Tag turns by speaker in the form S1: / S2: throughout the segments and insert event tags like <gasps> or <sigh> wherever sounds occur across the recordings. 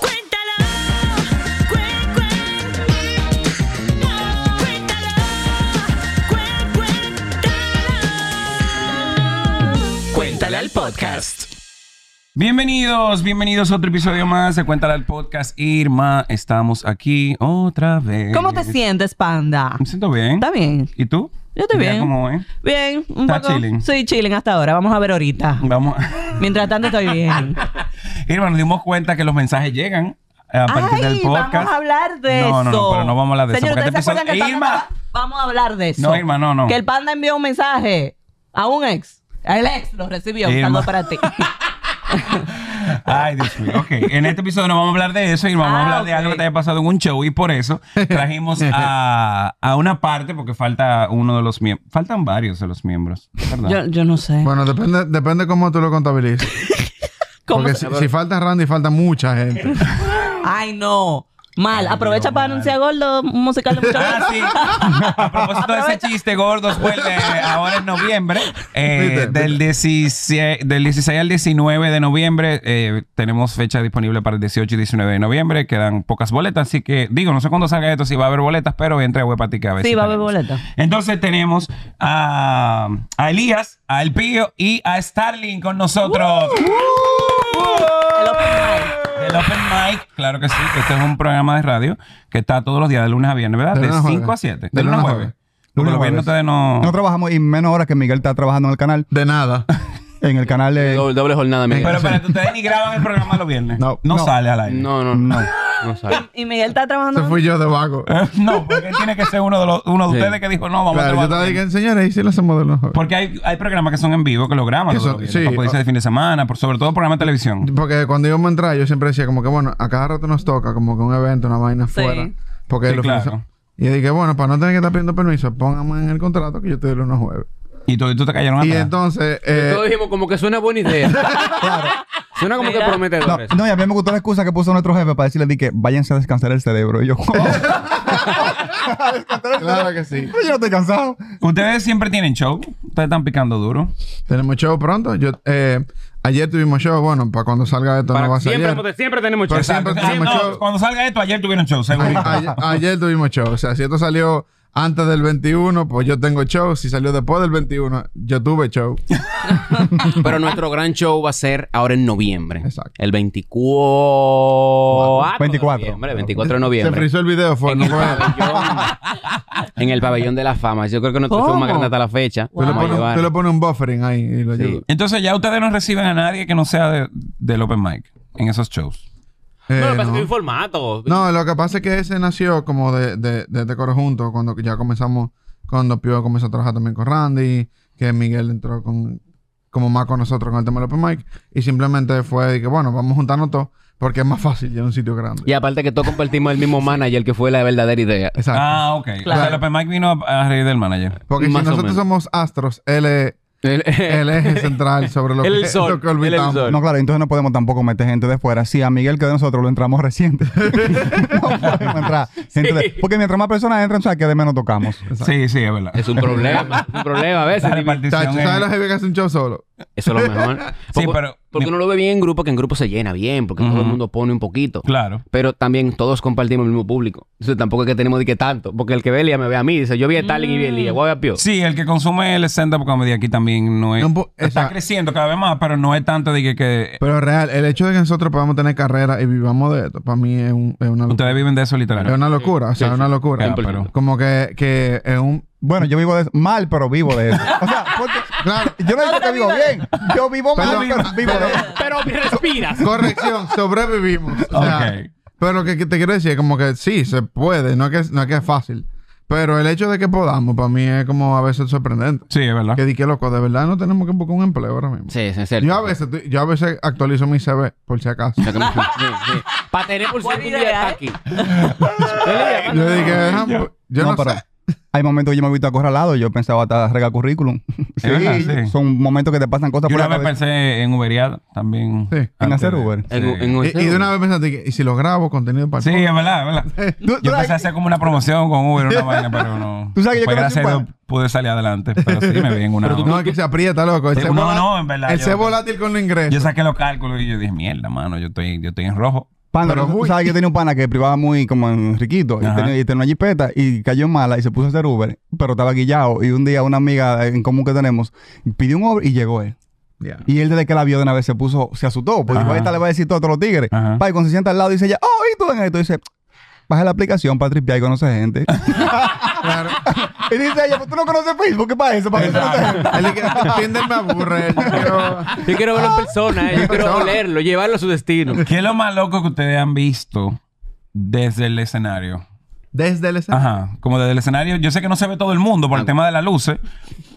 S1: Cuéntalo, cuen, cuen. Oh, cuéntalo, cuen, cuéntalo.
S2: Cuéntale al podcast.
S3: Bienvenidos, bienvenidos a otro episodio más de Cuéntale al Podcast. Irma, estamos aquí otra vez.
S4: ¿Cómo te sientes, panda?
S3: Me siento bien.
S4: Está bien.
S3: ¿Y tú?
S4: Yo estoy
S3: Mira
S4: bien.
S3: cómo es.
S4: Bien, un
S3: Está
S4: poco.
S3: chilling.
S4: Soy chilling hasta ahora. Vamos a ver ahorita.
S3: Vamos.
S4: Mientras tanto, estoy bien.
S3: <laughs> Irma, nos dimos cuenta que los mensajes llegan a <laughs> partir
S4: Ay,
S3: del podcast.
S4: Vamos a hablar de
S3: No,
S4: eso.
S3: no, no, pero no vamos a hablar de
S4: Señor,
S3: eso. porque
S4: ¿ustedes se
S3: este
S4: acuerdan que el
S3: episodio-
S4: panda estaba-
S3: Irma,
S4: Vamos a hablar de eso.
S3: No, Irma, no, no.
S4: Que el panda envió un mensaje a un ex. El ex lo recibió. Un
S3: Irma.
S4: saludo para
S3: <laughs>
S4: ti.
S3: Ay, Dios mío. Ok, en este episodio no vamos a hablar de eso y vamos a
S4: Ah,
S3: hablar de
S4: ok.
S3: algo que te haya pasado en un show y por eso trajimos a, a una parte porque falta uno de los miembros. Faltan varios de los miembros, ¿verdad?
S4: yo, yo no sé.
S5: Bueno, depende, depende cómo tú lo contabilices.
S4: <laughs> ¿Cómo
S5: Porque
S4: se-
S5: si, si falta Randy, falta mucha gente.
S4: Ay, no. Mal. Aprovecha para anunciar gordo un musical de muchachos.
S3: Ah, sí. A propósito de Pues ese chiste, gordos, pues de- ahora
S4: <laughs>
S3: en noviembre, eh,
S5: Viste,
S3: del, 16, del 16 al 19 de noviembre, eh, tenemos fecha disponible para el 18 y 19 de noviembre. Quedan pocas boletas, así que digo, no sé cuándo salga esto, si va a haber boletas, pero entre a Huepatica a ver
S4: Sí,
S3: si
S4: va a haber
S3: tenemos.
S4: boletas.
S3: Entonces tenemos a, a Elías, a El Pío y a Starling con nosotros.
S5: Uh.
S4: El open mic.
S3: El Open Mic, claro que sí, que este es un programa de radio que está todos los días de lunes a viernes, ¿verdad?
S5: De
S3: De,
S5: lunes a
S3: 5 a
S5: jueves.
S3: 7.
S5: De lunes a jueves.
S3: Porque
S6: Lunes a
S3: los viernes
S6: jueves.
S3: ustedes no...
S6: No trabajamos y menos horas que Miguel está trabajando en el canal.
S5: De nada.
S6: En el canal de.
S7: Doble, doble jornada, Miguel.
S3: Pero espérate, ustedes ni graban el programa los viernes. No,
S6: No, no.
S3: sale al aire. No,
S7: no, no, no. No sale.
S4: Y Miguel está trabajando.
S5: Eso fui <laughs>
S3: <laughs>
S5: yo de vago.
S3: Eh, porque tiene que ser uno de, los, uno de
S7: Sí.
S3: <laughs> ustedes que dijo, no, vamos
S5: Claro, yo
S3: a
S5: estaba
S3: trabajar.
S5: diciendo, señores, y si lo hacemos de los jóvenes.
S3: Porque hay, hay programas que son en vivo que lo graban.
S5: Eso,
S3: Eso, los
S5: sí. ah.
S3: sí. Como dice de fin de semana, por, sobre todo programas de televisión.
S5: Porque cuando íbamos a entrar, yo siempre decía, como que bueno, a cada rato nos toca, como que un evento, una vaina
S4: Sí.
S5: fuera. Porque
S3: Sí,
S5: los
S3: claro.
S5: fines- Y yo dije, bueno, para no tener que estar pidiendo permiso, póngame en el contrato que yo te doy unos jueves.
S3: Y tú, y tú te callaron
S5: Y
S3: atrás.
S5: entonces, eh,
S7: Todos dijimos como que suena buena
S5: <laughs>
S7: idea.
S6: Claro.
S7: Suena como que
S4: Mira.
S6: No,
S7: prometedor. eso.
S6: no, y a mí me gustó la excusa que puso nuestro jefe para decirle di que váyanse a descansar el cerebro. Y
S5: <laughs>
S6: yo, ¿cómo? A descansar el
S5: claro
S6: cerebro.
S5: que sí.
S6: Yo no estoy cansado.
S3: Ustedes siempre tienen show. Ustedes están picando duro.
S5: Tenemos show pronto. Yo, eh, ayer tuvimos show, bueno, para cuando salga esto
S7: Para-
S5: no va a ser.
S7: siempre,
S5: ayer.
S7: porque siempre tenemos
S5: Pero
S7: chance.
S5: siempre
S3: Ah,
S5: tenemos
S3: no,
S5: show.
S3: Cuando salga esto, ayer tuvieron show, seguro.
S5: A- ayer, ayer tuvimos show. O sea, si esto salió antes del 21, pues yo tengo show. Si salió después del 21, yo tuve show.
S7: Pero nuestro gran show va a ser ahora en noviembre.
S5: Exacto.
S7: El
S6: 24.
S7: 24. De noviembre, 24 de
S5: Se
S7: noviembre.
S5: frizó el video, fue.
S7: En
S5: No
S7: el,
S5: fue
S7: pabellón, en el pabellón de la fama. Yo creo que nuestro show
S4: ¿Cómo?
S7: más grande hasta la fecha.
S5: tú, le
S7: Vamos a
S5: pones,
S7: llevar.
S5: tú le pones un buffering ahí y lo
S7: Sí.
S5: ayudas.
S3: Entonces ya ustedes no reciben a nadie que no sea de- del open mic en esos shows.
S5: Eh,
S7: No, lo que pasa es
S5: no.
S7: que hay un formato.
S5: No, lo que pasa es que ese nació como de, de, de este coro junto, cuando ya comenzamos, cuando Pio comenzó a trabajar también con Randy, que Miguel entró con como más con nosotros con el tema del open mic, y simplemente fue de que, bueno, vamos juntando todo, porque es más fácil en un sitio grande.
S7: Y aparte que todos compartimos el mismo manager que fue la verdadera idea.
S5: Exacto.
S3: Ah, ok. O sea, el open mic vino a, a reír del manager.
S5: porque si
S7: más o
S5: nosotros
S7: menos.
S5: somos astros, él es
S7: El- <laughs>
S5: el eje central sobre lo,
S7: Él el
S5: que, <laughs>
S7: sol,
S5: lo que
S7: él el
S5: orbitamos.
S7: sol.
S6: No, claro, entonces no podemos tampoco meter gente de fuera. Si a Miguel que de nosotros lo entramos reciente. <laughs> no podemos entrar. gente de- porque mientras más personas entran, o sea, que de menos tocamos.
S3: Sí, sí, es verdad.
S7: Es un problema. es un problema a veces.
S3: La
S7: Eso
S3: repartición
S5: Chacho, ¿sabes
S3: es-
S5: lo heavy que hace un show solo?
S7: es lo mejor.
S3: <laughs> Sí,
S7: Porque-
S3: pero
S7: Porque uno lo ve bien en grupo, que en grupo se llena bien, porque todo el mundo pone un poquito.
S3: Claro.
S7: Pero también todos compartimos el mismo público. Entonces tampoco es que tenemos de que tanto. Porque el que ve Elías me ve a mí. Dice, yo vi a Stalin y vi a
S3: Mm.
S7: Elías. Voy a <laughs> Pio.
S3: Sí, el que consume el stand-up comedy aquí también no es...
S5: No, pues, po-
S3: está
S5: esa-
S3: creciendo cada vez más, pero no es tanto de que, que
S5: <laughs> Pero real, el hecho de que nosotros podamos tener carrera y vivamos de esto, para mí es, un- es una locura.
S3: ustedes viven de eso
S5: Es
S3: literal.
S5: una locura, o sea, es una locura.
S3: Claro, pero-
S5: Como que, que es un...
S6: Bueno, yo vivo de eso. mal, pero vivo
S5: <laughs>
S6: de eso. O sea, porque
S5: Claro,
S6: yo no digo que vivo bien. Yo vivo mal,
S5: Pero-
S6: pero vivo de eso.
S7: Pero respiras.
S5: corrección, sobrevivimos. O sea,
S3: Ok.
S5: Ah, Pero lo que que te quiero decir es como que sí, se puede, no es que, no es, que es fácil. Pero el hecho de que podamos, para mí es como a veces sorprendente.
S3: Sí, es verdad.
S5: Que di que loco, de verdad no tenemos que buscar un empleo ahora mismo.
S7: Sí, sí, es cierto.
S5: Yo a veces, tu- yo a veces actualizo mi CV, por si acaso. <laughs>
S7: Para tener por
S4: Buena
S7: ser un día
S4: idea,
S7: está
S4: ¿eh?
S7: aquí. Elías,
S5: Yo dije, ah, pues, yo no,
S6: No, pero
S5: sé.
S6: hay momentos que yo me he visto acorralado y yo pensaba hasta regar currículum. Sí,
S3: verdad, sí.
S6: son momentos que te pasan cosas
S3: Yo
S6: por
S3: una
S6: la
S3: vez
S6: cabeza.
S3: pensé en Uberiad también.
S5: Sí.
S3: antes
S6: En hacer
S3: de-
S6: Uber.
S7: en- en un-
S5: Y, y de una vez pensaste, que, ¿y si lo grabo contenido para
S3: Sí, es verdad, es verdad.
S6: <laughs> Tú- tú
S3: Yo
S6: sabes
S3: empecé a hacer como una promoción con Uber, una vaina, pero no.
S6: <laughs> Tú sabes que yo
S3: Pues
S6: conocí
S3: gracias
S6: un
S3: a Dios
S6: pana.
S3: pude salir adelante, pero sí me vi en una.
S5: No, es que se aprieta, loco. El
S3: Sí,
S5: ser
S3: no,
S5: volátil-
S3: no, en verdad,
S5: El
S3: yo-
S5: ser volátil con los ingresos.
S3: Yo saqué los cálculos y yo dije, mierda, mano, yo estoy, yo estoy en rojo.
S6: Pana,
S5: Pero
S6: tú
S5: muy-
S6: sabes que yo tenía un pana que privaba muy como en riquito y
S3: Ajá.
S6: tenía, y tenía una jipeta y cayó en mala y se puso a hacer Uber, pero estaba guillado y un día una amiga en común que tenemos pidió un Uber y llegó él.
S5: Ya.
S6: Y él desde que la vio de una vez se puso, se asustó, porque
S3: Ajá.
S6: dijo, esta le va a decir todo a todos los tigres.
S3: Ajá.
S6: Pa, y cuando se sienta al lado dice ella, oh, y tú en esto, dice, baja la aplicación para tripear y conocer gente.
S5: Claro.
S6: y dice ella, pues tú no conoces Facebook, ¿qué para eso? Para que conoces gente?"
S5: Él dice, Tinder me aburre. yo quiero-
S7: Yo quiero verlo
S5: Ah.
S3: Ah,
S7: en persona, eh. yo quiero olerlo, llevarlo a su destino.
S3: ¿Qué es lo más loco que ustedes han visto desde el escenario?
S5: Desde el escenario. Ah.
S3: Ajá, como desde el escenario, yo sé que no se ve todo el mundo por el tema de las luces,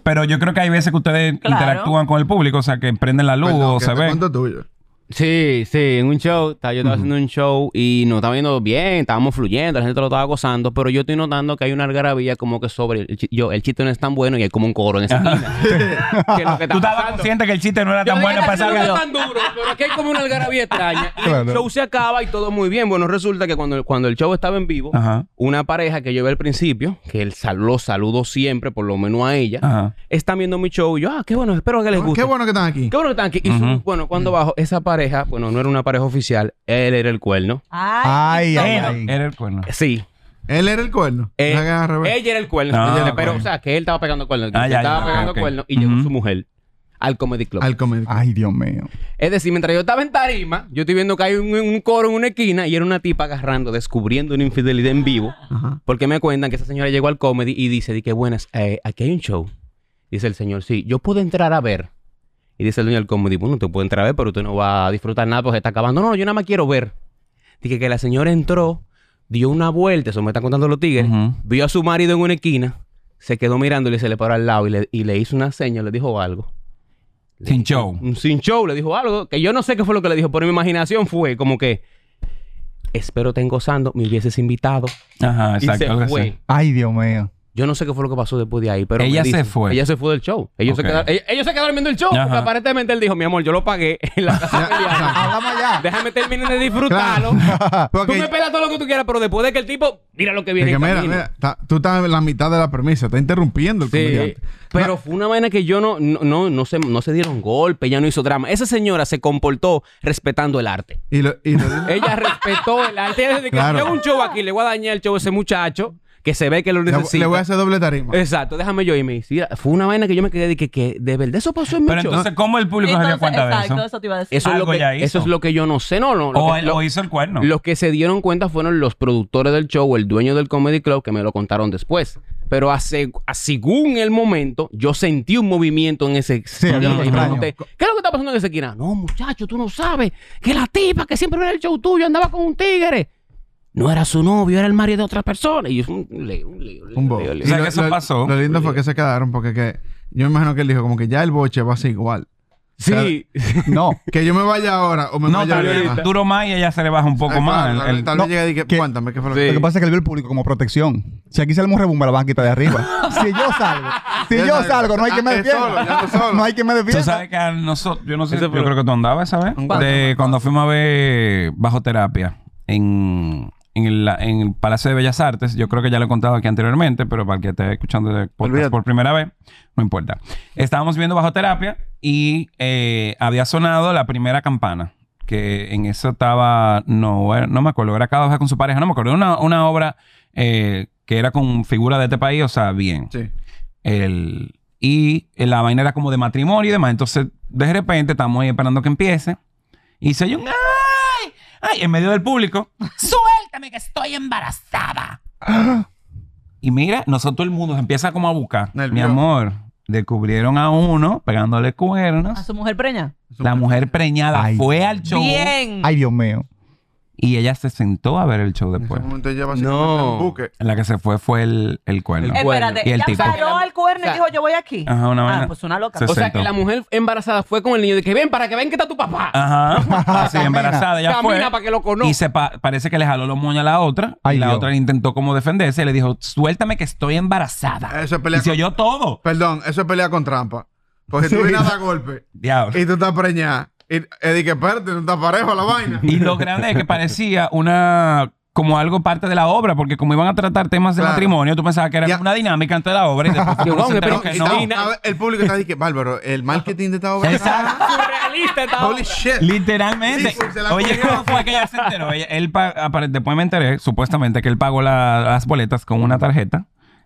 S3: pero yo creo que hay veces que ustedes
S4: Claro.
S3: interactúan con el público, o sea, que prenden la luz
S5: Perdón,
S3: o
S5: Pues que
S3: se
S5: te
S3: ven.
S5: cuento tuyo.
S7: Sí, sí, en un show. estaba- Yo estaba haciendo un show y nos estaba yendo bien, estábamos fluyendo, la gente lo estaba gozando, pero yo estoy notando que hay una algarabía como que sobre el, chi- yo, el chiste no es tan bueno y hay como un coro en
S3: <laughs>
S7: esa esquina. Que es lo que está
S3: Tú estabas
S7: pasando.
S3: consciente que el chiste no era
S7: Yo
S3: tan
S7: dije,
S3: bueno para
S7: "Este no
S3: saber.
S7: está tan duro, pero aquí hay como una algarabía extraña. Y
S6: Claro.
S7: el show se acaba y todo muy bien. Bueno, resulta que cuando, cuando el show estaba en vivo,
S3: Ajá.
S7: una pareja que yo vi al principio, que él sal- lo saludo siempre, por lo menos a ella,
S3: Ajá.
S7: están viendo mi show y yo, ah, qué bueno, espero que les guste.
S5: Qué bueno que están aquí.
S7: Qué bueno que están aquí. Y su-
S3: Ujú.
S7: bueno, cuando bajo esa pareja, bueno, no era una pareja oficial, él era el cuerno.
S4: Ay.
S6: Ay, ay,
S3: Era,
S6: ay.
S3: era el cuerno.
S7: Sí.
S5: Él era el cuerno.
S7: Eh,
S5: No hagas al revés.
S7: ella era el cuerno.
S3: Ah,
S7: Ella- pero,
S3: ok.
S7: o sea, que él estaba pegando cuernos. que
S3: Ah,
S7: se
S3: ya,
S7: estaba
S3: ya,
S7: pegando
S3: ok, ok.
S7: cuernos y llegó
S3: Ujú.
S7: su mujer al comedy club.
S5: Al comer.
S6: Ay, Dios mío.
S7: Es decir, mientras yo estaba en tarima, yo estoy viendo que hay un, un coro en una esquina y era una tipa agarrando, descubriendo una infidelidad en vivo.
S5: Ajá.
S7: Porque me cuentan que esa señora llegó al comedy y dice, di que buenas, eh, aquí hay un show. Dice el señor, sí, yo puedo entrar a ver. Y dice el dueño del comedy, bueno, usted puede entrar a ver, pero usted no va a disfrutar nada porque está acabando. No, no, yo nada más quiero ver. Dije que la señora entró, dio una vuelta, eso me están contando los tigres,
S3: Ujú.
S7: vio a su marido en una esquina, se quedó mirándole y se le paró al lado y le, y le hizo una seña, le dijo algo.
S3: Sin show.
S7: Un "Mm, sin show, le dijo algo, que yo no sé qué fue lo que le dijo, pero mi imaginación fue como que, espero estén gozando, me hubieses invitado.
S3: Ajá, exacto.
S7: y
S3: algo
S7: se
S3: así.
S7: fue.
S6: Ay, Dios mío.
S7: Yo no sé qué fue lo que pasó después de ahí, pero.
S3: Ella
S7: me
S3: se fue.
S7: Ella se fue del show. Ellos,
S3: Ok.
S7: se, quedaron, ellos, ellos se quedaron viendo el show.
S3: Ajá.
S7: Porque aparentemente él dijo: Mi amor, yo lo pagué <laughs> en la casa de Eliana.
S6: Hablamos ya.
S7: Déjame terminar de disfrutarlo. Tú
S5: Porque-
S7: me pelas todo lo que tú quieras, pero después de que el tipo. Mira lo que viene.
S5: Porque
S7: en
S5: mira,
S7: camino.
S5: mira, está- tú estás en la mitad de la premisa, está interrumpiendo el
S7: Sí,
S5: comediante.
S7: pero fue una vaina que yo no, no, no, no se, no se dieron golpes, ella no hizo drama. Esa señora se comportó respetando el arte.
S5: Y lo, y
S7: <laughs>
S5: lo-
S7: Ella respetó el arte. Ella desde que
S5: Claro.
S7: yo hago un show aquí, le voy a dañar el show a ese muchacho que se ve que lo
S5: le,
S7: necesita.
S5: le voy a hacer doble tarima.
S7: Exacto, déjame yo irme. Sí, fue una vaina que yo me quedé de que, que de verdad eso pasó en mi
S3: Pero
S7: show.
S3: entonces, ¿cómo el público se dio
S4: Entonces,
S3: cuenta
S4: exacto,
S3: de eso?
S4: eso te iba a decir.
S7: eso, es lo
S3: algo
S7: que,
S3: ya hizo.
S7: eso es lo que yo no sé, no, no. Lo
S3: O,
S7: que,
S3: él-
S7: lo-
S3: o hizo el cuerno.
S7: los que se dieron cuenta fueron los productores del show, el dueño del comedy club, que me lo contaron después. Pero hace, a- según el momento, yo sentí un movimiento en ese.
S6: Sí, había algo
S7: y me
S6: extraño.
S7: pregunté, ¿Qué es lo que está pasando en esa esquina? No, muchacho, tú no sabes que la tipa que siempre era el show tuyo andaba con un tigre. No era su novio, era el marido de otra persona. Y es un lío, un lío,
S5: Un bo-
S7: lío, lío.
S3: O sea,
S5: Y
S3: que eso pasó.
S5: Lo lindo fue que se quedaron porque que, yo me imagino que él dijo como que ya el boche va a ser igual.
S7: Sí,
S6: No.
S5: Que yo me vaya ahora o me
S3: No,
S5: vaya
S3: tal
S5: ahorita.
S3: vez duró más y ella se le baja un poco
S5: Ay,
S3: más.
S5: Tal,
S3: El- el-
S5: tal
S6: no,
S5: vez llegue y que
S6: que-
S5: cuéntame qué fue lo que...
S7: Sí.
S6: Lo que pasa es que él vio el público como protección. Si aquí sale un rebum, me la van a quitar de arriba. Si yo salgo, si
S5: Ya
S6: yo
S5: salgo.
S6: salgo, no hay que me
S5: Ah, es solo, ya
S6: defienda.
S5: ando solo.
S6: <laughs> No hay que me defienda.
S3: Tú sabes que a nosotros, yo no sé,
S7: Ese
S3: yo
S7: fue-
S3: creo que tú andabas esa vez.
S5: ¿Cuándo?
S3: De cuando fuimos a ver bajo terapia en en el, en el Palacio de Bellas Artes. Yo creo que ya lo he contado aquí anteriormente, pero para el que esté escuchando de podcast
S5: Olvídate.
S3: por primera vez, no importa. Estábamos viendo bajo terapia y eh, había sonado la primera campana. Que en eso estaba, no, era- no me acuerdo, era cada con su pareja, no me acuerdo. Una, una obra eh, que era con figura de este país, o sea, bien.
S5: Sí.
S3: El, y eh, la vaina era como de matrimonio y demás. Entonces, de repente, estamos ahí esperando que empiece. Y se oye un ¡ay! ¡ay! En medio del público. ¡Suéltame que estoy embarazada! y mira, nosotros todo el mundo se empieza como a buscar. Mi
S5: Nervioso.
S3: amor, descubrieron a uno pegándole cuernos.
S4: A su mujer preña.
S3: La mujer preñada
S6: Ay.
S3: fue al show
S4: Bien.
S6: Ay, Dios mío.
S3: y ella se sentó a ver el show
S5: En
S3: después.
S5: ese momento ella va a
S7: No.
S5: un buque.
S3: La que se fue fue el, el cuerno.
S7: El-
S4: Espérate,
S3: Y el
S4: ella
S3: tipo.
S4: paró al cuerno y dijo, yo voy aquí.
S3: Ajá, una vaina.
S4: Ah, pues una loca.
S3: Se-
S7: O sea,
S3: Sentó.
S7: que la mujer embarazada fue con el niño de que ven para que ven que está tu papá.
S6: <laughs>
S3: Ajá. Así,
S6: Camina.
S3: embarazada. Ya
S7: Camina
S3: fue.
S7: para que lo conozca.
S3: Y se pa- parece que le jaló los moños a la otra.
S6: Ay,
S3: y la
S6: Dios.
S3: otra intentó como defenderse. Y le dijo, suéltame que estoy embarazada.
S5: Eso es pelea
S3: y se
S5: con-
S3: oyó todo.
S5: Perdón, eso es pelea con trampa. Porque tú vienes a dar
S3: <laughs>
S5: golpe
S3: Diablo.
S5: y tú estás preñada. Y es de que espérate, no está <laughs> parejo la vaina.
S3: Y lo
S5: <laughs>
S3: grande es que parecía una... Como algo parte de la obra, porque como iban a tratar temas de
S5: Claro.
S3: matrimonio, tú pensabas que era
S5: Ya.
S3: una dinámica entre la obra y
S5: <laughs>
S3: después
S7: Yo,
S3: uno
S7: wow,
S3: se
S7: me
S3: enteró
S5: No,
S7: pregunto,
S3: que
S5: Ah, y
S3: no.
S5: estamos- a ver, el público está diciendo, Bárbaro, el marketing de esta obra.
S3: Exacto.
S7: Surrealista estaba.
S5: Holy shit.
S3: Literalmente.
S5: Sí, pues, se la
S3: Oye,
S5: comió.
S3: ¿cómo fue que ella se enteró? Ella- él pa- apare- después me enteré, supuestamente, que él pagó la- las boletas con una tarjeta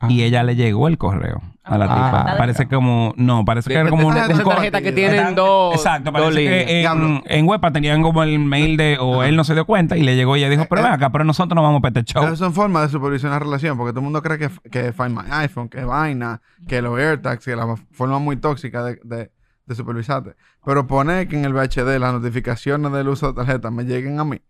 S3: y ella le llegó el correo a la
S6: Ah,
S3: tipa.
S6: dale.
S3: parece como... No, parece que <laughs> era
S5: Esa-
S3: como un,
S5: esa
S3: un correo.
S7: tarjeta que tienen dos.
S3: Exacto,
S7: dos
S3: parece
S7: líneas.
S3: que en,
S5: Diablo.
S3: en Huepa tenían como el mail de... O él no se dio cuenta y le llegó y ella dijo, pero ven acá, pero nosotros no vamos a este show.
S5: Eh, Pero son formas de supervisionar relación, porque todo el mundo cree que, que Find My iPhone, que vaina, que los AirTags, que la forma muy tóxica de, de, de supervisarte. Pero pone que en el VHD las notificaciones del uso de tarjeta me lleguen a mí.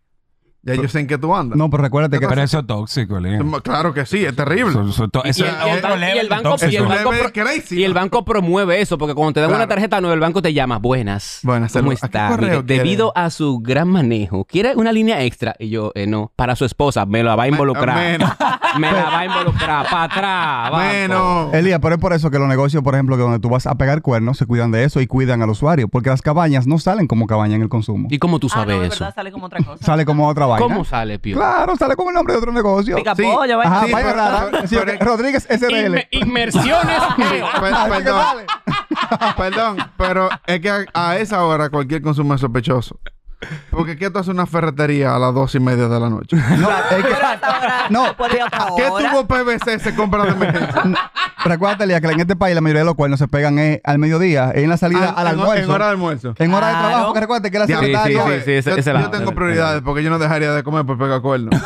S5: Ya yo sé en qué tú andas.
S6: No, pero recuérdate que.
S3: Pero eso es tóxico, Lin.
S5: Claro que sí, es terrible.
S3: Eso, eso es to- eso
S7: Y
S3: es
S7: el- y el
S3: otro
S7: ban-
S3: level
S7: y el
S3: de
S7: banco-
S3: tóxico.
S7: y el
S5: Eso
S7: banco
S5: es
S7: pro-
S5: crazy.
S7: Y el banco promueve eso, porque cuando te dan
S5: Claro.
S7: una tarjeta nueva, el banco te llama, buenas.
S5: Buenas,
S7: ¿Cómo
S5: salud. ¿A qué
S7: está?
S5: correo
S7: Mire,
S5: quiere?
S7: debido a su gran manejo, ¿quiere una línea extra? Y yo, eh, no, para su esposa, me la va a
S3: <laughs>
S7: involucrar.
S5: menos.
S7: me la va a involucrar, para atrás. banco.
S5: Bueno,
S6: Elías, pero es por eso que los negocios, por ejemplo, que donde tú vas a pegar cuernos, se cuidan de eso y cuidan al usuario. Porque las cabañas no salen como cabaña en el consumo.
S7: ¿Y cómo tú
S4: Ah,
S7: sabes
S4: no, de
S7: eso?
S4: verdad, sale como otra cosa.
S6: Sale como otra vaina.
S7: ¿Cómo sale, Pío?
S6: Claro, sale como el nombre de otro negocio.
S4: Pica
S5: Sí.
S4: pollo, vaina.
S6: Ajá,
S5: Sí,
S6: vaina
S5: pero- <laughs>
S6: rara. Sí,
S5: pero-
S6: ok. Rodríguez SRL.
S7: Inme-
S5: <laughs>
S7: inmersiones.
S5: Pe- pues, perdón, <laughs> perdón, pero es que a, a esa hora cualquier consumo es sospechoso. Porque ¿qué tú haces en una ferretería a las dos y media de la noche?
S4: <laughs>
S6: No, es que-
S4: Pero hasta ahora
S6: No,
S4: no podría otra
S5: ¿Qué
S4: hora.
S5: tuvo PVC se compra de <laughs> emergencia?
S6: <laughs> recuérdate, Elías, que en este país la mayoría de los cuernos se pegan eh, al mediodía, en la salida
S5: Al-
S6: al,
S5: Ah, en-
S6: almuerzo.
S5: En hora de almuerzo.
S6: En hora de trabajo,
S4: Claro.
S6: porque recuérdate que la
S5: Ya,
S6: secretaria...
S7: sí, sí, sí, ese-
S5: yo,
S7: ese
S5: yo
S7: lado.
S5: tengo prioridades porque yo no dejaría de comer por pegar <laughs> cuernos.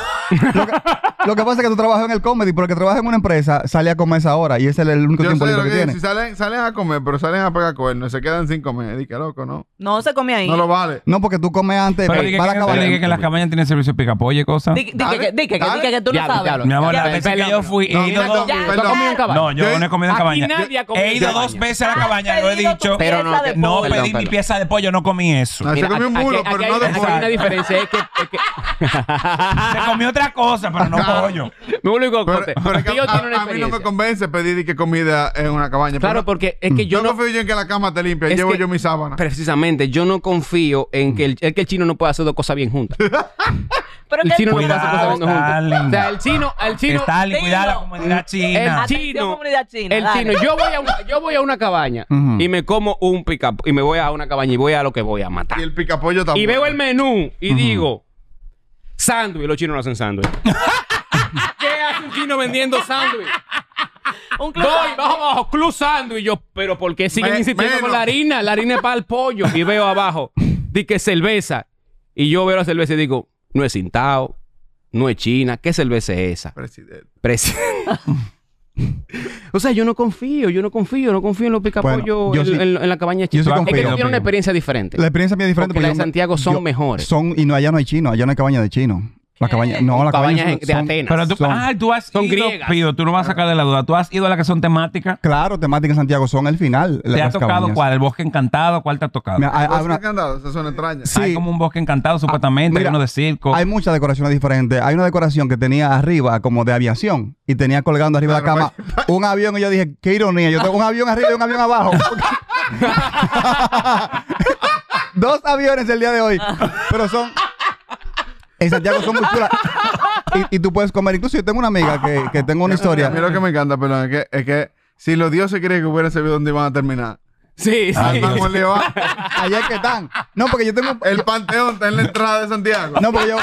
S6: Lo que pasa es que tú trabajas en el comedy, pero el que trabaja en una empresa sale a comer esa hora y ese es el único
S5: yo
S6: tiempo
S5: sé
S6: libre
S5: lo
S6: que,
S5: que
S6: tiene.
S5: si salen, salen a comer, pero salen a pegar cuernos, se quedan sin comer. Dije, loco, no.
S4: No se comía ahí.
S5: No lo vale.
S6: No, porque tú comes antes
S3: Pero
S6: para
S3: dije
S6: la
S3: que, pero dije que las cabañas tienen servicio de picapolle y cosas.
S4: Di- di que- que- di que- que- di que- que tú no
S7: Diablo,
S4: sabes.
S7: diablo.
S3: Mi amor, la
S7: Ya,
S3: vez que
S7: perdón.
S3: yo fui... he
S5: No,
S3: ido
S5: no, no,
S3: dos-
S4: ya,
S7: ¿Tú has
S5: perdón.
S7: comido en cabaña?
S3: No, yo
S5: Yo-
S3: no he comido en
S7: Aquí
S3: cabaña.
S7: nadie ha
S3: Yo-
S7: comido
S3: He
S7: en
S3: ido
S7: cabaña.
S3: dos veces a la
S4: Has
S3: cabaña, lo he
S4: pedido tu
S3: dicho.
S7: Pero no,
S4: pieza
S7: que-
S4: de
S3: No
S4: pollo.
S7: Perdón,
S3: pedí mi
S7: perdón.
S3: pieza de pollo, no comí eso.
S7: Ah,
S5: No, se comió un
S7: aquí-
S5: mulo,
S7: aquí-
S5: pero
S7: aquí
S5: no de
S7: hay, aquí
S5: pollo.
S7: hay una diferencia, es que... es que-
S3: <laughs> Se comió otra cosa, pero no pollo.
S7: Ah. Me vuelvo y
S5: Pero,
S7: cocote.
S5: pero es que
S7: Pío
S5: a,
S7: tiene una
S5: a mí no me
S7: experiencia.
S5: convence pedir di que comida en una cabaña.
S7: Claro,
S5: pero
S7: porque
S6: Mm.
S7: es que yo
S5: yo
S7: no...
S5: confío yo en que la cama te limpia.
S7: Es
S5: Llevo
S7: que-
S5: yo mi sábana.
S7: <laughs> Precisamente, yo no confío en que el, es que el chino no puede hacer dos cosas bien juntas.
S4: Pero
S7: El
S4: que
S7: chino no puede hacer
S3: Cuidado,
S7: cosas bien juntas.
S3: Stalin.
S7: O sea, el chino, el chino,
S3: Stalin,
S4: dilo.
S3: cuidado, la comunidad china.
S7: El chi-
S4: Atención,
S7: chino.
S4: comunidad china.
S7: el
S4: dale.
S7: chino, yo voy a una, yo voy a una cabaña
S6: Ujú.
S7: y me como un pica y me voy a una cabaña y voy a lo que voy a matar.
S5: Y el picapollo
S7: Y
S5: también.
S7: veo el menú y digo, sándwich, los chinos no hacen sándwich. ¿Qué hace un chino vendiendo sándwich?
S4: Un club.
S7: Doy, bajo, bajo, club sándwich. Y Yo, pero ¿por qué siguen
S5: Me-
S7: insistiendo con
S5: menos.
S7: la harina? La harina es para el pollo. Y veo abajo, di que cerveza. Y yo veo la cerveza y digo, no es cintao, no es china, ¿qué cerveza es esa?
S5: Presidente.
S7: Presi- o sea, yo no confío, yo no confío, no confío en los
S6: Bueno, yo
S7: picapollos en,
S6: sí-
S7: en- en la cabaña
S6: yo sí
S7: china.
S6: confío,
S7: es que yo
S6: confío.
S7: quiero una experiencia diferente.
S6: La experiencia mía es diferente. porque
S7: Porque
S6: yo
S7: las de
S6: me-
S7: Santiago son
S6: yo-
S7: mejores. Eh,
S6: Son, y no, allá no hay chino, allá no hay cabaña de chino. La cabaña, no, la cabaña
S7: cabañas en- de Atenas.
S3: Pero tú,
S6: Son-
S3: ah, tú has
S7: son
S3: ido,
S7: griegas.
S3: Pido, tú no vas a sacar de la duda. Tú has ido a las que son temáticas.
S6: Claro, temática en Santiago son el final.
S3: ¿Te ha tocado cuál? ¿El bosque encantado? ¿Cuál te ha tocado?
S5: ¿Has encantado? Eso suena extraña.
S6: Sí. Ah,
S3: Hay como un bosque encantado, supuestamente.
S6: mira,
S3: hay uno de
S5: ah,
S3: circo.
S6: Hay muchas decoraciones diferentes. Hay una decoración que tenía arriba como de aviación y tenía colgando arriba de la
S5: Claro,
S6: cama un avión y yo dije, qué ironía, yo tengo un avión arriba y un avión abajo. <laughs> Dos aviones el día de hoy, pero son... En Santiago son muy chulas. y, y tú puedes comer. Incluso yo tengo una amiga que, que tengo una
S5: <laughs>
S6: historia.
S5: A mí lo que me encanta, perdón, es que, es que si los dioses creen que hubiera sabido dónde iban a terminar,
S3: Sí, sí.
S6: Ah,
S5: al Mango León,
S7: <laughs>
S6: Allá es que están. No, porque yo tengo.
S5: el panteón está en la entrada de
S6: <laughs>
S5: Santiago.
S6: No, porque yo.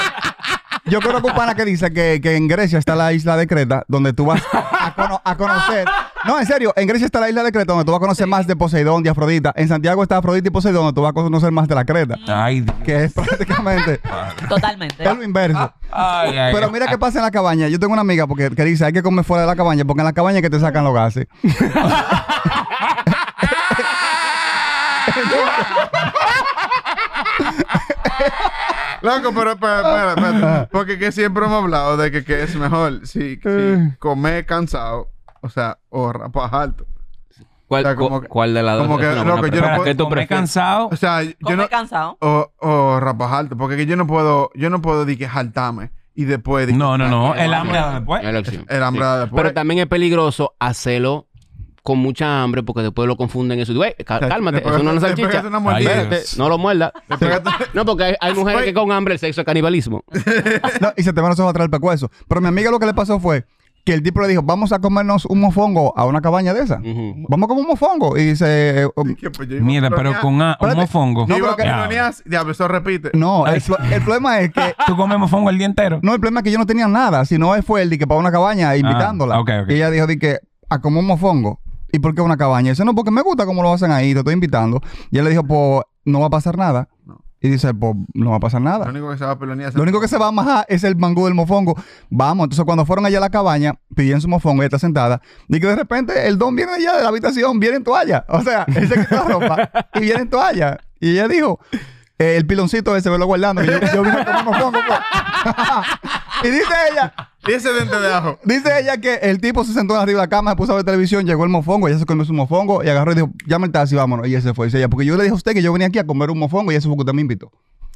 S6: Yo conozco un pana que dice que, que en Grecia está la isla de Creta, donde tú vas a, cono- a conocer. No, en serio, en Grecia está la isla de Creta, donde tú vas a conocer más de Poseidón, de Afrodita. En Santiago está Afrodita y Poseidón, donde tú vas a conocer más de la Creta.
S3: Ay, Dios.
S6: Que es
S3: <laughs>
S6: prácticamente.
S4: Totalmente.
S6: Es lo inverso.
S3: Ay, ay,
S6: Pero
S3: ay.
S6: mira qué
S7: Ah,
S6: pasa en la cabaña. Yo tengo una amiga porque, que dice, hay que comer fuera de la cabaña, porque en la cabaña es que te sacan los gases.
S5: Loco, pero espera,
S6: <laughs>
S5: espera, espera. Porque que siempre hemos hablado de que, que es mejor si, si comer cansado, o sea, o rapas alto.
S7: ¿Cuál,
S5: O sea, como
S7: cu-
S5: que-
S7: ¿Cuál de las dos?
S5: como que,
S7: Es una buena
S5: loco, yo no
S7: pregunta.
S5: puedo-
S7: ¿Qué tú
S3: Comer
S7: prefieres?
S3: cansado.
S5: O sea, yo
S4: Come
S5: no...
S4: cansado.
S5: O, o rapas alto, porque que yo no puedo, yo no puedo de que jaltarme y después de que-
S3: No, no, no.
S7: Ah,
S3: El hambre después.
S5: <laughs>
S7: Es la opción.
S5: El hambre
S7: Sí.
S5: da después.
S7: Pero también es peligroso hacerlo con mucha hambre porque después lo confunden eso. Güey,
S5: O sea,
S7: cá- cálmate,
S5: le
S7: eso no es una
S5: pegaste- le
S7: salchicha.
S5: pegaste una mordida.
S3: Ay, Dios.
S7: Espérate, no lo muerdas. No, porque hay,
S5: <laughs>
S7: hay mujeres que con hambre el sexo es canibalismo.
S6: No, y se te van los ojos atrás del pecueso. Pero mi amiga lo que le pasó fue que el tipo le dijo, vamos a comernos un mofongo a una cabaña de esa.
S7: Ujú.
S6: Vamos a comer un mofongo. Y dice, eh, um,
S5: Que, pues, yo iba a
S3: Mira, pero
S5: clonear.
S3: con a- un
S6: Espérate.
S3: mofongo.
S5: Yo iba
S6: pero
S5: a
S6: que-
S5: clonear, diablo, eso repite.
S6: no, el, pro- el problema es que...
S3: ¿Tú comes mofongo el día entero? Ah,
S6: No, el problema es que yo no tenía nada, sino él fue el de que para una cabaña invitándola.
S3: ok, ok.
S6: Y ella dijo de que a comer un mofongo. ¿Y por qué una cabaña? Y dice, no, porque me gusta cómo lo hacen ahí, te estoy invitando. Y él le dijo, pues no va a pasar nada. Y dice, pues no va a pasar nada.
S5: Lo único que se va a pelonear es
S6: Lo único que se va a majar es el mangú del mofongo. Vamos, entonces cuando fueron allá a la cabaña, pidieron su mofongo, ella está sentada, y que de repente el don viene allá de la habitación, viene en toalla. O sea, él se quitó la ropa y viene en toalla. Y ella dijo, eh, el piloncito ese, velo guardando, que yo, yo vine a comer mofongo. pues. y dice ella,
S5: Y ese diente de ajo.
S6: dice ella que el tipo se sentó arriba de la cama, se puso a ver televisión, llegó el mofongo, ella se comió su mofongo, y agarró y dijo, llama el taxi, vámonos. Y él se fue. Dice ella, porque yo le dije a usted que yo venía aquí a comer un mofongo, y eso fue que usted me invitó.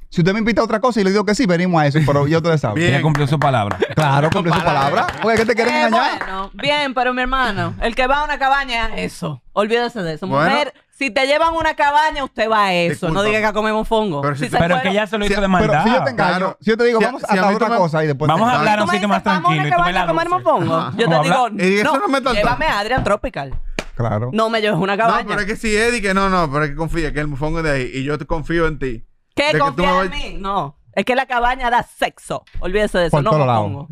S6: Si usted me invita a otra cosa y le digo que sí, venimos a eso, pero yo te sabe.
S3: Ella cumplió su palabra.
S6: Claro, cumple su palabra. Oye, ¿qué te quieren
S4: Eh,
S6: engañar?
S4: bueno, bien, pero mi hermano, el que va a una cabaña, eso. Olvídese de eso.
S5: Bueno.
S4: Mujer, si te llevan a una cabaña, usted va a eso.
S5: Disculpa.
S4: No diga que comemos fongo.
S5: Pero si-
S3: Pero que ella se lo hizo de
S6: Pero
S3: maldad.
S6: si yo te engaño,
S5: Claro.
S6: si yo te digo,
S5: Si a-
S6: vamos
S5: si
S6: a,
S5: a mí
S6: hablar
S5: tú
S6: otra
S5: me-
S6: cosa y después.
S3: Vamos a hablar a
S4: Tú
S3: un
S4: me
S3: sitio
S4: dices,
S3: más
S4: vamos a
S3: tranquilo.
S4: una
S3: Y tú me
S4: cabaña
S3: la
S4: a comerme
S3: dulces.
S4: fongo. Yo
S3: Vamos a
S4: te digo,
S3: hablar.
S5: Y diga, eso no me
S4: no,
S5: tanto.
S4: llévame a Adrian Tropical.
S6: Claro.
S4: No me lleves a una
S5: No,
S4: cabaña.
S5: pero es que si Eddie, que no, no, pero es que confía, que el mofongo es de ahí. Y yo te confío en ti. de que tú
S4: ¿Qué
S5: me
S4: confía en
S5: vas-
S4: mí? No. Es que la cabaña da sexo. Olvídese de eso.
S6: Por
S4: no
S6: todos
S4: me
S6: lados.
S4: pongo.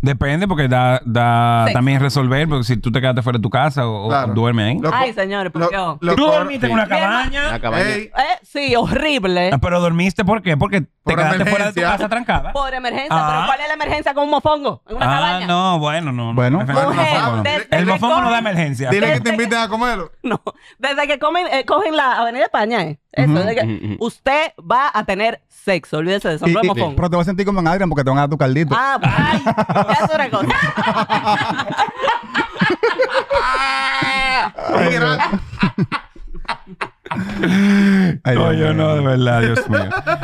S3: Depende, porque da, da
S4: Sexo.
S3: también resolver, porque si tú te quedaste fuera de tu casa o, o
S5: Claro.
S3: duermes ahí.
S5: Lo-
S4: Ay, señores, por
S5: lo-
S4: Dios.
S5: lo-
S3: tú
S5: lo-
S3: dormiste en una
S4: Mi hermano-
S3: cabaña.
S7: La cabaña.
S5: Ey,
S4: Eh, sí, horrible.
S3: Ah, Pero dormiste, ¿por qué? Porque te
S5: Por
S3: quedaste fuera de tu
S5: emergencia.
S3: casa trancada.
S4: Por emergencia.
S3: Ah.
S4: ¿Pero cuál es la emergencia con un mofongo? En una
S3: Ah,
S4: cabaña.
S3: no, bueno, no. no.
S6: Bueno.
S3: Me refiero al
S4: Mujer,
S3: mofongo, no.
S4: desde
S3: el Este
S4: que
S3: mofongo no da
S4: comen-
S3: emergencia.
S5: Dile que te inviten a comerlo.
S4: <laughs> No, desde que comen, eh, cogen la Avenida España, eh. Eso, desde que
S7: ujú, ujú.
S4: usted va a tener sexo, olvídese de eso,
S6: Y-
S4: no
S6: y-
S4: es mofongo.
S6: pero te vas a sentir como en Adrian porque te van a dar tu caldito.
S4: Ah,
S3: pues,
S4: ay, ya es otra cosa.
S5: Ay, gracias.
S6: <laughs> Ay, Dios
S3: Oye,
S6: mío.
S3: no, de verdad, Dios mío.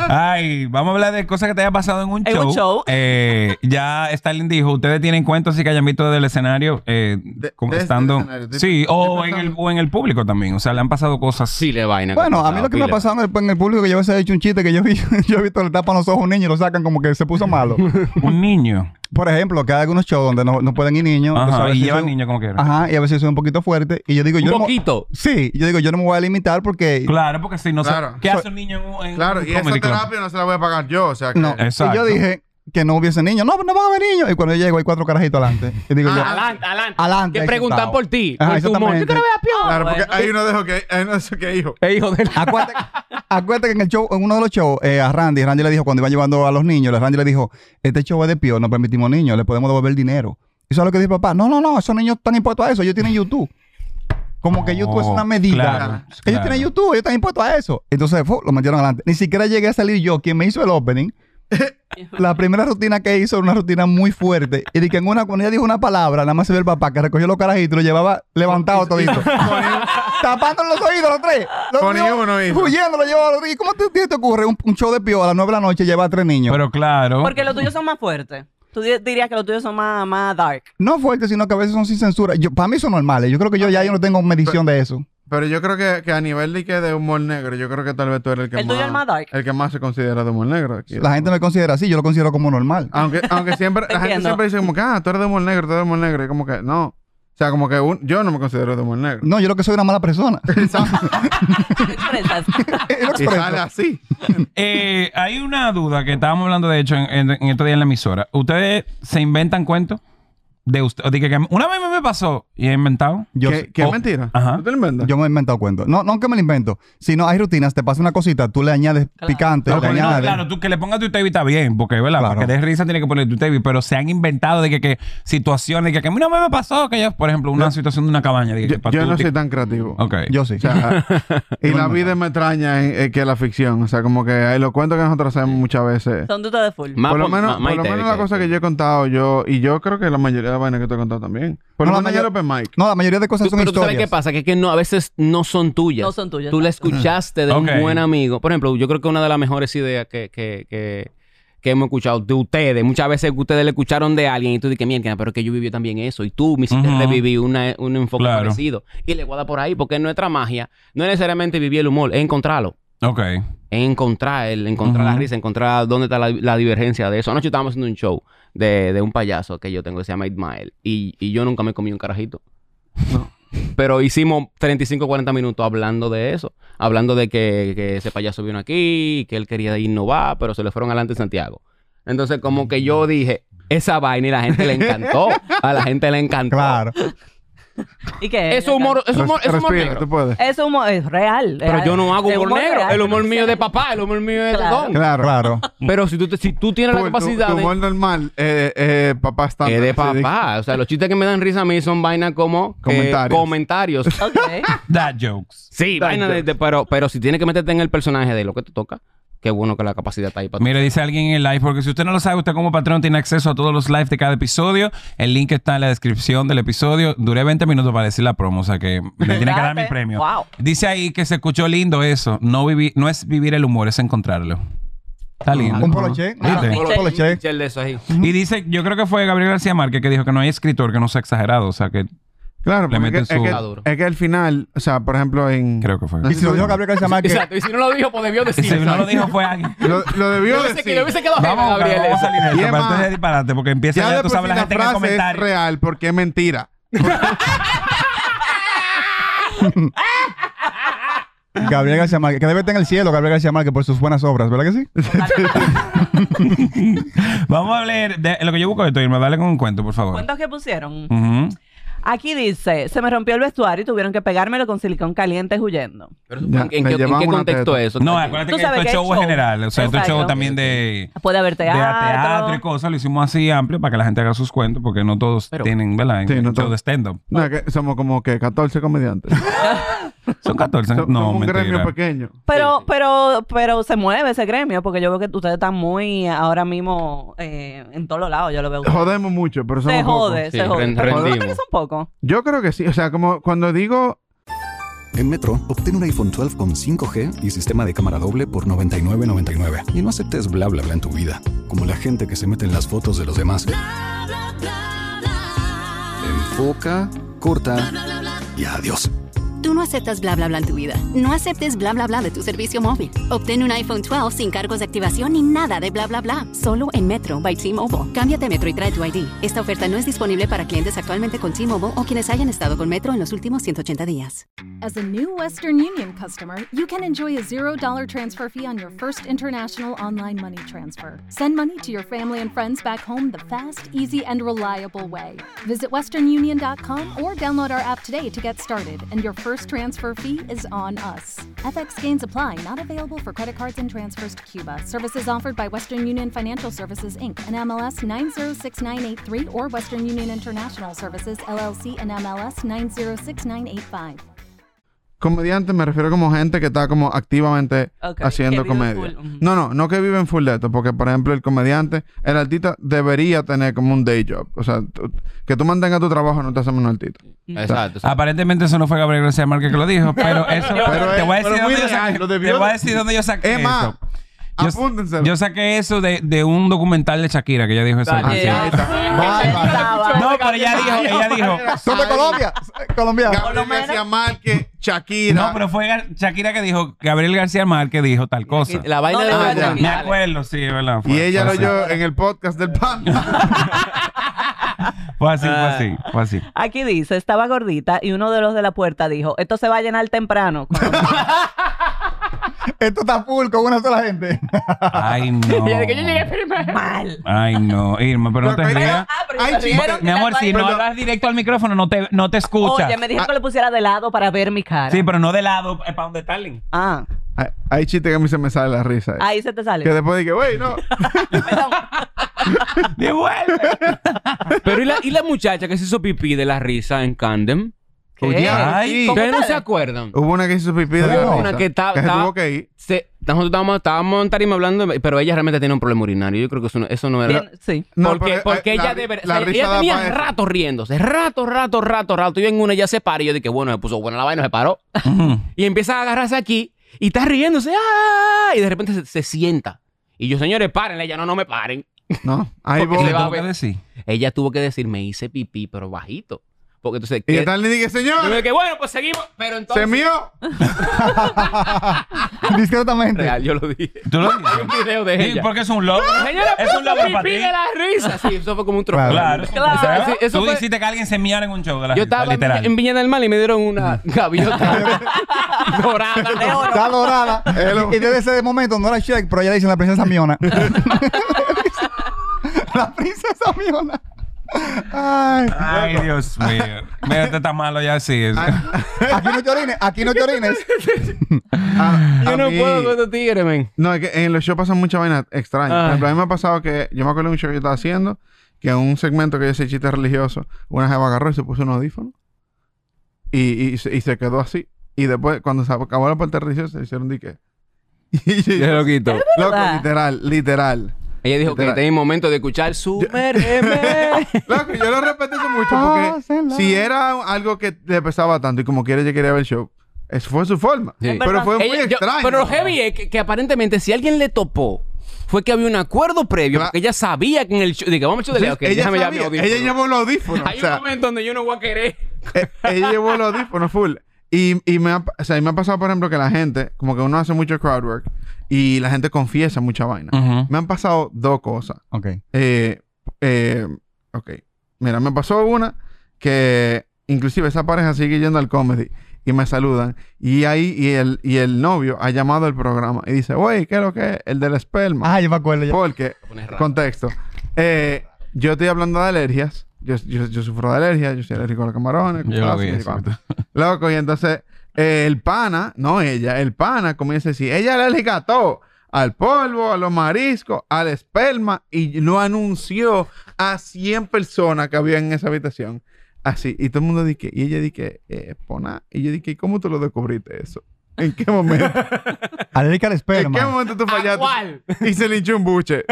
S3: Ay, vamos a hablar de cosas que te haya pasado en un
S4: En
S3: show.
S4: un show.
S3: Eh, ya Stalin dijo, ustedes tienen cuentos así que hayan visto del escenario, eh,
S5: De-
S3: como
S5: desde el
S3: estando.
S5: escenario, estoy-
S3: sí,
S5: estoy
S3: o en,
S5: pensando.
S3: el, o en el público también. O sea, le han pasado cosas.
S7: Sí, le vaina.
S6: Bueno, a mí lo que me ha
S7: pila.
S6: pasado en el, en el público que yo a veces he hecho un chiste que yo, vi- <laughs> yo he visto le tapan los ojos a un niño y lo sacan como que se puso malo.
S3: <laughs> Un niño.
S6: Por ejemplo, que hay algunos shows donde no, no pueden ir niños.
S3: Ajá,
S6: entonces a
S3: y
S6: veces
S3: llevan
S6: soy-
S3: niños como quiera.
S6: Ajá, y a veces soy un poquito fuerte. Y yo digo,
S7: Un
S6: yo no-
S4: <laughs>
S7: poquito.
S6: sí, yo digo, yo no me voy a limitar porque.
S3: Claro, porque Pues si no sé.
S5: Claro.
S3: ¿Qué hace un niño en un en
S5: Claro,
S3: un
S5: y esa
S3: comedy club?
S5: terapia no se la voy a pagar yo, o sea que.
S6: No,
S3: Exacto.
S6: y yo dije que no hubiese niños. No, no van a haber niños. Y cuando yo llego hay cuatro carajitos adelante. Y digo yo,
S3: Ah,
S7: Adelante, adelante.
S6: Adelante,
S7: Que
S6: ahí
S7: preguntan
S6: sentado.
S7: por ti.
S6: Ajá,
S7: por tu humor.
S6: exactamente.
S7: Yo quiero ver a Pio.
S5: Claro, porque
S4: bueno.
S5: hay uno de esos que hay uno de esos que hijo.
S7: Eh, hijo de la-
S6: Acuérdate, acuérdate que en el show, en uno de los shows, eh, a Randy, Randy le dijo, cuando iban llevando a los niños, le- Randy le dijo, este show es de pío, no permitimos niños, le podemos devolver dinero. Y eso es lo que dice papá, no, no, no, esos niños están impuestos a eso, ellos tienen YouTube. Como que YouTube es una medida.
S3: Oh, claro,
S6: ellos
S3: claro.
S6: tienen YouTube, ellos están impuestos a eso. Entonces, fu, lo metieron adelante. Ni siquiera llegué a salir yo, quien me hizo el opening. La primera rutina que hizo era una rutina muy fuerte. Y de que en una, cuando ella dijo una palabra, nada más se ve el papá que recogió los carajitos y lo llevaba levantado todito. tapando los oídos los tres. Los
S5: Con
S6: niños
S5: ninguno hizo.
S6: Huyendo, lo llevaba a los niños. ¿Cómo te, te- te ocurre un, un show de pío a las 9 de la noche lleva a tres niños?
S3: Pero claro.
S4: Porque los tuyos son más fuertes. Tú di- dirías que los tuyos son más, más dark.
S6: no fuerte, sino que a veces son sin censura. Yo, para mí son normales. Yo creo que yo ya yo no tengo medición de eso.
S5: Pero yo creo que, que a nivel de, que de humor negro, yo creo que tal vez tú eres el que
S4: El
S5: más...
S4: tuyo es el más dark.
S5: el que más se considera de humor negro. aquí.
S6: La gente me considera así, yo lo considero como normal.
S5: Aunque, aunque siempre...
S4: Te
S5: la gente
S4: entiendo.
S5: siempre dice como que, ah, tú eres de humor negro, tú eres de humor negro. Y como que, no. O sea, como que un- yo no me considero de humor negro.
S6: No, yo lo que soy una mala
S5: <laughs>
S6: persona. <laughs>
S4: Expresas.
S6: Y lo
S5: Eh, Y
S6: expreso.
S5: sale así.
S3: Ah, <laughs> Eh, hay una duda que estábamos hablando, de hecho, en, en, en estos días en la emisora. ¿Ustedes se inventan cuentos? De usted, de que- que- una vez me pasó y he inventado.
S6: Yo,
S5: ¿Qué, qué
S3: oh,
S5: mentira?
S3: ajá.
S5: ¿Tú te lo inventas?
S6: yo me he inventado cuentos. No, no que me lo invento. Si no, hay rutinas, te pasa una cosita, tú le añades
S4: Claro.
S6: picante,
S3: No,
S6: le
S3: porque no,
S6: añades.
S3: claro, tú que le pongas tu TV está bien, porque ¿verdad?
S6: Claro.
S3: Para que dé risa tiene que poner tu TV, pero se han inventado de que, que situaciones de que, que a mí no me pasó que yo, por ejemplo, una situación de una cabaña. De que,
S5: Yo,
S3: que pa'
S5: yo
S3: tú
S5: no
S3: ti-
S5: soy tan creativo.
S3: Ok.
S6: Yo
S7: <laughs>
S6: sí.
S5: O sea, y la vida me extraña en- en que la ficción. O sea, como que eh, los cuentos que nosotros hacemos muchas veces.
S4: Son dudas de full.
S7: Más
S5: por lo
S7: pon-
S5: menos,
S7: más- más
S5: por lo
S7: Italia
S5: menos la
S7: que-
S5: cosa que yo he contado yo, y yo creo que la mayoría de las vainas que te he contado también. Por
S6: No,
S5: lo
S6: la
S5: menos yo el
S6: mayor-
S5: open mic.
S6: no, la mayoría de cosas
S7: Tú-
S6: son
S7: pero tú sabes
S6: historias.
S7: qué pasa, que es que no, a veces no son tuyas.
S4: No son tuyas,
S7: Tú la
S4: exacto.
S7: escuchaste de
S3: Ok.
S7: un buen amigo. Por ejemplo, yo creo que una de las mejores ideas que, que, que, que hemos escuchado de ustedes, muchas veces que ustedes le escucharon de alguien y tú dices, mierda, pero es que yo viví también eso. Y tú me hiciste
S3: Ujú.
S7: revivir una- un enfoque
S3: Claro.
S7: parecido. Y le voy a dar por ahí, porque nuestra magia no es necesariamente vivir el humor, es encontrarlo.
S3: Ok.
S7: Es encontrar el, encontrar la
S3: Ujú.
S7: risa, encontrar dónde está la, la divergencia de eso. Anoche estábamos haciendo un show de, de un payaso que yo tengo que se llama Ismael. Y, y yo nunca me comí un carajito. <laughs> Pero hicimos 35, 40 minutos hablando de eso. Hablando de que, que ese payaso vino aquí, que él quería innovar, pero se le fueron adelante en Santiago. Entonces, como que
S5: Mm.
S7: yo dije, esa vaina y la gente le encantó. A la gente le encantó.
S6: Claro.
S4: ¿Y qué?
S7: Es humor, es humor, es
S5: Res-
S7: humor
S5: respira,
S7: negro.
S5: tú puedes.
S4: Es humor, es real.
S7: Pero
S4: real.
S7: yo no hago
S4: Es
S7: humor, negro.
S4: Eh, real.
S7: El humor mío es de papá, el humor mío es
S4: Claro.
S7: de don.
S6: Claro. Claro.
S7: <laughs> Pero si tú, te- si tú tienes
S5: Tú-
S7: la
S5: tu-
S7: capacidad
S5: tu
S7: de...
S5: humor normal, eh, eh, papá está.
S7: Es de papá. O sea, los chistes que me dan risa a mí son vainas como... eh, que-
S5: Comentarios.
S7: comentarios. <laughs>
S4: Ok.
S3: That jokes.
S7: sí, vainas de, de- Pero, pero si tienes que meterte en el personaje de lo que te toca, qué bueno que la capacidad está ahí para ti.
S3: Mire, dice alguien en el live, porque si usted no lo sabe, usted como patrón tiene acceso a todos los lives de cada episodio. El link está en la descripción del episodio. Duré 20 minutos para decir la promo, o sea
S7: <laughs>
S3: que me tiene que dar mi
S4: Date.
S3: premio.
S4: Wow.
S3: Dice ahí que se escuchó lindo eso. No, vivi- no es vivir el humor, es encontrarlo. Está lindo.
S6: Un poloche.
S3: Ah,
S6: Un
S3: sí.
S6: poloche.
S7: Michelle de eso ahí.
S3: Y dice, yo creo que fue Gabriel García Márquez que dijo que no hay escritor que no sea exagerado, o sea que
S5: Claro,
S3: Le
S5: porque
S3: meten
S5: es, que- es
S3: su-
S7: Ah, duro.
S5: que, es que al final, o sea, por ejemplo, en.
S3: creo que fue.
S6: Y si lo dijo
S5: <laughs>
S6: Gabriel García Márquez,
S7: Exacto. Y si no lo dijo, pues debió
S3: Y <laughs> si
S7: decirlo.
S3: no lo dijo fue alguien.
S5: Lo, lo
S7: Yo
S5: debió
S7: hubiese-
S5: decir.
S7: yo hubiese quedado
S3: Vamos,
S7: ajeno,
S3: a buscar,
S7: Gabriel.
S3: vamos a salir
S5: Y
S3: de eso,
S5: es
S3: pero
S5: más,
S3: esto es disparate porque empieza
S5: Ya
S3: ya,
S5: de
S3: tú
S5: por sí
S3: sabes la
S5: la
S3: gente en el
S5: frase es
S3: comentario.
S5: real porque es mentira.
S6: Gabriel García Márquez, que debe estar en el cielo Gabriel García Márquez por sus buenas obras, ¿verdad que sí?
S3: Vamos a leer de- lo que yo busco de esto, Irma, dale con un cuento, por favor.
S4: ¿Cuántos que pusieron?
S3: Ujú.
S4: Aquí dice, se me rompió el vestuario y tuvieron que pegármelo con silicón caliente huyendo.
S7: Pero,
S5: Ya, le
S7: ¿En, en qué, en qué
S5: llevamos una
S7: contexto
S5: teta.
S7: es eso?
S3: No, acuérdate
S4: Tú
S3: que esto
S4: sabes
S3: es
S4: que
S3: show
S4: es show.
S3: general. O sea, esto es show
S4: Exacto.
S3: también de,
S4: Puede haber
S3: de teatro y
S4: teatro.
S3: cosas. Lo hicimos así amplio para que la gente haga sus cuentos, porque no todos
S7: Pero-
S3: tienen, ¿verdad?
S5: Sí, no
S3: show
S5: todos.
S3: de stand-up.
S5: No, que somos como que 14
S3: <laughs>
S5: comediantes.
S3: Son 14.
S5: So-
S3: no,
S5: somos un gremio
S3: mentira.
S5: pequeño.
S4: Pero,
S7: Sí, sí.
S4: pero, pero se mueve ese gremio, porque yo veo que ustedes están muy ahora mismo eh, en todos los lados, yo lo veo.
S5: Jodemos mucho, pero somos
S4: se
S5: pocos.
S4: jode,
S7: Sí,
S4: se jode.
S7: ren-
S4: Pero ¿tú notas que
S7: rendimos.
S4: son pocos?
S5: Yo creo que sí. O sea, como cuando digo
S8: En Metro, obtén un iPhone 12 con 5G y sistema de cámara doble por $99.99. Y no aceptes bla bla bla en tu vida, como la gente que se mete en las fotos de los demás. Enfoca, corta y adiós.
S9: Tú no aceptas bla bla bla en tu vida. No aceptes bla bla bla de tu servicio móvil. Obtén un iPhone 12 sin cargos de activación ni nada de bla bla bla. Solo en Metro by T-Mobile. Cámbiate a Metro y trae tu ID. Esta oferta no es disponible para clientes actualmente con T-Mobile o quienes hayan estado con Metro en los últimos 180 días.
S10: As a new Western Union customer, you can enjoy a $0 transfer fee on your first international online money transfer. Send money to your family and friends back home the fast, easy, and reliable way. Visit westernunion.com or download our app today to get started, and your first transfer fee is on us. FX gains apply, not available for credit cards and transfers to Cuba. Services offered by Western Union Financial Services Inc. and MLS 906983 or Western Union International Services LLC and MLS 906985.
S5: comediante, me refiero como gente que está como activamente
S4: Ok,
S5: haciendo
S4: que viven
S5: comedia.
S4: full, ujú.
S5: No, no, no que viven full de esto, porque por ejemplo el comediante, el artista debería tener como un day job. O sea, tú- que tú mantengas tu trabajo no te hace menos artista.
S7: Exacto. exacto.
S3: Aparentemente eso no fue
S4: <laughs>
S3: Gabriel García Márquez que lo dijo, pero eso
S5: Pero
S3: te
S5: es-
S3: voy a decir
S5: pero muy
S3: dónde yo
S5: real,
S3: saqué,
S5: lo
S3: te
S5: debió
S3: voy a
S5: de-
S3: decir dónde yo saqué
S5: Es más,
S3: eso. Yo-
S5: Apúntenselo.
S3: Yo saqué eso de, de un documental de Shakira que ella dijo esa
S5: Dale,
S3: canción.
S5: ahí está.
S3: No, pero ella dijo, ella dijo.
S6: ¿Son de Colombia? Colombiana.
S5: Gabriel García Márquez, Shakira.
S3: No, pero fue Gar- Shakira que dijo, Gabriel García Márquez dijo tal cosa.
S7: La vaina
S4: No
S7: de
S4: le
S7: los
S4: voy a
S7: documentales.
S3: Me acuerdo, sí, es verdad.
S5: Y
S3: Fue-
S5: ella
S3: fue
S5: lo
S3: así.
S5: oyó en el podcast del Panda.
S3: Fue así, fue así,
S7: Ah.
S3: fue
S7: <laughs>
S3: así.
S4: Aquí dice, estaba gordita y uno de los de la puerta dijo, esto se va a
S5: <laughs>
S4: llenar temprano.
S6: Esto está full con una sola gente.
S3: Ay, no.
S4: Mal.
S3: Ay, no, Irma, pero no te
S5: Pero-
S4: Ah,
S3: rías.
S5: Ay, chico,
S3: Mi amor, si no
S5: Perdón.
S3: hablas directo al micrófono, no te, no te escuchas.
S4: Oye, me
S5: Ah.
S4: dijeron que lo pusiera de lado para ver mi cara.
S3: Sí, pero no de lado, para donde está Lin.
S4: Ah,
S5: Hay- Hay chistes que a mí se me sale la risa. eh.
S4: ahí se te sale.
S5: Que después dije, wey, no.
S3: ¡Devuelve!
S7: <laughs> Pero ¿y la, y la muchacha que se hizo pipí de la risa en Candem?
S4: ¿Qué?
S5: Oye,
S3: Ay,
S7: ¿Ustedes no se acuerdan?
S5: Hubo una que hizo pipí de
S6: Hubo
S5: la
S7: una
S5: risa,
S7: que ta-
S5: se
S7: ta-
S5: tuvo que ir.
S7: Se- nosotros estábamos, estábamos en tarima hablando, pero ella realmente tenía un problema urinario. Yo creo que eso no, eso no era...
S4: Bien, sí.
S5: No,
S7: porque
S5: pero, eh,
S7: porque
S5: la
S7: ella
S5: ri-
S7: de verdad.
S5: la
S7: o sea,
S5: risa
S7: ella
S5: da
S7: tenía
S5: pa' eso.
S7: rato riéndose. Rato, rato, rato, rato. Yo en una ya se paró y yo dije, bueno, me puso buena la vaina, se paró. y empieza a agarrarse aquí y está riéndose. ¡Ah! Y de repente se, se sienta. Y yo, señores, párenle. Ella, no, no me paren.
S5: No, ahí
S7: Porque
S5: voy.
S7: se
S3: ¿Qué
S7: va-
S3: tengo que decir?
S7: Ella tuvo que decir, me hice pipí, pero bajito. Porque entonces...
S5: Y
S7: ¿qué?
S5: está le dije,
S7: Yo
S5: señor,
S7: dije, bueno, pues seguimos. Pero entonces...
S5: se mío.
S6: <laughs> Discretamente.
S7: Real, yo lo dije.
S3: ¿Tú
S7: <laughs>
S3: lo dices?
S7: Un video de
S3: Sí,
S7: ella. Ah,
S3: porque es un logro.
S7: Señora,
S3: es un logro
S7: pipí
S3: para ti.
S7: de la risa. Sí, eso fue como un trofeo.
S6: Claro.
S3: Claro.
S7: Claro. Sí, eso
S3: Tú
S7: fue-
S3: hiciste que alguien se miara en un show de la risa,
S7: Yo estaba en Viña-
S3: literal.
S7: en Viña del Mar y me
S3: <laughs>
S7: dieron una gaviota dorada.
S6: Está dorada.
S5: Hello.
S6: Y desde ese momento no era Shrek, pero ya le dicen la
S5: <laughs>
S6: princesa Miona. la princesa Miona. Ay.
S3: Ay, Dios mío. Mira, este está malo ya así. es.
S5: Ah.
S6: Aquí no llorines, aquí no llorines.
S7: <laughs>
S5: A- Ah, a
S7: Yo no
S5: mí-
S7: puedo con estos tigres, men. Ah.
S5: No, es que en los shows pasan muchas vainas extrañas. Por
S7: Ay.
S5: ejemplo, a mí me ha pasado que yo me acuerdo de un show que yo estaba haciendo, que en un segmento que yo hice chiste religioso, una jeva agarró y se puso un audífono y, y, se- y se quedó así. Y después, cuando se acabó la parte religiosa, se hicieron dique. <laughs> Y yo-
S7: lo quito.
S5: loco,
S4: verdad.
S5: literal, literal.
S7: Ella dijo que
S5: Literal.
S7: tenía un momento de escuchar Suméreme.
S5: <laughs> Loco, yo lo respeto eso mucho
S7: Ah,
S5: porque
S6: Pásela.
S5: si era algo que le pesaba tanto y como quiera ella quería ver el show, eso fue su forma.
S7: Sí.
S5: Pero fue muy
S7: Ella- yo-
S5: extraño.
S7: Pero lo heavy es que, que aparentemente si alguien le topó fue que había un acuerdo previo
S5: Claro.
S7: porque ella sabía que en el show... Diga, vamos a show de
S5: Sí,
S7: Leo. ok,
S5: ella,
S7: déjame ya mi
S5: sabía,
S7: audífono.
S5: ella llevó los audífonos.
S7: Hay
S5: o
S7: un
S5: sea,
S7: momento donde yo no voy a querer.
S5: Eh, ella llevó los audífonos full. Y, y me, ha, o sea, y me ha pasado, por ejemplo, que la gente, como que uno hace mucho crowd work y la gente confiesa mucha vaina.
S3: Ujú.
S5: Me han pasado dos cosas.
S6: Ok.
S5: Eh, eh, ok. Mira, me pasó una que inclusive esa pareja sigue yendo al comedy y me saludan. Y ahí, y el, y el novio ha llamado al programa y dice, wey, ¿qué es lo que es? El del esperma.
S6: Ah, yo me acuerdo ya.
S5: Porque
S7: Pones raro.
S5: Contexto. Eh, yo estoy hablando de alergias. Yo, yo, yo sufro de alergias. Yo soy alérgico a los camarones.
S3: Yo lo
S5: cucaracha,
S3: vi
S5: no sé
S3: eso.
S5: cuánto. Loco, y entonces eh, el pana, no ella, el pana comienza a decir, ella es alérgica a todo. Al polvo, a los mariscos, al esperma. Y lo anunció a 100 personas que había en esa habitación. Así. Y todo el mundo dice, y ella dice, eh, pona. Y yo dije, ¿y cómo tú lo descubriste eso? ¿En qué
S6: <laughs>
S5: momento?
S6: Alérica al
S5: ¿En qué
S6: esperma.
S5: momento tú
S7: ¿A
S5: fallaste?
S7: cuál?
S5: Y se le hinchó un
S7: <laughs>
S5: buche.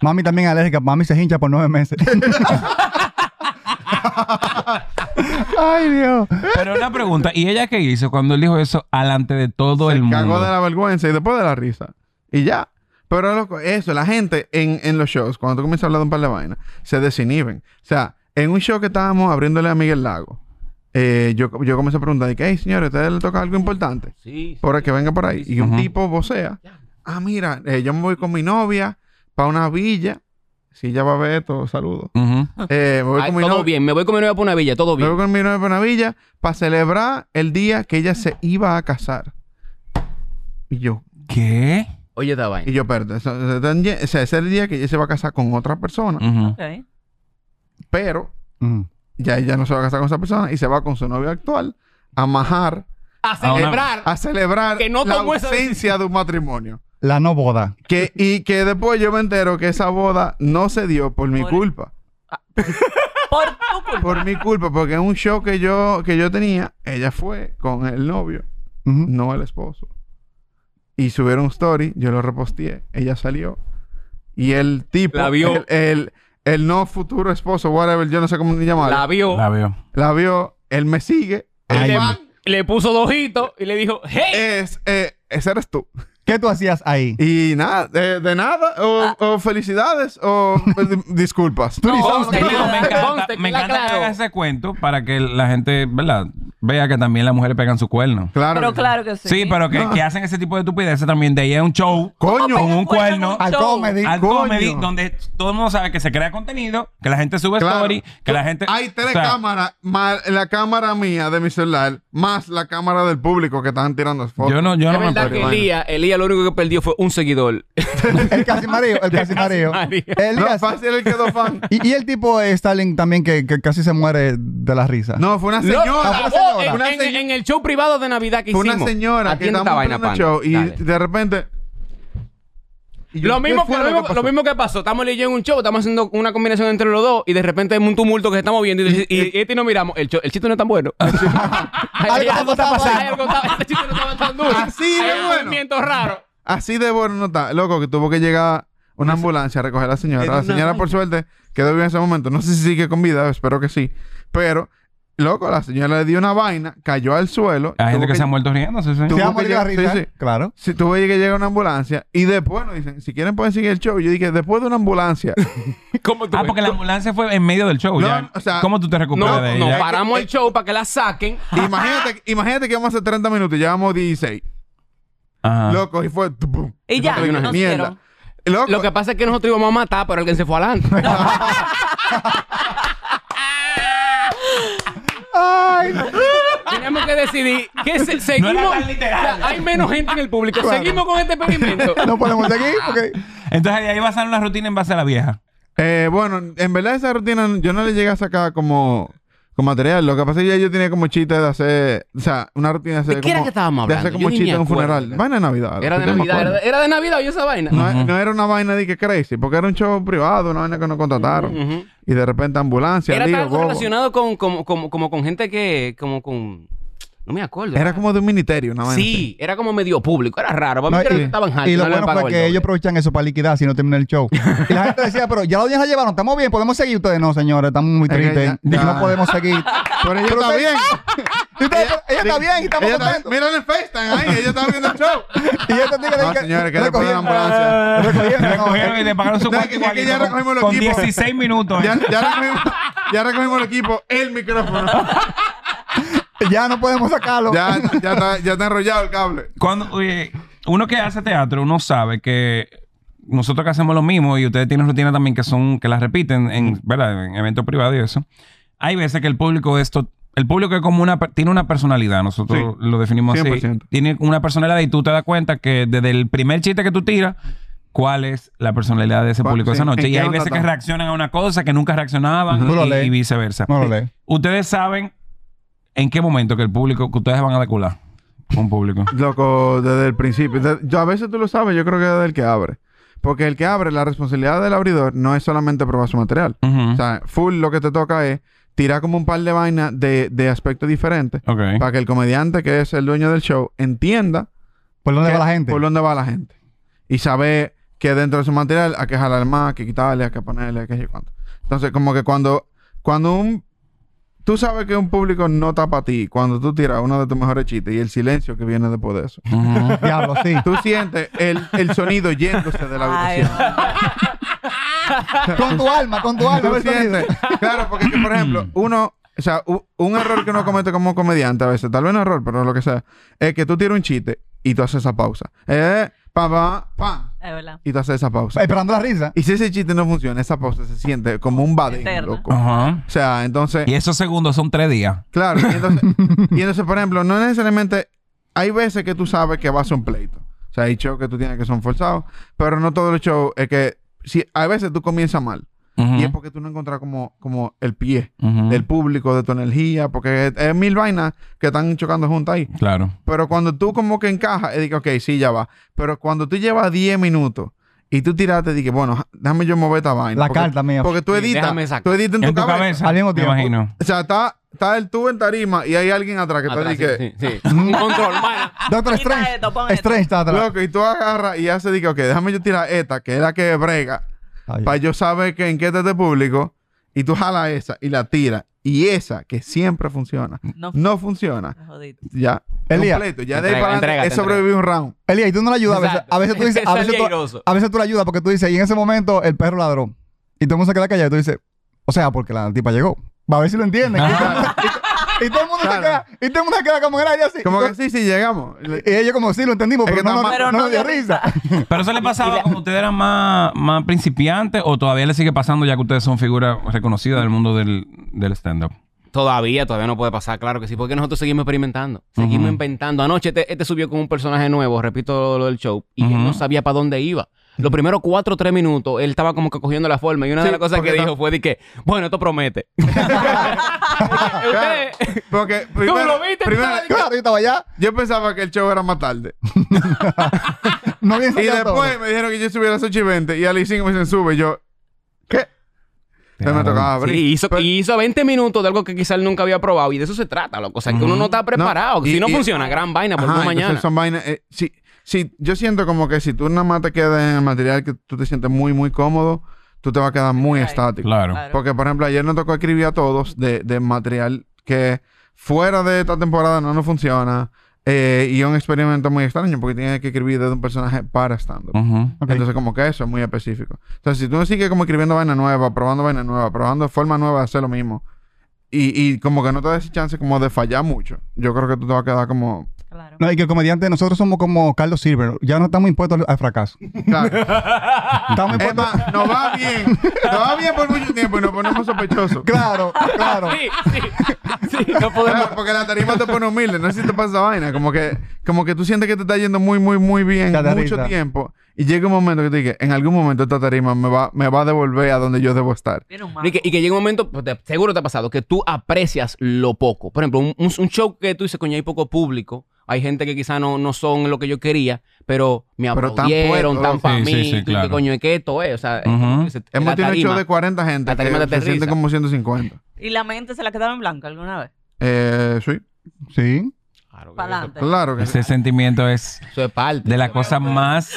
S6: Mami también alérgica. Mami se hincha por nueve meses.
S5: <laughs>
S6: Ay, Dios.
S3: <laughs> Pero una pregunta. ¿Y ella qué hizo cuando él dijo eso alante de todo
S5: se
S3: el mundo?
S5: cagó de la vergüenza y después de la risa. Y ya. Pero loco, eso, la gente en, en los shows, cuando tú comienzas a hablar de un par de vainas, se desinhiben. O sea, en un show que estábamos abriéndole a Miguel Lago, eh, yo, yo comencé a preguntar, de que, hey, señores, ¿a ustedes les toca algo importante?
S7: Sí.
S5: Por el que venga por ahí. Y un
S3: Ujú.
S5: tipo vocea, ah, mira, eh, yo me voy con mi novia para una villa. Si ella va a ver esto, saludos.
S3: Ujú.
S5: Eh, me voy
S7: Ay,
S5: con mi
S7: todo
S5: novia.
S7: bien. Me voy con mi novia por una villa. Todo bien.
S5: Luego con mi novia para una villa para celebrar el día que ella se iba a casar. Y yo,
S3: ¿Qué?
S7: Oye, esta vaina.
S5: Y yo, perdón, eso- eso están ye- o sea, ese es el día que ella se va a casar con otra persona,
S3: Ujú.
S4: Ok.
S5: pero
S6: Mm.
S5: ya ella no se va a casar con esa persona y se va con su novio actual a majar,
S7: A
S5: Ah,
S7: celebrar.
S5: a celebrar
S7: Que no
S5: la
S7: tomó esa
S5: ausencia de un matrimonio.
S6: La no boda.
S5: Que, y que después yo me entero que esa boda no se dio por mi
S4: Por- Ah,
S5: culpa.
S4: Por tu culpa.
S5: Por mi culpa, porque en un show que yo, que yo tenía, ella fue con el novio,
S6: Ujú.
S5: no el esposo. Y subieron un story, yo lo reposteé, ella salió. Y el tipo,
S7: La vio.
S5: El, el- el no futuro esposo, whatever, yo no sé cómo ni llamarlo.
S7: La
S5: La,
S7: vio.
S3: La veo.
S5: vio, él me sigue.
S7: le,
S5: el man
S7: le puso dos ojitos y le dijo, ¡Hey!
S5: es, eh, ese eres tú.
S6: ¿Qué tú hacías ahí?
S5: Y nada, de, de nada, o,
S3: Ah.
S5: o felicidades, o di- disculpas.
S6: Tú ni sabes lo
S3: Conste,
S6: que
S3: digo, me encanta,
S7: Conste,
S3: me encanta
S7: claro.
S3: que haga ese cuento para que la gente, ¿verdad? Vea que también las mujeres pegan su cuerno.
S5: Claro.
S4: Pero
S5: que sí.
S4: claro que sí.
S3: Sí, pero que, que hacen ese tipo de estupideces también. De ahí es un show.
S5: Coño.
S3: Con un cuerno.
S6: Al
S4: Show.
S6: comedy.
S3: Al
S5: coño.
S3: comedy, donde todo el mundo sabe que se crea contenido, que la gente sube
S5: Claro.
S3: story, que la gente.
S5: Hay tres
S3: o sea,
S5: cámaras, más la cámara mía de mi celular, más la cámara del público que estaban tirando fotos.
S3: Yo no, yo
S7: Es
S3: no me
S7: verdad que
S3: acuerdo.
S7: Elías, Elías lo único que perdió fue un seguidor.
S6: <laughs> El casimareo, el casimareo.
S7: casimareo.
S5: No,
S6: Elías,
S5: fácil él quedó fan.
S6: y, y el tipo de Stalin también que, que casi se muere de la risa. Ah,
S5: No, fue una
S7: No,
S5: señora.
S7: oh,
S6: señora.
S7: en-
S5: Una
S7: en,
S5: señora.
S7: en el show privado de Navidad que
S5: fue
S7: hicimos.
S5: una señora que
S7: Atienda
S5: estaba
S7: vaina,
S5: en el
S7: pana.
S5: show y
S7: Dale.
S5: de repente. y yo,
S7: Lo
S5: ¿qué
S7: mismo, que,
S5: fue
S7: lo, mismo,
S5: pasó?
S7: lo mismo que pasó. Estamos leyendo un show, estamos haciendo una combinación entre los dos y de repente hay un tumulto que estamos viendo y, y, y- y nos miramos. El, show- el chiste no es
S5: <laughs>
S7: tan bueno. Hay- hay
S6: Algo está
S7: hay algo está- este chiste no estaba tan duro.
S5: Así de
S7: Hay un
S5: bueno.
S7: movimiento raro.
S5: Así de bueno no está. Loco, que tuvo que llegar una ambulancia a recoger a la señora. La señora, por suerte, quedó bien en ese momento. No sé si sigue con vida, espero que sí. Pero, loco, la señora le dio una vaina, cayó al suelo.
S3: Hay gente
S5: tuvo
S3: que se ha muerto riendo, sí,
S5: Tú-
S3: sí.
S6: se ha
S5: tuvo que
S6: muerto de la
S5: llegar-
S6: risa.
S5: sí, sí.
S6: Claro.
S5: Si tuve que llegar a una ambulancia y después nos dicen, si quieren pueden seguir el show. Yo dije, después de una ambulancia.
S7: ¿Cómo tú
S3: Ah, porque la ambulancia fue en medio del show.
S5: No,
S3: ya.
S5: o sea,
S3: ¿Cómo tú te
S7: no,
S3: recuperas de
S7: no,
S3: ella?
S7: paramos el show para que la saquen.
S5: imagínate, imagínate que vamos a hacer 30 minutos y llevamos 16.
S3: Ajá.
S5: Loco, y fue. tu, pum.
S4: Y ya,
S5: fue una
S4: nos
S5: mierda.
S4: dieron.
S5: Loco,
S7: Lo que pasa es que nosotros íbamos a matar, pero alguien se fue
S5: <laughs>
S7: adelante.
S6: Ay, no.
S7: Tenemos que decidir que se- seguimos.
S3: tan literal.
S7: O sea, hay menos gente en el público.
S6: Claro.
S7: Seguimos con este experimento.
S6: <laughs> no podemos seguir porque
S3: Entonces de ahí va a salir una rutina en base a la vieja.
S5: Eh, bueno, en verdad esa rutina yo no le llegué a sacar como, como material. Lo que pasa es que ya yo tenía como chistes de hacer, o sea, una rutina de hacer
S7: ¿De qué
S5: como,
S7: era que estábamos
S5: de hacer
S7: hablando?
S5: como
S7: Yo ni me
S5: chiste en un
S7: acuerdo.
S5: funeral. Vaina de Navidad.
S7: Era de
S5: si te me
S7: Navidad, era
S5: acuerdas.
S7: de, era de Navidad y esa vaina.
S5: No, no era una vaina de que crazy, porque era un show privado, una vaina que nos contrataron.
S7: Ujú.
S5: Y de repente ambulancia,
S7: Era
S5: lío,
S7: algo
S5: bobo.
S7: relacionado con, como, como, como con gente que, como con, no me acuerdo.
S5: Era como de un ministerio, una vaina.
S7: sí, era como medio público, era raro. Para mí
S6: No,
S7: era que
S6: y,
S7: estaban
S6: y lo
S7: no le
S6: bueno
S7: pagaba
S6: fue
S7: el
S6: que
S7: doble.
S6: ellos aprovechan eso para liquidar si no termina el show. Y la gente decía, pero ya los días la llevaron, estamos bien, podemos seguir. Ustedes no, señores, estamos muy
S5: Es que
S6: tristes.
S5: ya- ya.
S6: No podemos seguir.
S5: <laughs> Pero ella está
S6: ustedes-
S5: bien.
S6: Y ustedes, ella, está bien y estamos
S5: Ella está-
S6: contentos.
S5: Mira en el FaceTime ahí, ella estaba viendo el show.
S6: <laughs> Y este tigre
S5: No,
S6: dice
S5: señores, que después de la
S6: recogieron-
S5: ambulancia.
S6: recogieron, no,
S3: Recogieron y Ah, le pagaron su
S5: No,
S3: cuarto
S5: que- que ya
S3: igualito con-
S5: recogimos los
S3: con
S5: equipos.
S3: 16 minutos. eh.
S5: Ya, ya recogimos, ya recogimos el equipo, el micrófono.
S6: Ya no podemos sacarlo.
S5: Ah. Ya, ya, está, ya está enrollado el cable.
S3: Cuando, oye, uno que hace teatro, uno sabe que nosotros que hacemos lo mismo y ustedes tienen rutinas también que son, que las repiten en, ¿verdad? en eventos privados y eso. Hay veces que el público esto, el público es como una, per- tiene una personalidad, nosotros lo definimos así.
S5: 100%.
S3: Tiene una personalidad y tú te das cuenta que desde el primer chiste que tú tiras, cuál es la personalidad de ese
S5: Cuál-
S3: público
S5: sí,
S3: esa noche.
S5: ¿en
S3: Y
S5: qué
S3: hay
S5: onda
S3: veces que
S5: estamos?
S3: reaccionan a una cosa que nunca reaccionaban
S6: Ujú. No lo
S3: y,
S6: lee.
S3: y viceversa.
S6: No lo lee.
S3: Ustedes saben en qué momento que el público, que ustedes van a decular con público.
S5: Loco, desde el principio. De- yo, a veces tú lo sabes, yo creo que desde el que abre. Porque el que abre, la responsabilidad del abridor no es solamente probar su material.
S3: Ujú.
S5: O sea, full lo que te toca es tirar como un par de vainas de, de aspectos diferentes
S3: Ok.
S5: para que el comediante, que es el dueño del show, entienda
S6: ¿Por dónde va
S5: qué-
S6: la gente?
S5: por dónde va la gente. Y saber que dentro de su material hay que jalar más, que quitarle, hay que ponerle, que sé yo cuánto. Entonces, como que cuando, cuando un... Tú sabes que un público no está para ti cuando tú tiras uno de tus mejores chistes y el silencio que viene después de eso.
S3: Ujú.
S6: Diablo, sí.
S5: Tú sientes el, el sonido <laughs> yéndose de la
S4: Ay,
S5: habitación.
S6: <laughs> Con tu alma, con tu alma.
S5: Tú
S6: a ver,
S5: sientes-
S6: sonido.
S5: Claro, porque es que, por ejemplo,
S6: <clears throat>
S5: uno, o sea, u- un error que uno comete como comediante a veces, tal vez no error, pero lo que sea, es que tú tiras un chiste y tú haces esa pausa. Eh, pa, pa, pa,
S4: Es verdad.
S5: y tú haces esa pausa.
S6: Esperando la risa.
S5: Y si ese chiste no funciona, esa pausa se siente como un badén,
S4: Eterna.
S5: loco.
S3: Ajá.
S5: O sea, entonces,
S3: Y esos segundos son tres días.
S5: claro, y
S6: <laughs>
S5: entonces, y entonces, por ejemplo, no necesariamente, hay veces que tú sabes que vas a un pleito. O sea, hay shows que tú tienes que son forzados, pero no todos los shows, es que, si, a veces tú comienzas mal.
S3: Ujú.
S5: Y es porque tú no encuentras como, como el pie
S3: Ujú.
S5: del público, de tu energía, porque es, es mil vainas que están chocando juntas ahí.
S3: Claro.
S5: Pero cuando tú como que encajas, es de que, ok, sí, ya va. Pero cuando tú llevas 10 minutos y tú tiraste, dije, bueno, ja- déjame yo mover esta vaina.
S6: La
S5: porque-
S6: carta mía.
S5: Porque tú
S7: Sí,
S5: editas,
S7: déjame sacar.
S5: tú editas en,
S3: En tu cabeza.
S6: Al mismo
S3: me
S6: tiempo.
S3: imagino.
S5: O sea, está, está el tú en tarima y hay alguien atrás que
S7: Atrás,
S5: te dice,
S7: sí, sí,
S5: <laughs>
S7: sí. Un control, mano.
S6: Doctor
S4: Quita
S6: Strange.
S4: esto, pon esto.
S6: Strange está atrás.
S5: loco, y tú agarras y haces, dije, ok, déjame yo tirar esta, que es la que brega.
S6: Ay,
S5: para yo saber que en qué está este público y tú jalas esa y la tiras Y esa, que siempre funciona,
S4: No.
S5: no funciona. Ya.
S6: Elías.
S5: Completo. Ya de ahí
S7: Entrega-
S5: para adelante
S7: entrégate,
S5: es sobrevivir un round.
S6: Elías, y tú no la ayudas a veces.
S7: Exacto.
S6: A veces tú dices, a
S7: Sal
S6: veces tú,
S7: airoso.
S6: a veces tú la ayudas porque tú dices, y en ese momento el perro ladró. Y todo el mundo se queda callado y tú dices, o sea, porque la tipa llegó. Va a ver si lo entienden. Y <laughs> todo- y, todo el mundo se
S5: Claro.
S6: queda, y todo el mundo se queda como era y así.
S5: Como
S6: Y
S5: que sí, sí, llegamos. Le-
S6: y ellos como, sí, lo entendimos,
S5: Es
S6: pero
S5: que
S6: no,
S5: nada
S6: no,
S5: más-
S6: no,
S4: Pero
S6: nos
S4: no
S6: dio
S4: dio
S6: risa.
S3: Pero
S7: <laughs>
S3: eso le pasaba cuando ustedes eran más, más principiantes o todavía le sigue pasando ya que ustedes son figuras reconocidas del mundo del, del stand-up.
S7: Todavía, todavía no puede pasar, claro que sí, porque nosotros seguimos experimentando, seguimos
S3: Ujú.
S7: inventando. Anoche este, este subió con un personaje nuevo, repito lo del show, y él no
S3: Ujú.
S7: sabía para dónde iba. Los primeros cuatro o tres minutos, él estaba como que cogiendo la forma, y una
S5: Sí,
S7: de las cosas
S5: porque
S7: que
S5: está-
S7: dijo fue de que, bueno, esto promete.
S5: Claro,
S7: Usted-
S5: <laughs> Porque primero,
S7: lo viste,
S5: primero,
S7: tal.
S6: Claro, yo estaba allá,
S5: yo pensaba que el show era más
S7: <laughs>
S5: tarde.
S6: no había
S5: Y
S6: ensayado todo.
S5: después me dijeron que yo subía a las 8 y 20 y a las 5 me dicen sube. Y yo, ¿qué? Entonces me tocaba abrir.
S7: Sí, hizo,
S5: Pero-
S7: hizo 20 minutos de algo que quizás él nunca había probado, y de eso se trata, loco. O sea, que uno no está preparado.
S5: No,
S7: si
S5: y-
S7: no
S5: y-
S7: funciona, gran vaina, por
S5: Ajá,
S7: no
S5: entonces
S7: mañana.
S5: Son vainas. eh, sí, sí, yo siento como que si tú nada más te quedas en el material que tú te sientes muy, muy cómodo, tú te vas a quedar muy
S4: Ay.
S5: estático.
S7: <laughs>
S3: Claro.
S5: Porque, por ejemplo, ayer nos tocó escribir a todos de, de material que fuera de esta temporada no nos funciona. eh, y es un experimento muy extraño porque tienes que escribir desde un personaje para stand-up.
S3: Ujú.
S6: Ok.
S5: Entonces, como que eso es muy específico. Entonces, si tú sigues como escribiendo vaina nueva, probando vaina nueva, probando forma nueva de hacer lo mismo, y, y como que no te das chance como de fallar mucho, yo creo que tú te vas a quedar
S6: <laughs>
S5: como...
S4: Claro.
S6: No, y que el comediante, nosotros somos como Carlos Silver, ya no estamos impuestos al- al fracaso.
S5: Claro.
S6: Estamos
S5: es
S6: impuestos.
S5: más, nos va
S6: <laughs>
S5: bien. Nos va bien por mucho tiempo y nos ponemos sospechosos.
S6: Claro, claro.
S7: Sí, sí. Sí, no podemos.
S5: Claro, porque la tarima te pone humilde. No sé si te pasa esa vaina. Como que, como que tú sientes que te está yendo muy, muy, muy bien
S6: Te da
S5: mucho
S6: risa.
S5: tiempo. Y llega un momento que te dije, en algún momento esta tarima me va, me va a devolver a donde yo debo estar.
S4: Viene un
S7: Y que, y que llega un momento, pues, te- seguro te ha pasado, que tú aprecias lo poco. Por ejemplo, un, un- un show que tú dices, coño, hay poco público. Hay gente que quizá no, no son lo que yo quería, pero me
S5: Pero tan
S7: aplaudieron,
S5: puesto,
S7: tan
S5: ¿no?
S7: para
S3: Sí,
S7: mí.
S3: sí, sí,
S7: Tú dices,
S3: claro.
S7: coño, es que esto es. O sea,
S3: Ujú.
S7: como dices,
S5: Hemos
S7: la
S5: tenido un show
S7: tarima.
S5: de 40 gente
S7: la tarima
S5: que
S7: te
S5: se sienten
S7: aterriza.
S5: como 150.
S4: ¿Y la mente se la quedaba en blanco alguna vez?
S5: Eh, sí.
S6: Sí.
S7: Claro,
S4: Para adelante.
S5: Claro que sí.
S3: Ese sentimiento es
S7: Eso es parte.
S3: de la cosa más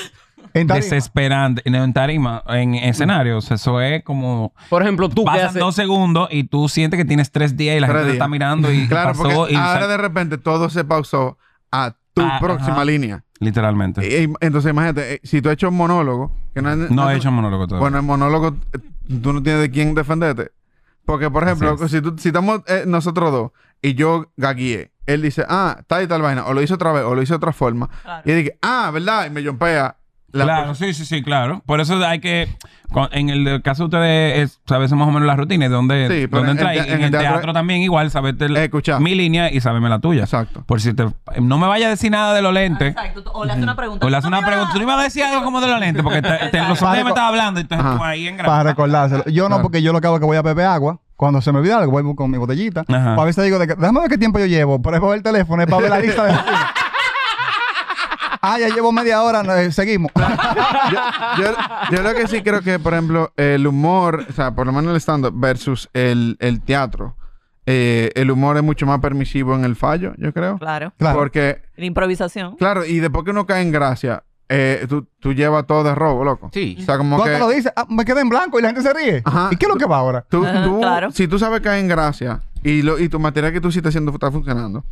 S6: En tarima.
S3: desesperante. No, en tarima, en escenarios. Eso es como...
S7: Por ejemplo, tú que
S3: Pasan
S7: haces...
S3: dos segundos y tú sientes que tienes tres días y la
S5: Tres
S3: gente te
S5: días.
S3: está mirando y
S5: Claro,
S3: pasó
S5: porque
S3: y
S5: ahora
S3: sal-
S5: de repente todo se pausó a tu
S3: Ah,
S5: próxima
S3: ajá.
S5: línea.
S3: Literalmente.
S5: Eh, eh, Entonces, imagínate, eh, si tú has hecho un monólogo... Que no,
S3: no he hecho monólogo todavía.
S5: Bueno, el monólogo, eh, tú no tienes de quién defenderte. Porque, por ejemplo,
S3: Así es.
S5: si, tú- si estamos eh, nosotros dos y yo gaguié, él dice, ah, tal y tal vaina, o lo hice otra vez, o lo hice de otra forma.
S4: Claro.
S5: Y yo dije, ah, ¿verdad? Y me yompea. la
S3: claro,
S5: cosa.
S3: sí, sí, sí, claro. Por eso hay que, con- en el caso de ustedes, es, sabes más o menos las rutinas, dónde,
S5: Sí, pero
S3: dónde
S5: en el
S3: entrar. Y En,
S5: te- en
S3: el,
S5: el
S3: teatro,
S5: teatro-
S3: también igual, saberte la-
S5: Escuchar.
S3: mi línea y saberme la tuya.
S5: Exacto.
S3: Por si te, no me vaya a decir nada de los lentes.
S4: Exacto. O le hace una pregunta.
S3: O le haces una pregunta. Tú no ibas a decir algo como de los lentes, porque te, te- los
S6: Para
S3: otros días me
S6: co-
S3: estaba hablando y entonces
S5: Ajá.
S3: tú ahí en
S6: Para recordárselo. Yo no,
S5: Claro.
S6: porque yo lo que hago es que voy a beber agua. Cuando se me olvida algo, voy con mi botellita.
S3: Ajá.
S6: O a veces digo, de que, déjame ver qué tiempo yo llevo. Por ejemplo, el teléfono es para ver la lista
S5: <laughs>
S6: de vecinos. Ah, ya llevo media hora, no, eh, seguimos.
S5: yo, yo lo que sí creo que, por ejemplo, el humor, o sea, por lo menos el stand-up versus el, el teatro, eh, el humor es mucho más permisivo en el fallo, yo creo.
S4: Claro.
S6: Claro.
S5: Porque,
S4: La improvisación.
S5: claro, y después que uno cae en gracia, eh, tú, tú llevas todo de robo, loco.
S7: Sí.
S5: O sea, como
S6: Cuando
S5: que...
S6: te lo dices, ah, me queda en blanco y la gente se ríe.
S5: Ajá.
S6: ¿Y qué es lo que va ahora?
S5: Tú,
S4: Ajá,
S5: tú-
S4: claro.
S5: Si tú sabes que hay en gracia y, lo, y tu material que tú sí estás haciendo está funcionando,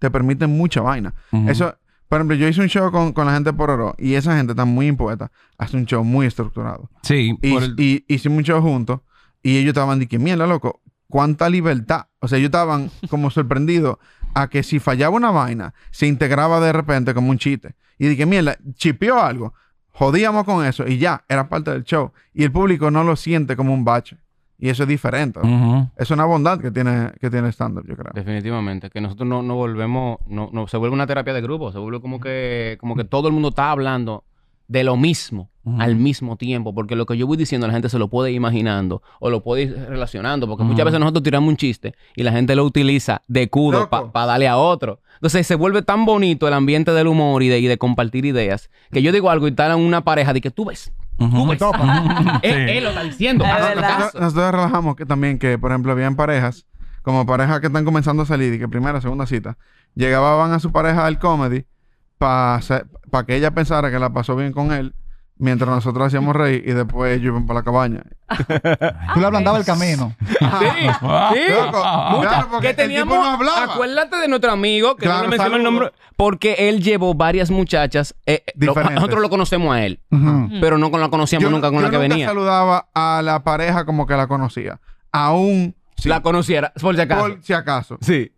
S5: te permiten mucha vaina.
S3: Ujú.
S5: Eso, por ejemplo, yo hice un show con, con la gente por Oro y esa gente está muy impuesta. Hace un show muy estructurado.
S3: Sí,
S5: Y,
S3: por <laughs> el-
S5: y hicimos un show juntos y ellos estaban de que mierda, loco, cuánta libertad. O sea, ellos
S3: <laughs>
S5: estaban como sorprendidos a que si fallaba una vaina, se integraba de repente como un chiste. Y dije, mierda, chipeó algo. Jodíamos con eso y ya, era parte del show. Y el público no lo siente como un bache. Y eso es diferente. ¿no?
S3: Ujú.
S5: Es una bondad que tiene, que tiene stand-up, yo creo.
S7: Definitivamente, que nosotros no, no volvemos, no, no, se vuelve una terapia de grupo, se vuelve como que, como que todo el mundo está hablando de lo mismo
S3: Ujú.
S7: al mismo tiempo, porque lo que yo voy diciendo la gente se lo puede ir imaginando o lo puede ir relacionando, porque
S3: Ujú.
S7: muchas veces nosotros tiramos un chiste y la gente lo utiliza de cudo
S5: Loco.
S7: para darle a otro. Entonces se vuelve tan bonito el ambiente del humor y de, y de compartir ideas, que yo digo algo y tal a una pareja de que tú ves, tú
S3: Ujú.
S7: ves, él, él Eh, lo está diciendo,
S4: Es
S7: hazlo
S4: verdad.
S7: caso.
S5: Nosotros, nosotros relajamos que también que, por ejemplo, habían parejas, como parejas que están comenzando a salir y que primera, segunda cita, llegaban a su pareja al comedy para que ella pensara que la pasó bien con él mientras nosotros hacíamos rey y después ellos iban para la cabaña.
S6: Tú le ablandabas el camino.
S7: Sí, Ah, sí.
S5: Loco,
S7: Muchas.
S5: claro, porque
S7: que
S5: el tipo
S7: teníamos.
S5: no hablaba.
S7: acuérdate de nuestro amigo, que
S5: Claro,
S7: no le menciono el
S5: saludo.
S7: nombre, porque él llevó varias muchachas. eh, lo-
S5: Diferentes.
S7: nosotros lo conocemos a él,
S6: Ujú.
S7: pero no con la conocíamos nunca con
S5: yo
S7: la que venía.
S5: saludaba a la pareja como que la conocía. Aún si,
S7: La conociera, por si acaso.
S5: por si acaso.
S7: Sí.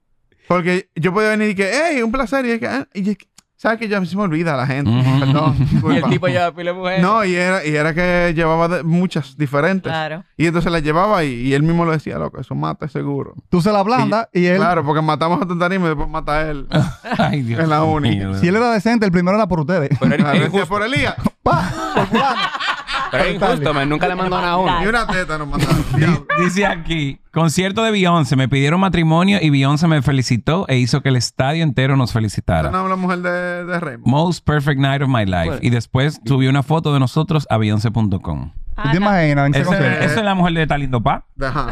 S5: Porque yo podía venir y que, hey, un placer. Y es que, "Ah", y es que- ¿sabes que ya se me olvida la gente?
S3: Ujú.
S5: Perdón.
S7: <laughs> Y el
S5: disculpa.
S7: tipo llevaba pila de mujeres.
S5: No, y era, y era que llevaba de- muchas diferentes.
S4: Claro.
S5: Y entonces las llevaba y, y él mismo lo decía, loco, eso mata es seguro.
S6: Tú se la ablandas y él.
S5: Claro, porque matamos a Tantanismo y después mata a él.
S7: Ah.
S3: Ay, Dios.
S5: En la uni.
S3: mío, de
S6: Si él era decente, el primero era por ustedes. <laughs>
S7: Pero <laughs>
S5: Claro,
S7: es, es
S5: decía,
S7: injusto,
S5: por Elías.
S6: ¡Pa! Por fulano.
S7: pero es injusto, man. Nunca le mandó nada a uno.
S5: Y una teta nos mandaron. Diablo.
S3: Dice aquí, concierto de Beyoncé, me pidieron matrimonio y Beyoncé me felicitó e hizo que el estadio entero nos
S5: Esa
S3: felicitara.
S5: no es la mujer de, de Raymond.
S3: Most perfect night of my life. y después subió una foto de nosotros a Beyoncé.com.
S6: ¿Tú te imaginas? En ese
S3: Eso,
S6: concierto. Ah,
S3: eso es la mujer de Talindo Pa,
S5: Ajá.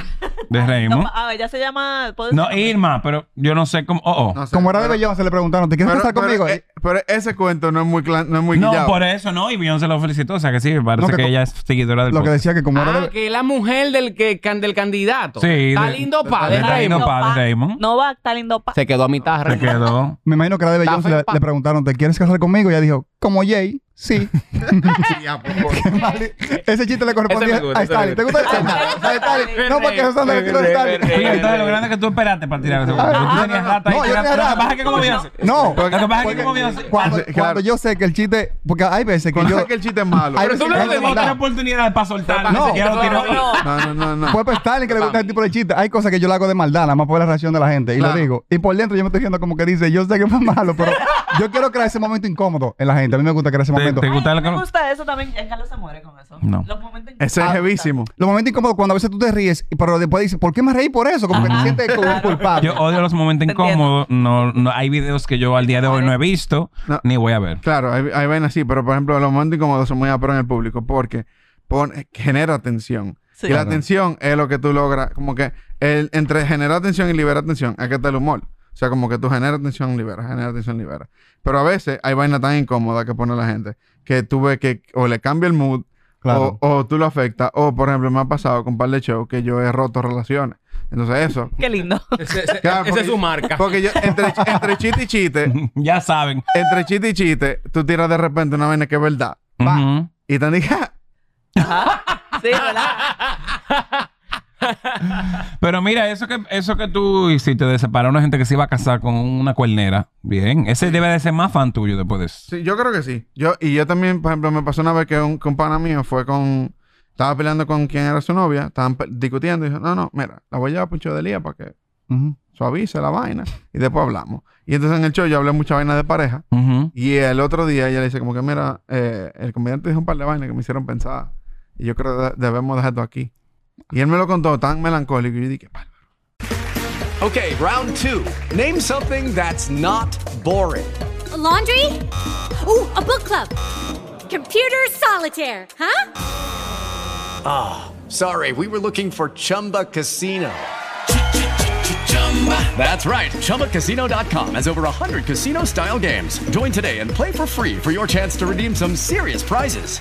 S3: de Raymond.
S4: No, a ver, ya Ah, se llama. ¿puedo
S3: No,
S4: decir?
S3: Irma, pero yo no sé cómo. Oh, oh.
S5: No sé,
S6: Como era de
S5: pero-
S6: Beyoncé, le preguntaron, ¿te quieres
S5: pero-
S6: casar
S5: pero-
S6: conmigo?
S5: eh, Pero ese cuento no es muy, clan- no es muy
S3: No,
S5: guillado.
S3: por eso no. Y Beyoncé lo felicitó. O sea que sí, me parece
S6: No, que
S3: que,
S6: co-
S3: ella es seguidora del
S6: Lo que
S3: podcast.
S6: decía que como era
S7: Ah,
S6: de...
S7: que la mujer del, que, can- del candidato.
S3: Ah, Sí,
S7: Está
S3: de-
S7: lindo pa,
S3: de
S7: de
S3: Raymond
S7: Raymond.
S3: Pa, de Raymond.
S4: No va, está lindo pa.
S7: Se quedó a mitad,
S3: Se
S7: Raymond.
S3: quedó.
S6: Me imagino que era de
S7: Está
S6: Beyoncé.
S7: fe-
S6: Le,
S7: pa-
S6: le preguntaron, ¿te quieres casar conmigo? Y ella dijo, como Jay,
S3: <laughs>
S6: sí.
S5: <laughs>
S6: <laughs>
S5: Ya, por favor.
S6: Vale. Ese chiste le correspondía
S7: Ese
S6: <laughs>
S7: me gusta,
S6: a
S7: ese
S6: Stalin.
S7: me
S6: ¿Te gusta el chiste?
S5: <laughs>
S6: A Stalin. No, porque eso es lo que quiero de <laughs> Stalin.
S3: Fíjate todo lo grande que tú esperaste para tirar ese
S6: Ah,
S3: Porque tú
S6: no,
S3: tenías
S6: no,
S3: rata ahí
S6: no, yo
S3: tirando.
S6: tenía
S3: Lo que
S6: rata.
S3: pasa es que como Beyoncé.
S6: No,
S3: Lo que pasa es que
S6: porque-
S3: como Beyoncé.
S6: cuando,
S5: Claro.
S6: cuando yo sé que el chiste, porque hay veces que
S5: Cuando
S6: yo
S5: sé que el chiste es malo.
S6: Ay,
S3: Pero tú
S6: sí,
S3: le
S6: es
S3: das otra
S6: verdad.
S3: oportunidad para soltar.
S6: No,
S3: Ni siquiera lo tiró.
S5: No, no, no, no.
S6: fue para Stalin que le gusta el tipo de chiste. Hay cosas que yo le hago de maldad, nada más por la reacción de la gente y
S5: Claro.
S6: lo digo. Y por dentro yo me estoy viendo como que dice, yo sé que fue malo, pero yo quiero crear ese momento incómodo en la gente. A mí me gusta crear ese
S3: ¿Te-
S6: momento.
S3: te gusta
S4: Ay,
S3: la
S4: me
S3: cano-
S4: gusta eso también. Ya Carlos se muere con eso.
S3: No.
S4: Los momentos en que-
S5: Ese es heavísimo.
S6: Los momentos incómodos cuando a veces tú te ríes, pero después dices, ¿por qué me reí por eso? Como que te sientes como culpable.
S3: Yo odio los momentos
S4: Te entiendo.
S3: incómodos. No, no, hay videos que yo al día de hoy no he visto
S5: No.
S3: ni voy a ver.
S5: Claro, hay, hay vainas así, pero por ejemplo, los momentos incómodos son muy aperos en el público porque pon- genera tensión.
S4: Sí.
S5: y la tensión es lo que tú logras, como que el, entre generar tensión y liberar tensión, es que está el humor. O sea, como que tú generas tensión, liberas, generas tensión, liberas. Pero a veces hay vainas tan incómodas que pone la gente que tú ves que o le cambia el mood
S6: Claro.
S5: o, o tú lo afectas. O, por ejemplo, me ha pasado con un par de shows que yo he roto relaciones. Entonces, eso.
S4: Qué <laughs> lindo.
S7: Ese- ese-
S5: Claro,
S7: esa
S5: porque-
S7: es su marca.
S5: Porque yo, entre, entre chiste y chiste,
S3: <laughs> Ya saben.
S5: entre chiste y chiste, tú tiras de repente una vaina que es verdad. Pa.
S3: Ujú.
S5: Y te dije, <laughs> "Ah,
S4: Sí, ¿verdad?
S3: Pero mira, eso que, eso que tú hiciste de separar a una gente que se iba a casar con una cuernera, bien, ese debe de ser más fan tuyo después de eso.
S5: Sí, yo creo que sí. Yo, y yo también, por ejemplo, me pasó una vez que un, que un pana mío fue con. Estaba peleando con quien era su novia, estaban pe- discutiendo y dijo: No, no, mira, la voy a llevar a Puncho de Lía para que
S6: Ujú.
S5: suavice la vaina y después hablamos. Y entonces en el show yo hablé mucha vaina de pareja
S3: Ujú.
S5: y el otro día ella le dice: Como que mira, eh, el comediante dijo un par de vainas que me hicieron pensar y yo creo que de- debemos dejarlo aquí. Y él me lo contó tan melancólico y yo dije: "Pal".
S2: Okay, round two. Name something that's not boring.
S1: A laundry? Ooh, a book club. Computer solitaire, huh?
S2: Ah. Sorry, we were looking for Chumba Casino. That's right. ChumbaCasino.com has over 100 casino style games. Join today and play for free for your chance to redeem some serious prizes.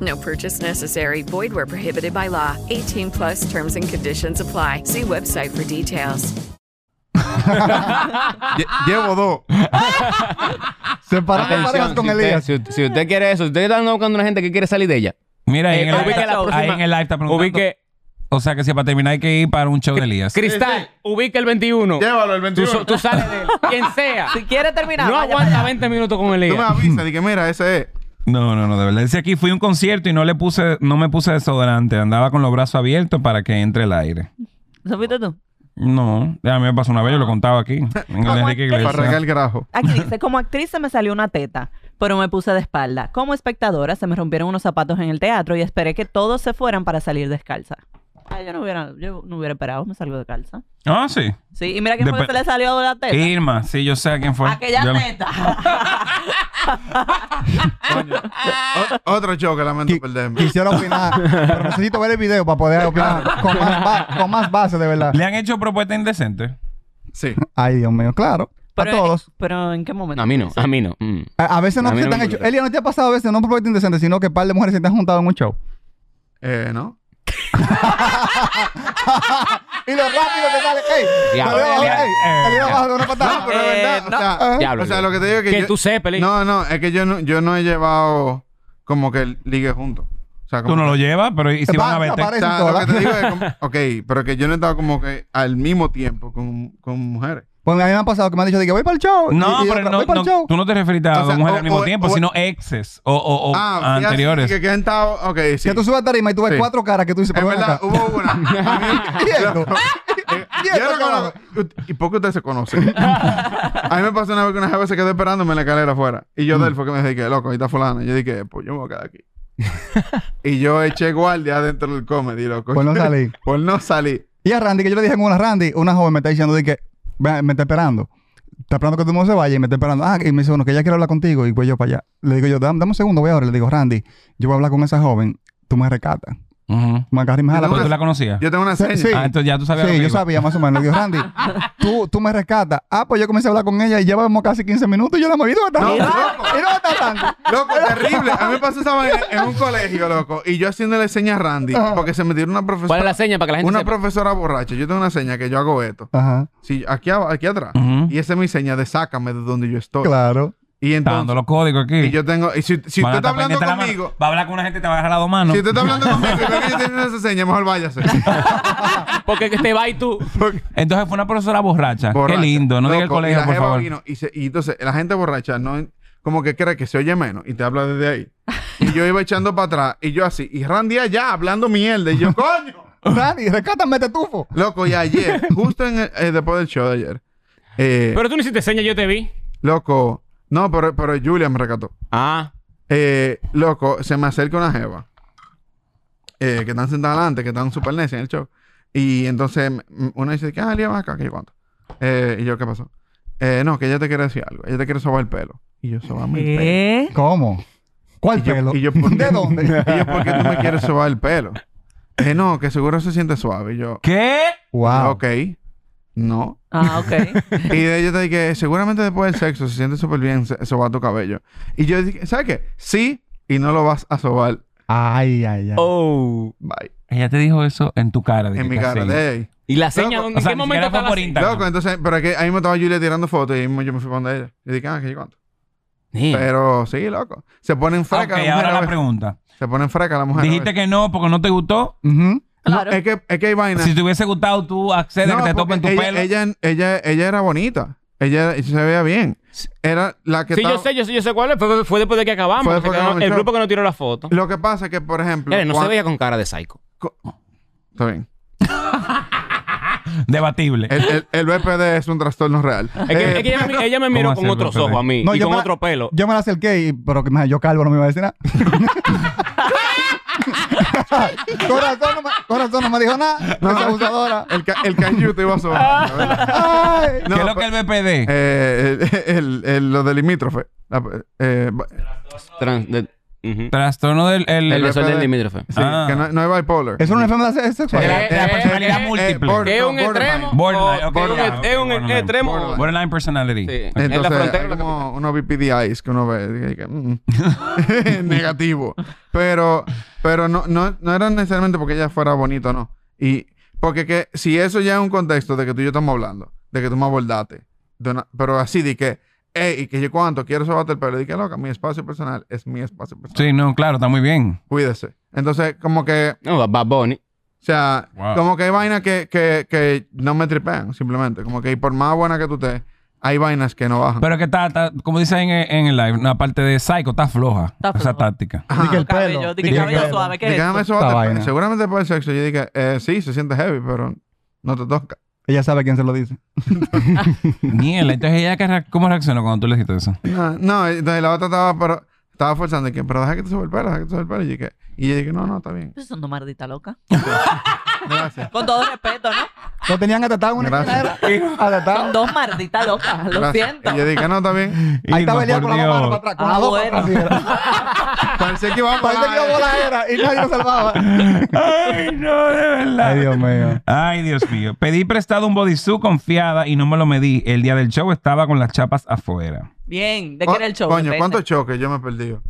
S11: No purchase necessary. Void where prohibited by law. 18 plus terms and conditions apply. See website for details.
S5: "Lle- Llevo
S7: <laughs>
S5: dos.
S6: Separar de parejas con
S7: si, usted,
S6: Elías.
S7: si, si usted quiere eso, si usted está andando buscando una gente que quiere salir de ella,
S3: Mira, ahí, en
S7: Eh,
S3: el
S7: ubique
S3: live,
S7: la próxima-
S3: ahí en el live está preguntando.
S7: ubique
S3: O sea que si para terminar hay que ir para un show de Elías.
S7: Cristal, ubica el 21.
S5: Llévalo el
S7: Tú,
S5: 21.
S7: so- tú sales de él, quien sea.
S4: Si quiere terminar,
S7: No
S4: vaya
S7: aguanta
S4: para allá.
S7: 20 minutos con el
S5: Tú me
S7: ella.
S5: avisas, dije: Mira, ese es.
S3: No, no, no, de verdad. Dice aquí fui a un concierto y no le puse, no me puse desodorante. Andaba con los brazos abiertos para que entre el aire.
S4: ¿Eso fuiste tú?
S3: No, a mí
S5: <laughs>
S3: me pasó una vez, yo lo contaba aquí. En el de Enrique
S5: Para regar
S3: Iglesias.
S5: el grajo. <laughs>
S4: Aquí dice, como actriz se me salió una teta, pero me puse de espalda. Como espectadora, se me rompieron unos zapatos en el teatro y esperé que todos se fueran para salir descalza. Ay, yo no hubiera, yo no hubiera esperado, me salgo de calza.
S3: <laughs> Ah, sí.
S4: Sí, y mira quién fue que
S3: Depe-
S4: se le salió de la teta.
S3: Irma, sí, yo sé a quién fue.
S4: Aquella
S3: Yo-
S4: teta.
S5: Otro show que lamento perderme. <laughs>
S6: Quisiera opinar, pero necesito ver el video para poder opinar con más, ba- con más base, de verdad.
S3: ¿Le han hecho propuestas indecentes? <laughs>
S5: Sí.
S6: Ay, Dios mío, claro.
S4: Pero,
S6: a todos.
S4: Pero en qué momento.
S7: No, a mí no, a mí no. Mm.
S6: A, a veces no
S7: A mí
S6: se
S7: no
S6: te han
S7: me
S6: hecho.
S7: gusta.
S6: Elia, ¿no te ha pasado a veces no por indecente, sino que un par de mujeres se te han juntado en un show?
S5: Eh, ¿no?
S6: y lo rápido que sale. ¡Ey!
S5: Diablo.
S6: salió abajo,
S5: Diablo.
S6: ey, salió abajo de una patada.
S5: No, pero de verdad. o sea,
S7: Diablo,
S5: Uh-huh. o sea,
S7: Leo.
S5: lo que te digo es que.
S7: Que
S5: yo-
S7: tú sepas, Leo.
S5: No, no, es que yo no, yo no he llevado como que el ligue junto. O sea, como
S3: Tú no
S5: que-
S3: lo llevas, pero ¿y si van a verte?
S5: O sea, lo que te digo es como- ok, pero que yo no he estado como que al mismo tiempo con, con mujeres.
S6: Pues a mí me ha pasado que me han dicho de que voy para el show.
S3: No,
S6: Y- y yo,
S3: pero no,
S6: voy para el
S3: no,
S6: show.
S3: tú no te referiste a
S6: O
S3: dos
S6: sea,
S3: mujeres
S6: o-
S3: al mismo
S6: o-
S3: tiempo,
S6: o-
S3: sino exes o, o- o
S5: Ah, sí, así
S3: anteriores.
S5: Que, que han estado. Ok, sí.
S6: Que tú subes a tarima y tú ves
S5: Sí.
S6: cuatro caras que tú dices,
S5: Es
S6: pero ven
S5: verdad,
S6: acá.
S5: hubo una. A mí-
S6: Cierto. Ah,
S5: Yo no conozco- ¿Y por qué ustedes se conocen? a mí me pasó una vez que una jefa se quedó esperándome en la escalera afuera. Y yo de él fue que me dije, loco, ahí está fulano. Yo dije, pues yo me voy a quedar aquí. y yo eché guardia dentro del comedy, loco. <laughs>
S6: Por no salir.
S5: Por no salir.
S6: Y a Randy, que yo le dije con una Randy, una joven me está diciendo de que "Ven, me está esperando. Está esperando que todo el mundo se vaya y me está esperando. Ah, y me dice uno que ella quiere hablar contigo y voy yo para allá. Le digo yo, dame, dame un segundo, voy ahora. Le digo, Randy, yo voy a hablar con esa joven. Tú me rescatas.
S3: Ujú.
S6: Me agarras y me jalas.
S3: Pero tú la conocías.
S5: Yo tengo una
S6: Sí,
S5: seña.
S6: sí.
S3: Ah, entonces ya tú sabías. lo
S6: Sí,
S3: que
S6: yo
S3: iba.
S6: sabía más o menos. Le digo,
S3: <laughs>
S6: Randy, tú, tú me rescatas. Ah, pues yo comencé a hablar con ella y llevamos casi 15 minutos y yo la moví. ¿Y dónde está
S5: No,
S6: Randy?
S5: loco.
S6: ¿Y dónde está Randy?
S5: Loco, terrible. A mí me pasó esa vaina en un colegio, loco. Y yo haciéndole señas a Randy. Porque se me tiró una profesora.
S7: ¿Cuál es la seña para que la gente
S5: Una
S7: sepa?
S5: profesora borracha. Yo tengo una seña que yo hago esto.
S6: Ajá,
S5: Sí, aquí, ab- aquí atrás. Y esa es mi seña de sácame de donde yo estoy.
S6: claro.
S5: Y
S3: Está dando
S5: entonces.
S3: los códigos aquí.
S5: Y yo tengo. Y si, si
S3: Van a
S5: usted está
S3: estar
S5: hablando
S3: pendiente la mano.
S5: conmigo.
S3: Va a hablar con una gente y te va a agarrar las dos manos.
S5: Si usted está
S3: <laughs>
S5: hablando conmigo y ve que yo tengo esa seña, mejor váyase.
S7: Porque que te va y tú.
S3: Entonces fue una profesora borracha.
S5: Borracha.
S3: Qué lindo. No diga el
S5: Loco, y
S3: colegio,
S5: la
S3: por
S5: jeva
S3: favor.
S5: vino y, se- y entonces la gente borracha no como que cree que se oye menos y te habla desde ahí. Y yo iba echando para atrás y yo así. Y Randy allá hablando mierda. Y
S3: <laughs>
S5: yo, coño.
S6: Randy, rescátame este tufo.
S5: Loco, y ayer, justo en el- eh, después del show de ayer. eh,
S7: Pero tú no hiciste señas, yo te vi.
S5: Loco. No, pero, pero Julia me recató.
S7: Ah.
S5: Eh, loco, se me acerca una jeva. eh, que están sentadas adelante, que están super necias en el show. Y entonces m- m- una dice que, ah, Elia, ven acá, que yo cuánto. Eh, y yo, ¿qué pasó? Eh, no, que ella te quiere decir algo. Ella te quiere sobar el pelo. Y yo, sobame el pelo.
S4: ¿Qué?
S6: ¿Cómo? ¿Cuál
S5: Y yo-
S6: pelo?
S5: y yo,
S6: <laughs>
S5: ¿por
S6: ¿De
S5: qué?
S6: dónde?
S5: Y yo, ¿por qué tú me quieres sobar el pelo? Eh, no, que seguro se siente suave. Y yo,
S3: ¿Qué?
S6: wow.
S5: ok, no.
S4: Ah, ok.
S5: <laughs> Y de ella te dije, seguramente después del sexo se siente súper bien se- sobar tu cabello. Y yo dije, ¿sabes qué? Sí, y no lo vas a sobar.
S6: Ay, ay, ay.
S7: Oh.
S5: Bye.
S3: Ella te dijo eso en tu cara. dije,
S5: En mi
S3: que
S5: cara,
S3: sí.
S5: de ahí.
S7: ¿Y la seña
S5: Loco,
S7: dónde?
S3: O sea,
S7: ¿En qué
S3: ni
S7: momento
S3: siquiera fue por
S7: está la seña?
S3: Instagram.
S5: Loco, entonces, pero es que ahí me estaba Julia tirando fotos y ahí mismo yo me fui para donde ella. Y dije, ah, que yo cuánto.
S7: Damn.
S5: Pero sí, loco. Se ponen
S3: Ah,
S5: frecas
S3: ok,
S5: las mujeres.
S3: ahora
S5: a
S3: la
S5: veces.
S3: pregunta.
S5: Se ponen frecas las mujeres. pues.
S3: Dijiste que no porque no te gustó.
S6: Ujú.
S4: Claro.
S5: Es que, es que hay vainas.
S3: Si te hubiese gustado, tú accedes a que
S5: porque
S3: te topen tu
S5: ella,
S3: pelo.
S5: Ella, ella, ella era bonita. Ella, ella se veía bien. Era la que
S7: Sí, yo
S5: estaba-
S7: sé, yo sé, yo sé cuál es. Fue, fue después de que acabamos.
S5: Fue
S7: que se
S5: después que
S7: quedó-
S5: acabamos el
S7: el
S5: show.
S7: grupo que no tiró la foto.
S5: Lo que pasa es que, por ejemplo.
S7: Mira, Eh, no se
S5: cuan-
S7: veía con cara de psycho.
S5: co- Está bien.
S3: Debatible.
S5: El, el, el BPD es un trastorno real.
S7: Es que,
S5: Eh,
S7: es que ella, me- ella me miró
S3: ¿Cómo
S7: con
S3: hacer,
S7: otros
S3: Pepe?
S7: ojos a mí.
S6: yo
S7: y con
S6: me la-
S7: otro pelo.
S6: Yo me la acerqué, y, pero que me- yo calvo no me iba a decir nada. corazón, no me, corazón no me dijo nada. No es abusadora.
S5: el, ca- el canyu te iba a sobar. la verdad.
S6: Ay.
S5: No,
S3: ¿Qué es lo que
S5: pero-
S3: es el BPD?
S5: eh, el, el, el- lo de limítrofe. La- eh, ba-
S7: Trans, de- ujú.
S3: Trastorno del. el-
S7: El
S5: BPD.
S7: desorden limítrofe.
S5: sí,
S3: Ah.
S5: que no, no es bipolar.
S6: ¿Es una enfermedad se- sexual?
S7: Eh,
S5: Eh,
S3: personalidad
S5: eh,
S3: múltiple.
S5: eh, border-
S7: Es un
S5: no, borderline.
S7: extremo.
S3: Borderline,
S7: o-
S3: ok,
S7: es un-
S3: ya, ok,
S7: es un
S3: borderline.
S7: extremo.
S5: Borderline.
S3: borderline personality.
S7: Sí.
S3: Ok.
S7: En la
S5: Entonces,
S7: frontera.
S5: hay
S7: la capital.
S5: como unos BPDIs que uno ve. que- que, mm, <laughs> negativo. Pero, pero no, no, no era necesariamente porque ella fuera bonita o no. Y porque que, si eso ya es un contexto de que tú y yo estamos hablando, de que tú me abordaste, de una- pero así de que, hey, y que yo cuánto quiero sobarte el pelo, y que loca, mi espacio personal es mi espacio personal.
S3: Sí, no, claro, está muy bien.
S5: Cuídese. Entonces, como que,
S7: No, Bad Bunny.
S5: o sea,
S3: Wow.
S5: como que hay vainas que, que, que no me tripean, simplemente. Como que y por más buena que tú estés, hay vainas que no bajan.
S3: Pero que está, está- como dicen en, en el live, una parte de psycho está floja.
S4: Está
S3: Esa
S4: floja.
S3: táctica.
S6: Di que el
S4: Cabello,
S6: pelo.
S4: di que
S6: di que el
S4: cabello
S6: pelo.
S4: suave, ¿qué
S5: Dije,
S4: es
S5: "Déjame
S4: esto?
S5: sobarte
S6: Esta
S5: el pelo".
S6: vaina.
S5: Seguramente por el sexo. Yo dije, eh, sí, se siente heavy, pero no te toca.
S6: Ella sabe quién se lo dice.
S3: Miela, entonces ella, qué re- ¿cómo reaccionó cuando tú le dijiste eso?
S5: No, no, entonces la otra estaba, pero, estaba forzando. y que, pero deja que te sube el pelo, deja que te sube el pelo. Y, yo que- y ella dije, no, no, está bien.
S4: Pues son dos malditas locas.
S5: <laughs> Gracias.
S4: Con todo respeto, ¿no?
S6: Lo tenían atatado en una
S5: Gracias.
S6: escalera. Atatado.
S4: Son dos malditas locas, lo
S5: Gracias.
S4: siento.
S5: Y yo dije, no, está bien.
S6: <laughs> Ahí estaba Elías con la mano para atrás. Con
S4: Ah,
S6: las dos
S4: bueno.
S6: para atrás. así
S5: Parecía que iba a
S6: era. Parece que yo bola era y nadie lo
S4: <laughs>
S6: salvaba.
S3: Ay, no, de verdad.
S6: Ay, Dios mío.
S3: Ay, Dios mío. Pedí prestado un bodysuit confiada y no me lo medí. El día del show estaba con las chapas afuera.
S4: Bien, ¿de qué era el show?
S5: Oh, Coño,
S4: Depende.
S5: ¿cuántos choques? Yo me he perdido.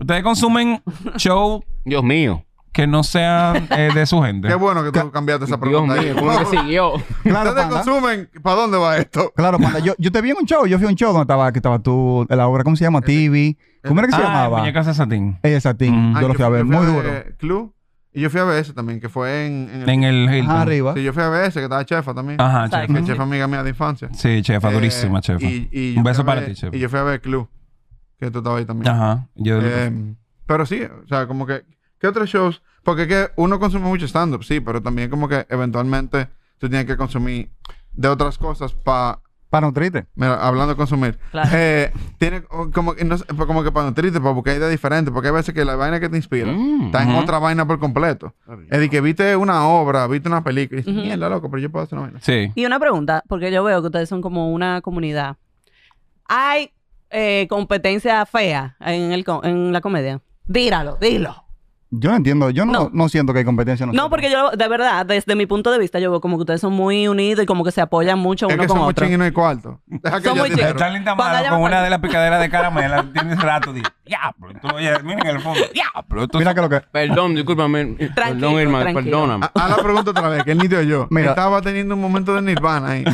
S3: Ustedes consumen show
S7: Dios mío.
S3: que no sean eh, de su gente.
S5: <laughs> Qué bueno que tú cambiaste esa
S7: Dios
S5: pregunta.
S7: mío, ¿cómo que <laughs> siguió?
S6: Claro,
S5: ¿Ustedes
S6: panda.
S5: consumen? ¿Para dónde va esto?
S6: Claro, panda. Yo, yo te vi en un show. Yo fui a un show donde estaba, que estaba tú, en la obra, ¿cómo se llama? TV. ¿Cómo era que se
S3: Ah,
S6: llamaba?
S3: Muñecas de satín.
S6: Ella es a ti.
S3: Mm.
S5: Ah,
S6: Yo lo fui a ver. Muy duro.
S5: Club. Y yo fui a ver ese también, que fue en... en el-
S3: En el Hilton.
S6: Ajá, arriba.
S5: Sí, yo fui a ver ese, que estaba Chefa también.
S3: Ajá,
S4: Exacto.
S3: chefa.
S5: Que Chefa es amiga mía de infancia.
S3: Sí, chefa,
S5: Eh,
S3: durísima, chefa.
S5: y- y yo
S3: un
S5: fui
S3: beso
S5: a
S3: para
S5: ver-
S3: ti, chefa.
S5: Y yo fui a ver Club, que tú estabas ahí también.
S3: Ajá. Yo,
S5: Eh, pero sí, o sea, como que, ¿qué otros shows? Porque es que uno consume mucho stand-up, sí, pero también como que eventualmente tú tienes que consumir de otras cosas para,
S6: Para nutrirte.
S5: mira, hablando de consumir,
S4: Claro.
S5: eh, tiene o- como, que no sé, pues como que para nutrirte, para buscar ideas diferentes, porque hay veces que la vaina que te inspira
S7: Mm,
S5: está en otra vaina por completo. Es de que viste una obra, viste una película, y dices, mierda, loco, pero yo puedo hacer una vaina.
S3: sí.
S4: Y una pregunta, porque yo veo que ustedes son como una comunidad. ¿Hay eh, competencia fea en, el, co- en la comedia? Díralo, dilo.
S6: Yo no entiendo. Yo no,
S4: No.
S6: no. siento que hay competencia.
S4: No, porque yo, de verdad, desde mi punto de vista, yo veo como que ustedes son muy unidos y como que se apoyan mucho
S5: Es
S4: uno
S5: que
S4: con
S5: somos
S4: otro.
S5: chinguinos y cuarto. Deja que
S4: Son
S5: yo
S4: muy
S5: te
S4: chinguinos.
S5: entero.
S3: Está linda
S4: Cuando
S3: mano
S4: ella
S3: con
S4: me-
S3: una de las picaderas de caramela. Tienes rato. Dice, diablo. Y tú, oye, miren
S5: <laughs>
S3: el fondo. Diablo. Esto
S6: Mira que lo que.
S7: Perdón, discúlpame. eh,
S4: Tranquilo,
S7: Perdón, hermano,
S4: pues tranquilo.
S7: perdóname.
S5: Ah, Haz la pregunta otra vez, que él ni te oyó.
S6: Mira.
S5: Estaba teniendo un momento de nirvana ahí.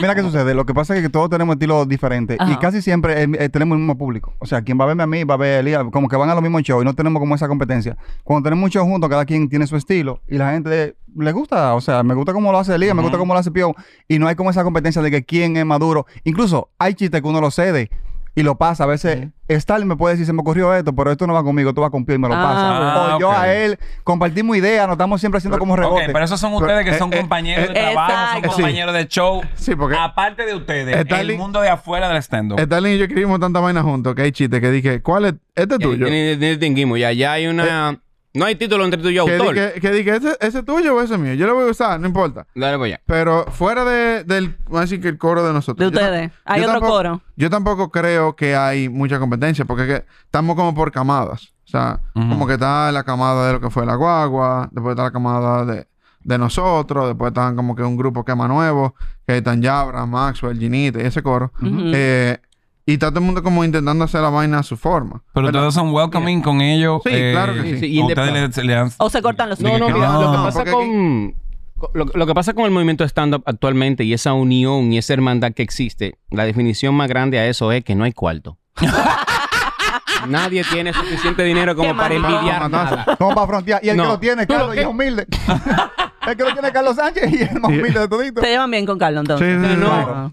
S6: Mira qué sucede. Lo que pasa es que todos tenemos estilos diferentes y
S4: Ajá.
S6: casi siempre eh, eh, tenemos el mismo público. O sea, quien va a verme a mí va a ver a Elías. Como que van a los mismos shows y no tenemos como esa competencia. Cuando tenemos muchos juntos, cada quien tiene su estilo y la gente le gusta. O sea, me gusta cómo lo hace Elías, me gusta cómo lo hace Pio. Y no hay como esa competencia de que quién es maduro. Incluso hay chistes que uno lo cede. Y lo pasa, a veces Stalin me puede decir, se me ocurrió esto, pero esto no va conmigo, esto va con Pio y me lo
S4: Ah,
S6: pasa.
S3: bueno.
S6: o yo
S3: Ah, ok.
S6: a él, compartimos ideas, nos estamos siempre haciendo como
S3: Ok,
S6: rebote.
S3: pero esos son ustedes que
S5: Pero,
S3: son
S5: eh, eh,
S3: compañeros de
S4: eh,
S3: trabajo,
S4: exacto.
S3: son compañeros de show.
S5: Sí, porque-
S3: Aparte de ustedes,
S5: Está
S3: el
S5: li-
S3: mundo de afuera del stand-up.
S5: Stalin y yo escribimos tanta vaina juntos que hay chistes que dije, ¿cuál es? Este es
S7: Ya
S5: tuyo. Eh,
S7: Ni, ni- ni distinguimos. Ya, ya hay una. No hay título entre tú y yo,
S5: Que
S7: autor.
S5: dije, que dije ¿ese, ese es tuyo o ese es mío? Yo lo voy a usar, no importa.
S7: Dale para allá.
S5: Pero fuera de, del, vamos a decir que el coro de nosotros.
S4: De
S5: Yo tam-
S4: ustedes. Hay
S5: yo
S4: otro
S5: tampoco-
S4: coro.
S5: Yo tampoco creo que hay mucha competencia porque es que estamos como por camadas. O sea, como que está la camada de lo que fue la guagua, después está la camada de, de nosotros, después están como que un grupo que es más nuevo, que ahí están Yabra, Maxwell, Ginita y ese coro. Eh, y está todo el mundo como intentando hacer la vaina a su forma.
S3: Pero todos son welcoming con ellos.
S5: Sí, claro que sí.
S7: Sí, sí,
S3: o ustedes
S7: independ-
S3: le, le dan-
S4: O se cortan los
S3: Sí,
S7: No,
S3: que
S7: no,
S3: no.
S7: mira, lo que
S3: No,
S7: pasa
S5: porque <laughs> Mm.
S7: con. con- Lo, lo que pasa con el movimiento stand-up actualmente y esa unión y esa hermandad que existe, la definición más grande a eso es que no hay cuarto. Nadie tiene suficiente dinero como
S4: Qué
S7: para
S4: mamá.
S7: envidiar
S5: Mamá.
S7: nada.
S6: Como para frontear. Y el
S7: No.
S6: que lo tiene,
S7: ¿Tú lo
S6: Carlos, y
S7: qué?
S6: es humilde. el que lo tiene, Carlos Sánchez, y es el más humilde de todito.
S4: Se llevan bien con Carlos, entonces.
S5: Sí, sí, sí,
S7: No.
S4: Ah.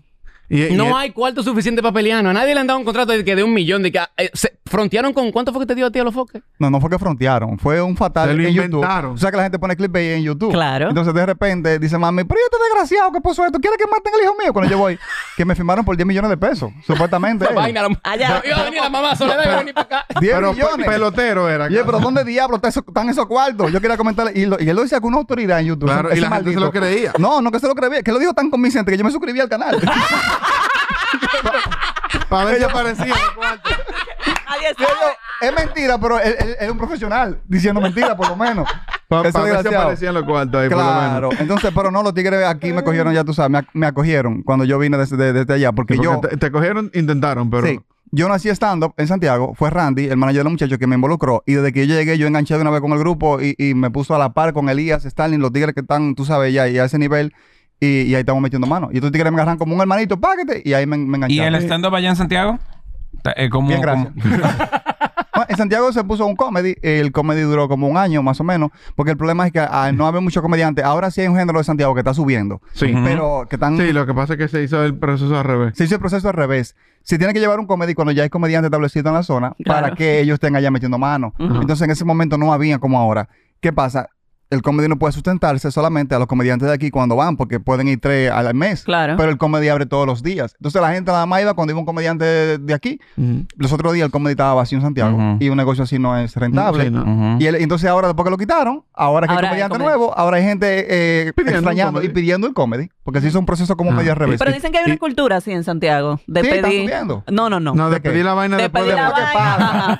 S5: Y- y-
S7: No hay cuarto suficiente para pelear. A nadie le han dado un contrato de que de un millón. De que, ah, eh, se- ¿Frontearon con cuánto fue que te dio a ti a los foques?
S6: No, no fue que frontearon. Fue un fatal
S5: Se lo
S6: en
S5: inventaron.
S6: YouTube. O sea, que la gente pone clip en YouTube.
S4: Claro.
S6: Entonces, de repente, dice mami, pero yo este desgraciado que puso esto. ¿Quieres que maten al hijo mío? Cuando yo
S7: <laughs>
S6: voy, que me firmaron por 10 millones de pesos, supuestamente.
S7: La <laughs> Pues vaina, la-
S6: Ah,
S4: Allá.
S7: Iba a venir la mamá soledad y iba a venir para acá.
S6: 10
S5: pero pe-
S6: millones.
S5: pelotero era.
S6: Oye, pero ¿dónde diablos está eso- están esos cuartos? Yo quería comentarle. Y, lo- y él lo decía con una autoridad en YouTube.
S5: Claro,
S6: ese-
S5: y la
S6: ese
S5: gente se lo
S6: maldito.
S5: creía.
S6: No, no que se lo creía. Que lo dijo tan convincente que yo me suscribí al canal.
S5: <laughs> Para ver si aparecía.
S6: <laughs>
S4: Nadie
S6: Yo digo,
S4: sabe.
S6: es mentira, pero él, él- él es un profesional diciendo mentira, por lo menos.
S5: Para
S6: Ese
S5: ver si
S6: desgraciado.
S5: aparecían los cuartos ahí, por lo
S6: Claro,
S5: menos.
S6: entonces, pero no, los tigres aquí me cogieron, ya tú sabes, me, ac- me acogieron cuando yo vine desde, de- desde allá, porque,
S5: Porque
S6: yo,
S5: te, te cogieron, intentaron, pero.
S6: sí, yo nací stand-up en Santiago, fue Randy, el manager de los muchachos, que me involucró, y desde que yo llegué, yo enganché de una vez con el grupo y, y me puso a la par con Elías, Stalin, los tigres que están, tú sabes, ya y a ese nivel, y, y ahí estamos metiendo mano. Y estos tigres me agarran como un hermanito, págate, y ahí me, me
S3: ¿Y
S6: engancharon.
S3: el stand-up allá en Santiago? Ta- eh, como,
S6: Bien, gracias.
S3: como-
S6: Bueno, Ah, en Santiago se puso un comedy. El comedy duró como un año más o menos. Porque el problema es que ah, no había muchos comediantes. Ahora sí hay un género de Santiago que está subiendo.
S5: Sí.
S6: Pero que están.
S5: Sí, lo que pasa es que se hizo el proceso al revés.
S6: Se hizo el proceso al revés. Se tiene que llevar un comedy cuando ya hay comediantes establecidos en la zona
S4: Claro.
S6: para que ellos estén allá metiendo mano. Entonces en ese momento no había como ahora. ¿Qué pasa? el comedy no puede sustentarse solamente a los comediantes de aquí cuando van, porque pueden ir tres al mes.
S4: Claro.
S6: Pero el comedy abre todos los días. Entonces la gente nada más iba cuando iba un comediante de, de aquí. Los otros días el comedy estaba vacío en Santiago y un negocio así no es rentable.
S5: Sí, no.
S3: Ujú.
S6: Y el- entonces ahora, después que lo quitaron, ahora que hay
S4: Ahora hay
S6: comediante
S4: comedy.
S6: nuevo, ahora hay gente eh,
S5: Pidiendo un
S6: extrañando y
S5: comedy.
S6: pidiendo el comedy. Porque se hizo un proceso como medio al revés.
S4: Pero dicen que hay una cultura así en Santiago. De
S6: Sí, está
S4: pedir.
S6: subiendo.
S4: No, no, no.
S5: No, de pedir la vaina
S4: De
S5: después
S4: pedir
S5: de
S4: la
S5: porque
S4: vaina.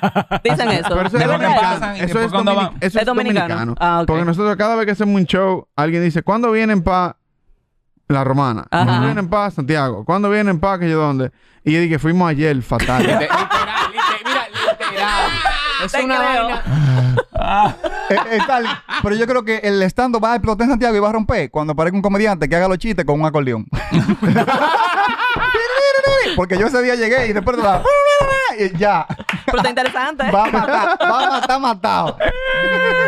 S5: paga.
S4: Ajá. Dicen eso.
S5: Pero eso
S4: De
S5: es
S4: lo que
S5: dominicano.
S4: pasan y
S5: Eso
S3: después
S5: es,
S3: cuando
S5: domini-
S3: van.
S5: eso
S4: Es
S5: es
S4: dominicano.
S5: dominicano.
S4: Ah, ok.
S5: Porque nosotros cada vez que hacemos un show, alguien dice, ¿cuándo vienen para La Romana?
S4: Ajá.
S5: ¿Cuándo vienen para Santiago? ¿Cuándo vienen para que yo dónde? Y yo dije, fuimos ayer,
S7: De-
S5: fatal.
S7: literal, Ah, lite- mira, literal. Es
S4: Ah, Te
S7: una
S4: creo.
S7: vaina.
S6: Eh, eh, tal, pero yo creo que el estando va a explotar en Santiago y va a romper cuando aparezca un comediante que haga los chistes con
S5: <laughs>
S6: un acordeón. Porque yo ese día llegué y después de la... y <laughs> ya.
S4: Pero está interesante. ¿eh?
S6: Va a matar, va a matar matado.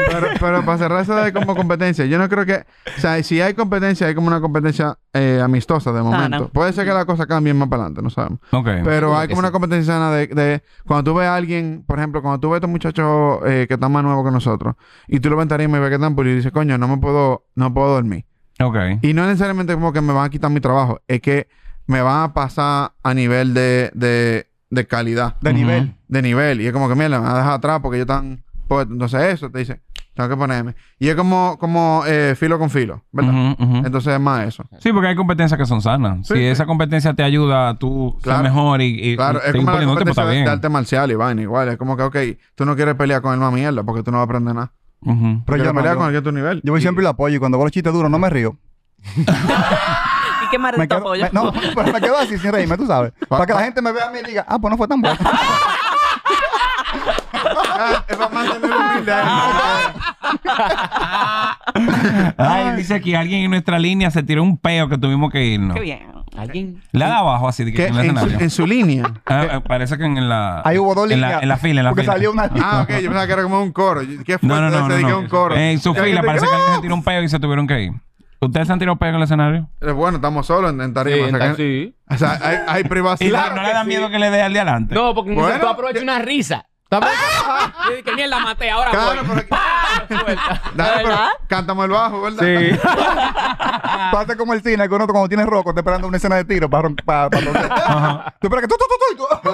S5: pero, pero para cerrar eso de como competencia, yo no creo que... O sea, si hay competencia, hay como una competencia eh, amistosa de momento. Puede ser que la cosa cambie más para adelante, no sabemos.
S3: Ok.
S5: Pero
S7: Seguro
S5: hay
S7: que
S5: como una
S7: sí.
S5: competencia sana de, de cuando tú ves a alguien, por ejemplo, cuando tú ves a estos muchachos eh, que están más nuevos que nosotros, y tú lo ves en tarima y ves que están pulidos y dices, coño, no me puedo, no puedo dormir.
S3: Ok.
S5: Y no necesariamente como que me van a quitar mi trabajo, es que me van a pasar a nivel de, de, de calidad,
S6: De nivel.
S5: de nivel. Y es como que, mira, me van a dejar atrás porque yo están. pues, entonces eso te dice, tengo que ponerme. Y es como, como eh, filo con filo, ¿verdad?
S3: Ujú, ujú.
S5: Entonces es más eso.
S3: Sí, porque hay competencias que son sanas.
S5: Sí,
S3: si
S5: sí.
S3: esa competencia te ayuda, tú
S5: Claro.
S3: ser mejor y, y
S5: Claro, es
S3: seguir
S5: como la
S3: poniéndote, pues,
S5: competencia
S3: está
S5: de,
S3: bien.
S5: de arte marcial y vaina igual. Es como que, ok, tú no quieres pelear con el más mierda porque tú no vas a aprender nada.
S3: Ujú.
S6: Pero yo
S5: Quieres
S6: no,
S5: pelear
S6: yo-
S5: con el que es tu nivel.
S6: Yo voy
S5: Y-
S6: siempre y lo apoyo y cuando veo los chistes duros no me río.
S4: Y qué
S6: Me
S4: maldito
S6: quedo,
S4: apoyo.
S6: me- no, <laughs> pero me quedo así sin reírme, tú sabes. Para que la gente me vea a mí y diga, ah, pues no fue tan bueno.
S5: Ah, es para mantener la
S7: Ah,
S5: humildad.
S3: Ay, dice aquí alguien en nuestra línea se tiró un peo que tuvimos que irnos.
S4: Qué bien.
S7: Alguien.
S3: La de abajo, así de que
S5: Que
S3: en el
S5: en, su,
S3: escenario.
S5: en su línea.
S3: Ah, ah, parece que en la.
S6: Ahí hubo dos
S3: en
S6: líneas.
S3: La, en la fila, en la
S6: porque
S3: fila.
S6: salió una línea.
S5: Ah, ok, yo pensaba que era como un coro. Yo- ¿Qué fue?
S3: No, no, no.
S5: Se
S3: no,
S5: dedica
S3: no.
S5: a un coro.
S3: En su
S5: Ya
S3: fila,
S5: te-
S3: parece que alguien
S5: ¡Ah!
S3: se tiró un peo y se tuvieron que ir. ¿Ustedes se han tirado peo en el escenario?
S5: Eh, Bueno, estamos solos en, en
S7: Sí,
S5: tarima. o sea,
S7: entonces-
S5: que-
S7: sí.
S5: o sea, hay, hay
S3: Y
S5: privacidad.
S3: no, no le da miedo que le dé al de adelante.
S7: No, porque
S5: Bueno.
S7: entonces tú aprovechas una risa.
S5: <laughs>
S7: Tú aprovechas- Sí, que bien la maté, ahora
S5: Claro,
S7: voy. <laughs>
S5: pero-
S7: ¡Pah! Suelta.
S5: Dale, pero
S4: ¿Verdad?
S5: cantamos el bajo, ¿verdad?
S6: <laughs> Pasa como el cine, que uno cuando tiene roco está esperando una escena de tiro para para, Tú esperas que tú, tú, tú, tú,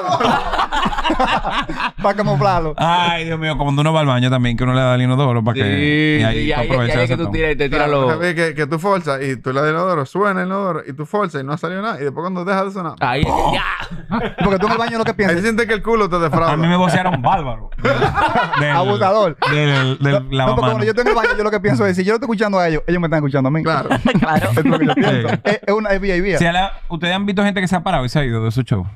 S3: <laughs>
S6: para camuflarlo.
S3: Ay, Dios mío, cuando uno va al baño también, que uno le da el inodoro para
S7: Sí,
S3: que.
S7: y ahí, y
S3: tú
S7: ahí
S3: aprovechas
S7: es que
S3: ese
S7: tú
S3: tono.
S7: tiras y te tiras
S5: Claro,
S7: los.
S5: sabes que, que tú forzas y tú le das el odoro, suena el odoro y tú forzas y no ha salido nada. Y después cuando deja de sonar,
S7: Ahí es
S3: ¡Oh!
S7: que ya.
S6: <laughs> Porque tú en el baño lo que
S5: ahí
S6: piensas
S5: sientes que el culo te
S3: A mí me
S5: defrauda. <laughs>
S3: vocearon bárbaro. Del-
S6: Abusador.
S3: Del, del, del
S6: No, porque cuando
S3: lavamanos.
S6: yo estoy en el baño, yo lo que pienso es, si yo no estoy escuchando a ellos, ellos me están escuchando a mí.
S5: Claro.
S4: Claro.
S6: <laughs> Es lo que yo pienso.
S3: Sí.
S6: Es, es una es vía y vía.
S3: Si a la- ustedes han visto gente que se ha parado y se ha ido de su show.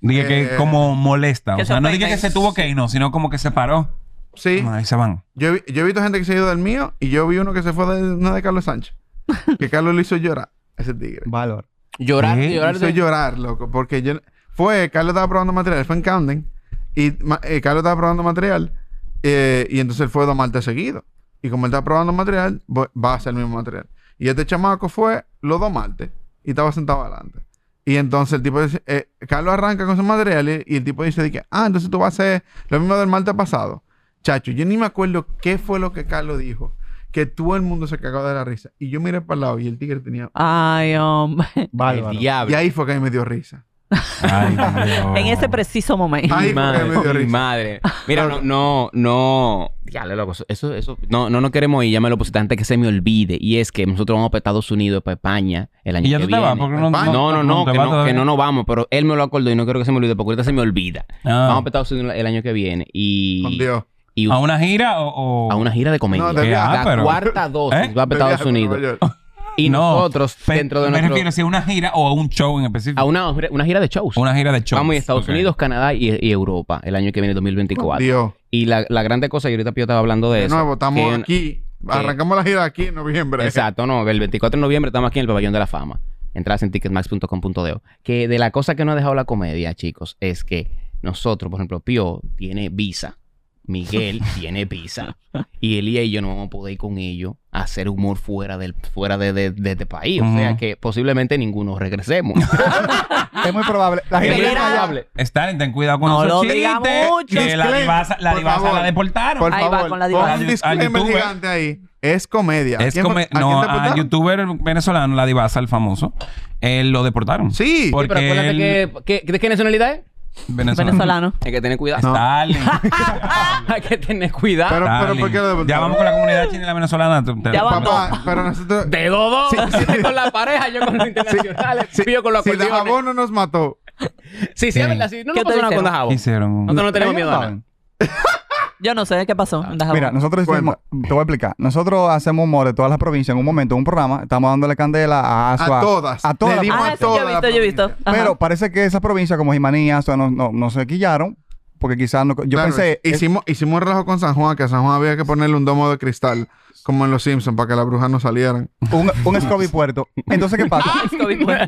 S3: Dije que
S5: Eh,
S3: como molesta.
S4: que
S3: O
S4: se
S3: sea, no
S4: ofende.
S3: dije que se tuvo que ir, no, sino como que se paró.
S5: Sí.
S3: No, ahí se van.
S5: Yo, he vi- yo he visto gente que se ha ido del mío y yo vi uno que se fue de una de Carlos Sánchez. Que Carlos le hizo llorar a ese tigre.
S6: Valor.
S7: Llorar,
S3: ¿Eh?
S7: llorar.
S5: hizo
S7: de-
S5: llorar, loco. Porque yo... Fue... Carlos estaba probando material. Fue en Camden. Y ma- eh, Carlos estaba probando material. eh, y entonces él fue dos martes seguidos. Y como él estaba probando material, vo- va a hacer el mismo material. Y este chamaco fue los dos martes. Y estaba sentado adelante. Y entonces el tipo dice... eh, Carlos arranca con su material y, y el tipo dice... de que, ah, entonces tú vas a hacer lo mismo del martes pasado. Chacho, yo ni me acuerdo qué fue lo que Carlos dijo. Que todo el mundo se cagó de la risa. Y yo miré para el lado y el tigre tenía...
S4: Ay, hombre.
S7: El diablo.
S5: Y ahí fue que a mí me dio risa.
S3: Ay, Dios.
S4: En ese preciso momento.
S5: Ay,
S7: mi madre,
S5: porque me dio
S7: mi
S5: risa.
S7: madre. Mira, no, no, no. Ya, loco, eso, eso, eso- No, no, no queremos ir, ya me lo pusiste antes que se me olvide. Y es que nosotros vamos para Estados Unidos, para España, el año
S3: Y ya
S7: que
S3: tú te vas,
S7: viene.
S3: porque no,
S7: no, no, no,
S3: te
S7: que,
S3: vas
S7: no
S3: todavía.
S7: que no nos vamos, pero él me lo acordó y no quiero que se me olvide, porque ahorita se me olvida.
S3: Ah.
S7: Vamos para Estados Unidos el año que viene y.
S5: Con Dios.
S7: y-
S3: ¿A una gira o...? o-
S7: a una gira de comedia.
S5: No, de
S3: viaje,
S7: la
S3: pero-
S7: cuarta dosis
S3: ¿Eh?
S7: va para
S5: De
S7: Estados
S5: viaje por
S7: Unidos.
S5: Nueva York.
S7: Y
S3: No,
S7: nosotros,
S3: pe-
S7: dentro de
S3: Me
S7: nuestro.
S3: refiero si a una gira o a un show en específico.
S7: A una, una gira de shows.
S3: Una gira de shows.
S7: Vamos a Estados
S3: Ok.
S7: Unidos, Canadá y, y Europa el año que viene, 2024.
S5: Dios.
S7: Y la, la grande cosa, y ahorita Pío estaba hablando de,
S5: De
S7: eso.
S5: nuevo, estamos
S7: que-
S5: aquí. Arrancamos la gira aquí en noviembre.
S7: Exacto, no. El 24 de noviembre estamos aquí en el Pabellón de la Fama. Entras en ticketmax.com.de. Que de la cosa que no ha dejado la comedia, chicos, es que nosotros, por ejemplo, Pío tiene visa.
S5: <laughs>
S7: Miguel tiene pizza. Y Elia y yo no vamos a poder ir con ellos a hacer humor fuera del fuera de, de- de este país. O sea
S3: Ujú.
S7: que posiblemente ninguno
S5: <laughs>
S7: regresemos.
S6: Es muy probable. La
S3: Es
S6: gente
S3: muy
S6: viene allá.
S3: probable. Stalin, ten cuidado con
S6: No
S3: esos
S6: lo
S3: chistes,
S6: diga mucho.
S3: que la
S6: Disclaimer.
S3: divasa, la,
S6: Por
S3: divasa
S6: favor.
S3: la deportaron.
S5: Por favor, pon un disclaimer
S3: youtuber.
S5: gigante ahí. Es comedia.
S3: Es
S5: ¿A quién
S3: como, e-
S5: fue- a quién
S3: no,
S5: te
S3: a
S5: apuntaron?
S3: youtuber venezolano, la divasa, el famoso, eh, lo deportaron.
S5: Sí,
S3: porque
S7: Pero acuérdate
S3: él-
S7: que, que- ¿De qué nacionalidad ¿eh? es?
S3: venezolano.
S7: Hay que tener cuidado.
S3: Stalin.
S7: <laughs> Hay que tener cuidado.
S3: Stalin. Ya vamos con la comunidad china y la venezolana. te- te-
S7: <laughs>
S5: Papá, pero nosotros...
S7: De Dodo. <laughs> con la pareja, yo con los internacionales. yo con los
S5: Si de
S7: acordeones.
S5: jabón no nos mató.
S7: Sí, sí, es verdad. Sí, no
S4: ¿Qué
S7: nos
S4: te
S7: pasó nada con
S4: hicieron?
S7: la jabón.
S3: Hicieron.
S7: Nosotros no tenemos
S6: Ellos
S7: miedo a
S6: saben.
S7: nada.
S4: Yo no sé qué pasó.
S7: Ah.
S4: Deja
S6: Mira,
S4: ver.
S6: nosotros hicimos, te voy a explicar. Nosotros hacemos humor de todas las provincias en un momento, en un programa. Estamos dándole candela a Azua.
S5: A todas.
S6: A todas.
S5: Le dimos
S6: las
S5: a
S4: Ah, sí, yo he
S5: todas
S4: visto, yo he visto.
S6: provincias.
S4: Ajá.
S6: Pero parece que esas provincias como Jimanía, Azua, no, no, no se quillaron. Porque quizás no. Yo
S5: Claro,
S6: pensé. eh,
S5: Hicimos, hicimos un relajo con San Juan, que a San Juan había que ponerle un domo de cristal, como en los Simpsons, para que las brujas no salieran.
S6: Un, un Scobie Puerto. Entonces, ¿qué pasa?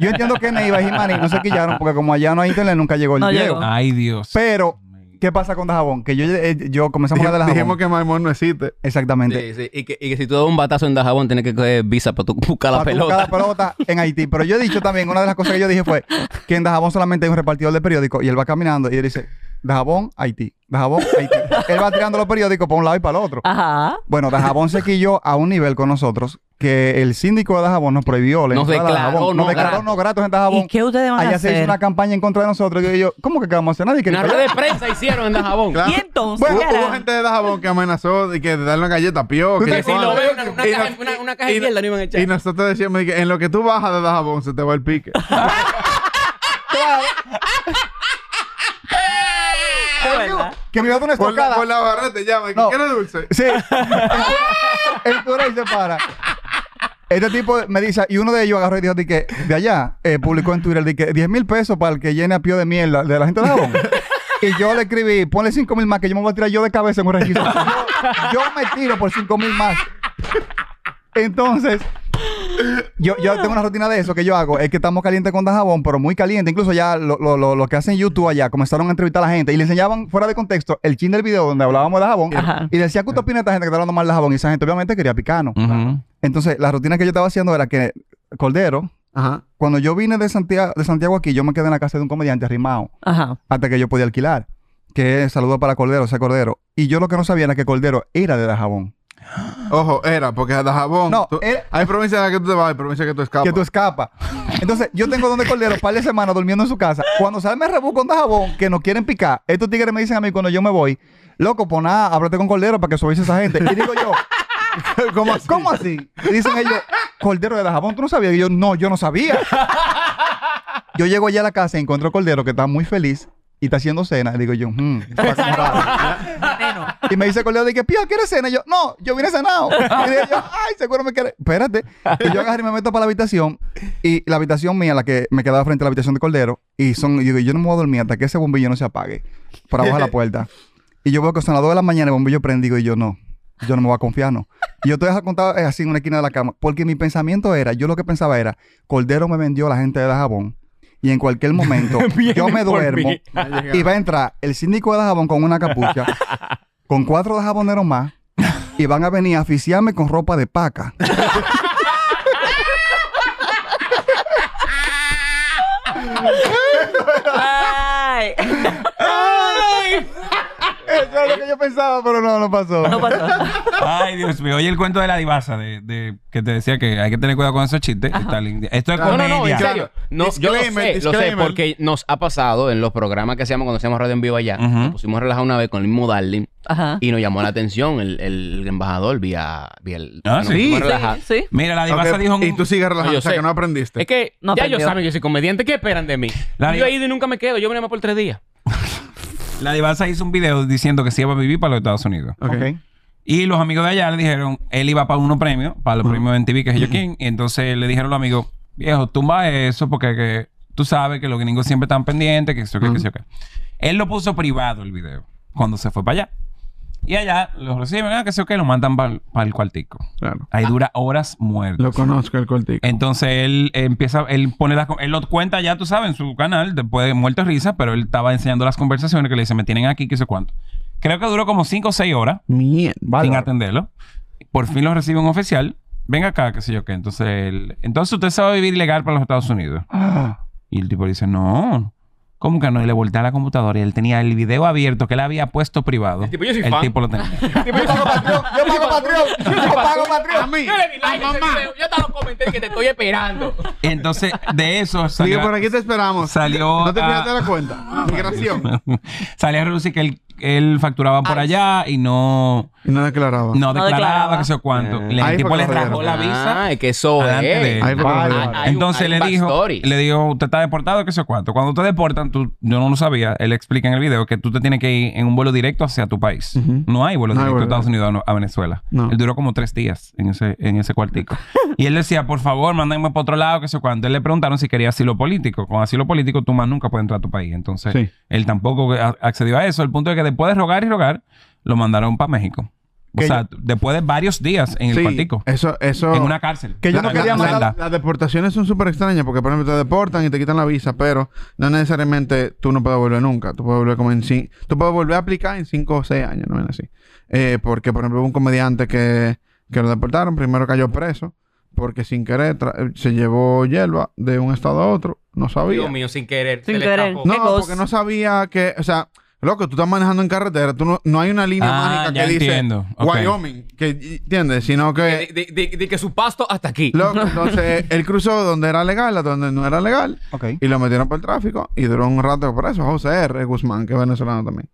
S6: Yo entiendo que Neiva y Jimaní no se quillaron porque como allá no hay internet, nunca llegó el
S4: No
S6: video.
S4: llegó.
S3: Ay, Dios.
S6: Pero, ¿qué pasa con Dajabón? Que yo, eh, yo comenzamos a hablar de
S5: Dijimos dijimos
S6: Dajabón.
S5: que Maimón no existe.
S6: Exactamente.
S7: Sí, sí. Y, que, y que si tú das un batazo en Dajabón, tienes que coger visa para tu buscar la
S6: para tú
S7: pelota.
S6: buscar la pelota en Haití. Pero yo he dicho también, una de las cosas que yo dije fue que en Dajabón solamente hay un repartidor de periódicos y él va caminando y él dice, Dajabón, Haití. Dajabón, Haití. él va tirando los periódicos para un lado y para el otro.
S4: Ajá.
S6: Bueno, Dajabón se quilló a un nivel con nosotros que el síndico de Dajabón nos prohibió la
S7: Nos
S6: entrada a
S7: declaró
S6: Dajabón.
S7: no
S6: nos declaró
S7: gratos.
S6: no gratos en Dajabón.
S4: ¿Y qué ustedes van a
S6: Allá se hizo
S4: hacer?
S6: una campaña en contra de nosotros. Y yo, ¿cómo que qué vamos a hacer? Nadie quiere
S7: Una red de <laughs> prensa hicieron en Dajabón.
S5: Claro.
S4: Y entonces,
S5: Bueno,
S4: ¿qué
S5: hubo
S4: harán?
S5: gente de Dajabón que amenazó de que de darle una galleta a Pío.
S6: ¿Tú
S5: Que
S6: te-
S5: le
S6: si lo
S5: cojan-
S7: veo, una- una
S5: y
S7: caja-
S5: nos-
S7: una- una caja de
S5: y-
S7: mierda le iban a echar.
S5: Y nosotros decíamos, de que, en lo que tú bajas de Dajabón se te va el pique.
S6: Que me iba a dar una
S5: Por la,
S6: estocada.
S5: por la barra te llama, que
S6: No.
S5: ¿quieres dulce?
S6: Sí. el puro ahí se para. Este tipo me dice, y uno de ellos agarró y dijo de que de allá eh, publicó en Twitter de que 10 mil pesos para el que llene a pío de mierda de la gente de jabón. Y yo le escribí, ponle 5 mil más que yo me voy a tirar yo de cabeza en un registro. Yo, yo me tiro por 5 mil más. Entonces, yo, yo tengo una rutina de eso que yo hago. Es que estamos calientes con Dajabón, pero muy caliente. Incluso ya lo, lo, lo, lo que hacen YouTube allá comenzaron a entrevistar a la gente y le enseñaban fuera de contexto el chin del video donde hablábamos de Dajabón.
S4: Ajá.
S6: Y decía, ¿qué usted opina de esta gente que está hablando mal de Dajabón? Y esa gente obviamente quería picarnos.
S3: Ujú.
S6: Entonces, la rutina que yo estaba haciendo era que Cordero,
S5: Ajá.
S6: cuando yo vine de Santiago, de Santiago aquí, yo me quedé en la casa de un comediante arrimado
S4: Ajá.
S6: hasta que yo podía alquilar. Que saludo para Cordero, ese Cordero. Y yo lo que no sabía era que Cordero era de Dajabón.
S5: <gasps> Ojo, era, porque a Dajabón.
S6: No,
S5: tú-
S6: era-
S5: Hay provincias a las que tú te vas, hay provincias que tú escapas.
S6: que tú escapas. Entonces, yo tengo donde Cordero par de semanas durmiendo en su casa. Cuando sale me rebú con jabón que nos quieren picar, estos tigres me dicen a mí cuando yo me voy, loco, pon nada, háblate con Cordero para que suavice a esa gente. Y digo yo, <laughs> ¿cómo así? Y dicen ellos, Cordero de Dajabón, ¿tú no sabías? Y yo, no, yo no sabía. Yo llego allá a la casa y encuentro a Cordero que está muy feliz y está haciendo cena. Y digo yo, hmm, está como raro. y me dice Cordero, dije, Pío, ¿quieres cena? Y yo, no, yo vine cenado. Y digo yo, ay, seguro me quiere. Espérate. Y yo agarro y me meto para la habitación. Y la habitación mía, la que me quedaba frente a la habitación de Cordero, y son, y digo, yo no me voy a dormir hasta que ese bombillo no se apague. Para abajo de la puerta. Y yo veo que son las 2 de la mañana el bombillo prendido y yo no. Yo no me voy a confiar, no. Y yo te dejo contado eh, así en una esquina de la cama. Porque mi pensamiento era, yo lo que pensaba era, Cordero me vendió la gente de Dajabón. Y en cualquier momento yo me duermo y va a entrar el síndico de Dajabón con una capucha, con cuatro Dajaboneros más, y van a venir a aficiarme con ropa de paca.
S4: Ay.
S6: Eso es lo que yo pensaba, pero no, no pasó.
S4: No pasó.
S3: Ay, Dios mío. Oye, el cuento de la divasa de, de- que te decía que hay que tener cuidado con esos chistes. Está lindo. Esto es
S7: No, no,
S3: comedia.
S7: no, en serio. No, yo lo
S5: Disclaimer,
S7: sé, lo sé,
S5: disclaimer.
S7: porque nos ha pasado en los programas que hacíamos cuando hacíamos radio en vivo allá.
S3: Ujú.
S7: Nos pusimos relajados una vez con el mismo Darling
S4: Ajá.
S7: y nos llamó la atención el, el embajador vía, vía el.
S3: Ah,
S7: nos
S3: sí.
S7: pusimos
S3: Sí.
S7: relajados.
S4: Sí.
S3: Mira, la divasa
S5: Ok,
S3: dijo en
S5: Y
S3: un-
S5: tú sigues relajado,
S7: yo
S5: o sea
S7: sé.
S5: que no aprendiste.
S7: Es que
S4: No
S7: ya ellos
S4: aprendió.
S7: saben que yo soy comediante. ¿Qué esperan de mí?
S3: La
S7: yo
S3: diva-
S7: he ido y nunca me quedo. Yo venía más por tres días.
S3: La divasa hizo un video diciendo que se iba a vivir para los Estados Unidos.
S6: Ok.
S3: Y los amigos de allá le dijeron, él iba para unos premios, para el premio de MTV, que es Joaquín. Y entonces le dijeron a los amigos, viejo, tumba eso porque que tú sabes que los gringos siempre están pendientes, que eso, que eso, que Él lo puso privado el video cuando se fue para allá. Y allá los reciben, ah, que sé que lo mandan para el cuartico.
S5: Claro.
S3: Ahí dura horas muertas.
S5: Lo conozco, el cortico.
S3: Entonces él empieza, él pone las, él lo cuenta ya, tú sabes, en su canal, después de muerte risa, pero él estaba enseñando las conversaciones que le dice, me tienen aquí, qué sé cuánto. Creo que duró como 5 o 6 horas sin atenderlo. Por fin lo recibe un oficial. Venga acá, qué sé yo qué. Entonces, él- entonces usted se va a vivir ilegal para los Estados Unidos. Y el tipo le dice, no. ¿Cómo que no? Y le voltea la computadora y él tenía el video abierto que él había puesto privado. El
S7: tipo, yo soy fan.
S3: tipo lo tenía.
S6: Yo pago Patreon. Yo pago Patreon.
S7: A mí. Yo le di like a ese video. Yo te lo comenté que te estoy esperando.
S3: Entonces,
S5: <laughs>
S3: de eso salió.
S5: por aquí te esperamos.
S3: Salió.
S5: <laughs> No te
S3: a-
S5: fijaste de la cuenta. Migración.
S3: <laughs> Salía a relucir que él, él facturaba por allá y no.
S5: Y no declaraba. Eh.
S3: No declaraba, que sé yo cuánto. Le- Ah. el tipo le rajó la visa.
S7: Ah, es que eso es.
S3: adelante de él.
S7: Hay- hay- hay un-
S3: Entonces
S7: hay un
S3: le dijo,
S7: backstory.
S3: le dijo, usted está deportado, qué sé yo cuánto. Cuando te deportan, tú, yo no lo sabía, él explica en el video que tú te tienes que ir en un vuelo directo hacia tu país. No hay vuelo
S7: No
S3: directo
S7: hay vuelo
S3: de Estados Unidos a no- a, Venezuela.
S7: No.
S3: Él duró como tres días en ese, en ese cuartico. y él decía, por favor, mándenme para otro lado, qué sé yo cuánto. Él le preguntaron si quería asilo político. Con asilo político tú más nunca puedes entrar a tu país. Entonces,
S5: Sí.
S3: él tampoco a- accedió a eso. El punto es que después de rogar y rogar, lo mandaron para México. O
S5: Que
S3: sea, después de varios días en el
S5: Sí,
S3: cuartico.
S5: Eso, eso.
S3: En una cárcel.
S5: Que yo no
S3: En
S5: quería
S3: una
S5: mandar-
S3: celda.
S5: Las deportaciones son súper extrañas porque, por ejemplo, te deportan y te quitan la visa, pero no necesariamente tú no puedes volver nunca. Tú puedes volver como en cin- Tú puedes volver a aplicar en 5 o 6 años, no es así. Eh, porque, por ejemplo, hubo un comediante que, que lo deportaron, primero cayó preso porque sin querer tra- se llevó hierba de un estado a otro. No sabía.
S7: Dios mío, sin querer. se le escapó.
S5: No, porque no sabía que, o sea, loco, tú estás manejando en carretera, tú no, no hay una línea
S7: Ah,
S5: mágica
S7: ya
S5: que dice
S7: entiendo. Ok.
S5: Wyoming, que entiendes, sino que
S7: De, de- de que su pasto hasta aquí.
S5: Eh,
S7: <laughs>
S5: loco, eh, entonces él cruzó donde era legal, a donde no era legal, y lo metieron por el tráfico y duró un rato por eso, José R. Guzmán, que es venezolano también.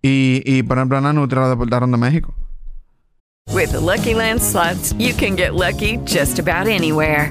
S5: Y, y por ejemplo, a Ana Nutria la deportaron de México.
S11: With the Lucky Land slots, you can get lucky just about anywhere.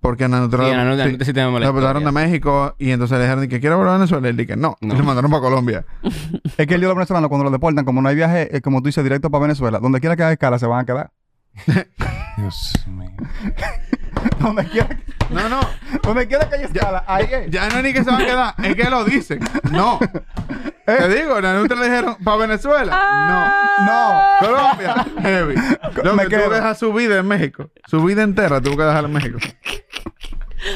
S5: Porque Ana Nutria
S7: Sí,
S5: la-
S7: Ana Nutria, Nutria sí tenemos la
S5: la deportaron de
S7: historia.
S5: México y entonces le dijeron que quiere volver a Venezuela. Y él dije, no, no. le mandaron para Colombia.
S6: Es que el lío de los venezolanos cuando los deportan, como no hay viaje, eh, como tú dices, directo para Venezuela, donde quiera que haga escala se van a quedar.
S3: Dios mío.
S6: donde quiera que...
S5: No, no.
S6: <laughs> Donde quiera que haya escala, ahí es.
S5: Ya no es ni que se van a quedar, es que lo
S6: <laughs>
S5: dicen. No. Te digo, la Nutria le dijeron, ¿para
S7: Ah,
S5: Venezuela? No. No. Colombia, heavy. Lo
S6: Me
S5: que
S6: quedo.
S5: tú dejas su vida en México. Su vida entera tuvo que dejarla en México.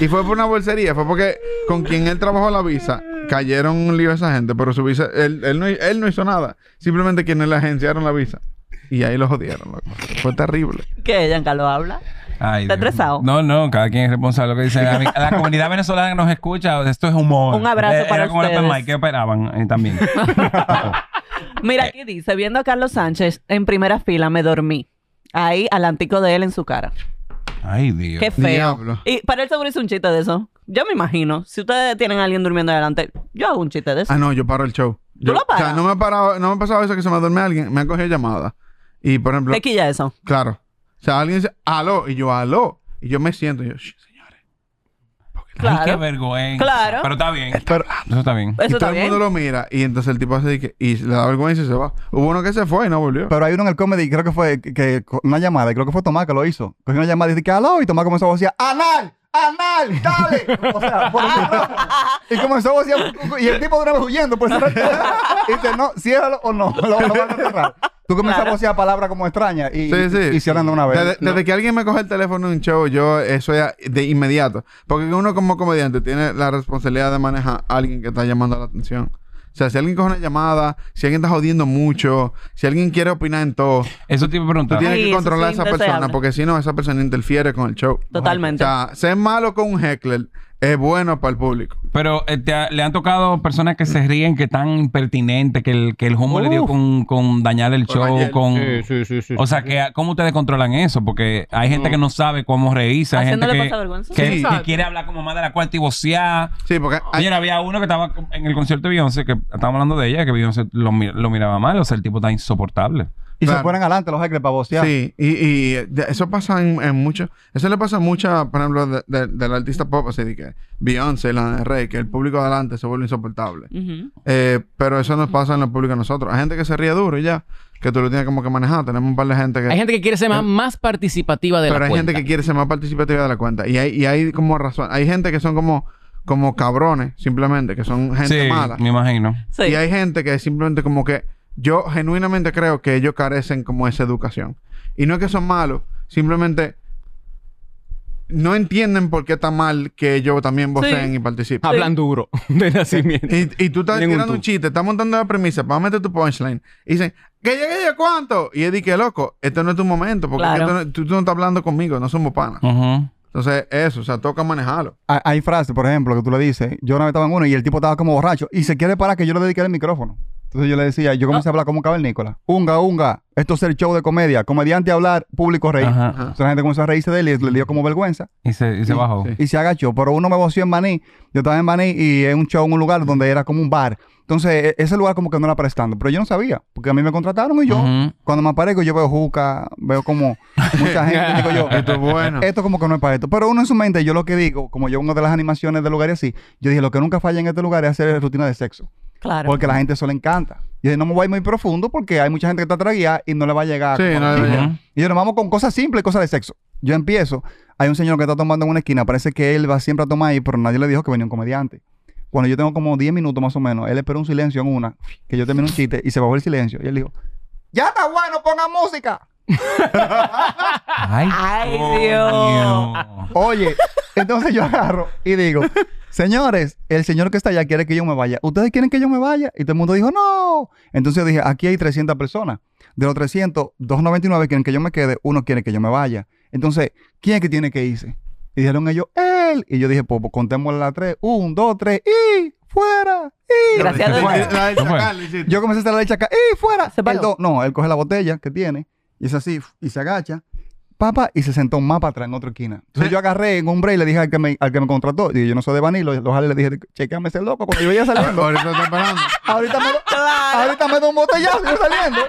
S5: Y fue por una bolsería, fue porque con quien él trabajó la visa, cayeron un lío esa gente, pero su visa, él, él no, él no hizo nada. Simplemente quienes le agenciaron la visa. Y ahí lo jodieron, loco. Fue terrible.
S4: ¿Qué, Giancarlo habla?
S3: Ay,
S4: ¿Está
S3: Dios.
S4: estresado?
S3: No, no, cada quien es responsable de lo que dice. A, mí-
S5: <laughs>
S3: a la comunidad venezolana que nos escucha, esto es humor.
S4: Un abrazo
S3: Era
S4: para
S3: como el open
S4: ustedes.
S3: mic que operaban
S4: <laughs>
S3: eh, también.
S4: Mira, aquí dice, viendo a Carlos Sánchez en primera fila, me dormí. Ahí, al antico de él en su cara.
S3: Ay, Dios.
S4: Qué feo. Y para él seguro hizo un chiste de eso. Yo me imagino. Si ustedes tienen a alguien durmiendo adelante, yo hago un chiste de eso.
S5: Ah, no, yo paro el show. Yo,
S4: lo
S5: O sea, no me, ha parado, no me ha pasado eso que se me duerme alguien. Me han cogido llamada. Y, por ejemplo...
S4: ¿Te quilla eso?
S5: Claro. O sea, alguien dice, aló. Y yo, aló. Y yo me siento. Y yo, "Shh, señor".
S3: Ay, qué vergüenza.
S5: Claro.
S3: Pero está bien.
S6: Ah,
S3: eso está bien.
S5: y todo el mundo lo mira. Y entonces el tipo hace de que... Y le da vergüenza y se va. Hubo uno que se fue y no volvió.
S6: Pero hay uno en el comedy, creo que fue que, que- una llamada, y creo que fue Tomás que lo hizo. Cogió una llamada y dice que aló, y Tomás comenzó a vocear, "Ah, ¡Anal! ¡Anal! ¡Dale! O sea, por el micrófono. Y comenzó a vocear, y el tipo de una vez huyendo por cerrar todo. Y dice, no, ciérralo o no, lo, lo van a cerrar. Tú comienzas a vocear palabras como extrañas y,
S5: Sí, sí.
S6: y cierran de una vez.
S5: Desde,
S6: No.
S5: desde que alguien me coge el teléfono en un show, yo eso ya de inmediato. Porque uno como comediante tiene la responsabilidad de manejar a alguien que está llamando la atención. O sea, si alguien coge una llamada, si alguien está jodiendo mucho, si alguien quiere opinar en todo,
S3: Eso te iba a
S5: tú
S3: preguntar.
S5: tienes que controlar a esa persona porque si no, esa persona interfiere con el show.
S3: Totalmente.
S5: O sea, ser malo con un heckler es bueno para el público.
S3: Pero eh, te ha- le han tocado personas que se ríen, que tan impertinente, que el, que el humo le dio
S7: Uf.
S3: con, con dañar el
S7: Con
S3: show.
S7: dañar.
S3: Con...
S7: Sí, sí, sí, sí,
S3: o
S7: sí,
S3: sea,
S7: sí.
S3: que, ah, ¿cómo ustedes controlan eso? Porque hay gente
S7: No.
S3: que no sabe cómo reírse. Hay gente
S4: Haciéndole
S3: que,
S4: pasar vergüenza.
S3: que-
S4: Sí,
S3: que
S4: exacto.
S3: quiere hablar como más de la cuarta y vocear.
S5: Sí, porque...
S3: Ayer había uno que estaba en el concierto de Beyoncé, que estábamos hablando de ella, que Beyoncé lo, mi- lo miraba mal. O sea, el tipo está insoportable.
S6: Y se ponen adelante los heckles para vocear.
S5: Sí, y, y de- eso pasa en, en mucho. Eso le pasa mucho, por ejemplo, de- de- del artista pop, así de que Beyoncé, Lana del Rey, que el público adelante se vuelve insoportable. Eh, pero eso nos pasa en el público a nosotros. Hay gente que se ríe duro y ya. que tú lo tienes como que manejar. Tenemos un par de gente que...
S12: Hay gente que quiere ser más, más participativa de
S5: eh, Pero
S12: la
S5: hay
S12: cuenta.
S5: gente que quiere ser más participativa de la cuenta. Y hay, y hay como razón. Hay gente que son como, como cabrones, simplemente, que son gente
S3: Sí,
S5: mala.
S3: me imagino.
S5: Y hay gente que simplemente como que yo genuinamente creo que ellos carecen como esa educación. Y no es que son malos, simplemente no entienden por qué está mal que ellos también voceen y participen.
S7: Hablan duro <laughs> de nacimiento.
S5: Y, y tú estás
S7: Tienen un
S5: tirando un
S7: tú.
S5: chiste, estás montando la premisa para meter tu punchline. Y dicen, ¿que llegue yo cuánto? Y es de que, loco, este no es tu momento, porque
S6: Claro.
S5: esto no- tú, tú no estás hablando conmigo, no somos panas. Entonces, eso, o sea, toca manejarlo.
S6: Hay, hay frases, por ejemplo, que tú le dices. Yo una vez estaba en uno y el tipo estaba como borracho y se quiere parar que yo le dedique el micrófono. Entonces yo le decía, yo comencé a hablar como un cavernícola. Unga, unga. Esto es el show de comedia. Comediante hablar, público reír.
S3: Ajá.
S6: Entonces la gente comenzó a reírse de él y le dio como vergüenza.
S3: Y se, y se bajó.
S6: Y se agachó. Pero uno me voció en Maní. Yo estaba en Maní y es un show en un lugar donde era como un bar. Entonces, e- ese lugar como que no era prestando. Pero yo no sabía. Porque a mí me contrataron y yo, cuando me aparezco, yo veo juca, veo como
S5: <laughs>
S6: mucha gente. digo yo,
S5: Esto es bueno.
S6: Esto como que no es para esto. Pero uno en su mente, yo lo que digo, como yo vengo de las animaciones de lugares así, yo dije, lo que nunca falla en este lugar es hacer rutina de sexo.
S4: Claro.
S6: Porque la gente eso le encanta. Y dije, no me voy a ir muy profundo porque hay mucha gente que está traguía y no le va a llegar.
S5: Sí,
S6: como
S5: no le va a
S6: la-
S5: llegar.
S6: Y yo, nos vamos con cosas simples, cosas de sexo. Yo empiezo, hay un señor que está tomando en una esquina, parece que él va siempre a tomar ahí, pero nadie le dijo que venía un comediante. Cuando yo tengo como 10 minutos más o menos, él esperó un silencio en una, que yo terminé un chiste y se bajó el silencio. Y él dijo, Ya está bueno, ponga música.
S3: Ay,
S6: Dios. Oye, entonces yo agarro y digo, señores, el señor que está allá quiere que yo me vaya. ¿Ustedes quieren que yo me vaya? Y todo el mundo dijo, no. Entonces yo dije, aquí hay 300 personas. De los 300, 299 quieren que yo me quede, uno quiere que yo me vaya. Entonces, ¿quién es que tiene que irse? Y dijeron ellos, él. Y yo dije, pues, pues contémosle a la tres. Un, dos, tres, y fuera. Y
S5: Gracias a Dios. La del
S6: ¿Qué fue?
S5: chacal, hiciste.
S6: Yo comencé a hacer la del chacal. Y fuera. El do- no, él coge la botella que tiene y es así f- y se agacha. Papá, y se sentó más para atrás en otra esquina. Entonces yo agarré en un break y le dije al que me, al que me contrató. Digo, yo no soy de Vanilo. Lo jalé y le dije, chequeame ese loco. Cuando yo veía saliendo.
S5: Ahorita está parando.
S6: Ahorita me, ahorita me da un botellazo yo saliendo.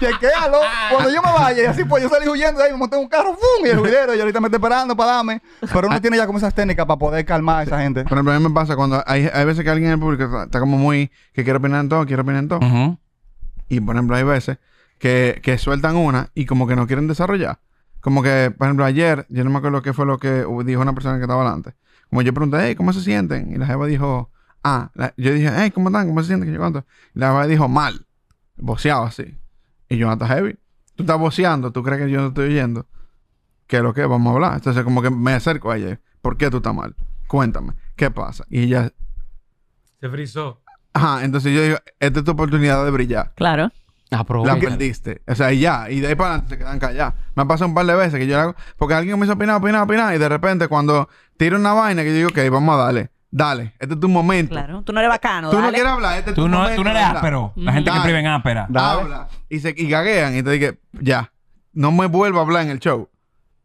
S6: Chequéalo. Cuando yo me vaya,
S5: <laughs>
S6: y así pues yo salí huyendo de ahí, me monté en un carro, ¡fum! Y el juidero, y ahorita me está esperando para darme. Pero uno tiene ya como esas técnicas para poder calmar a esa gente.
S5: Por ejemplo, a mí me pasa cuando hay, hay veces que alguien en el público está, está como muy que quiere opinar en todo, quiere opinar en todo. Y por ejemplo, hay veces que, que sueltan una y como que no quieren desarrollar. Como que, por ejemplo, ayer, yo no me acuerdo qué fue lo que dijo una persona que estaba delante. Como yo pregunté, hey, ¿cómo se sienten? Y la jeva dijo, ah, la- yo dije, hey, ¿cómo están? ¿Cómo se sienten? ¿Qué sé yo cuánto? Y la jeva dijo, mal, boceado así. Y yo, hasta heavy. Tú estás boceando, tú crees que yo no estoy oyendo. ¿Qué es lo que es? vamos a hablar? Entonces, como que me acerco a ella. ¿Por qué tú estás mal? Cuéntame, ¿qué pasa? Y ella,
S13: Se frizó.
S5: ajá, entonces yo digo, esta es tu oportunidad de brillar.
S4: Claro.
S3: Ah,
S5: La perdiste. O sea, y ya. Y de ahí para adelante se quedan callados. Me ha pasado un par de veces que yo le hago. Porque alguien me hizo opinar, opinar, opinar. Y de repente, cuando tiro una vaina, que yo digo, ok, vamos a darle. Dale. Este es tu momento.
S4: Claro. Tú no eres bacano.
S5: Tú no
S4: dale.
S5: quieres hablar. Este es
S3: Tú
S5: tu
S3: no,
S5: momento
S3: tú no eres
S5: de hablar.
S3: áspero. La gente que
S5: Dale.
S3: escribe en áspera.
S5: Habla. Y, se, y gaguean. Y te dije, ya. No me vuelvo a hablar en el show.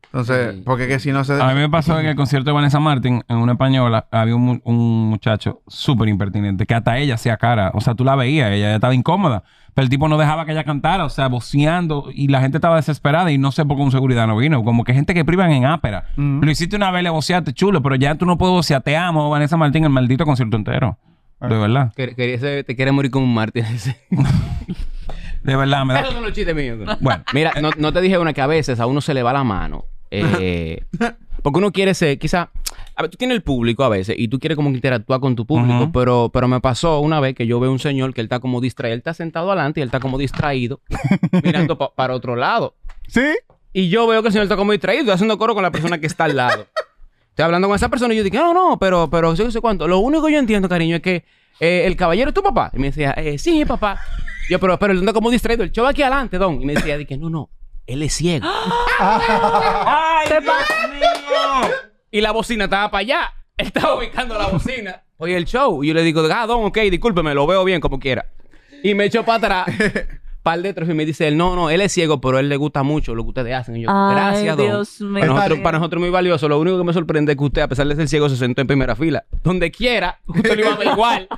S5: Entonces, porque que si no se.
S3: A mí me pasó en el concierto de Vanessa Martin, en una española, había un, mu- un muchacho súper impertinente, que hasta ella hacía cara. O sea, tú la veías, ella ya estaba incómoda. Pero el tipo no dejaba que ella cantara, o sea, voceando. Y la gente estaba desesperada y no sé por qué un seguridad no vino. Como que gente que privan en ápera. Lo hiciste una vez, le voceaste chulo, pero ya tú no puedes vocear. Te amo, Vanessa Martín, el maldito concierto entero.
S7: Ah.
S3: De verdad.
S7: Que- que ese- te quiere morir como un mártir.
S3: <laughs> De verdad, Ah, me da...
S7: Esos son los chistes míos.
S3: Bueno.
S7: Mira, no, no te dije una que a veces a uno se le va
S5: <laughs>
S7: la mano. eh, porque uno quiere ser, quizá... A ver, tú tienes el público a veces y tú quieres como que interactuar con tu público,
S3: Ujú.
S7: pero, pero me pasó una vez que yo veo un señor que él está como distraído. Él está sentado adelante y él está como distraído mirando pa- para otro lado.
S6: ¿Sí?
S7: Y yo veo que el señor está como distraído haciendo coro con la persona que está al lado. Estoy hablando con esa persona y yo dije, "Ah, no, no, pero, pero, sí, no sé cuánto. Lo único que yo entiendo, cariño, es que eh, el caballero es tu papá. Y me decía, eh, sí, papá. Yo, pero, pero él anda como distraído. El chavo aquí adelante, don. Y me decía, dije, no, no, él es ciego.
S3: ¡Ay,
S7: Dios mío! Y la bocina estaba para allá. Él estaba ubicando la bocina. Oye, el show. Y yo le digo, ah, don, ok, discúlpeme, lo veo bien como quiera. Y me echó para
S4: <laughs>
S7: atrás. Par de trozos y me dice él, no, no, él es ciego, pero a él le gusta mucho lo que ustedes hacen. Y yo,
S4: Ay,
S7: gracias, don.
S4: Dios mío.
S7: Para nosotros, para nosotros es muy valioso. Lo único que me sorprende es que usted, a pesar de ser ciego, se sentó en primera fila. Donde <laughs> quiera, usted lo iba a ver igual.
S6: <laughs>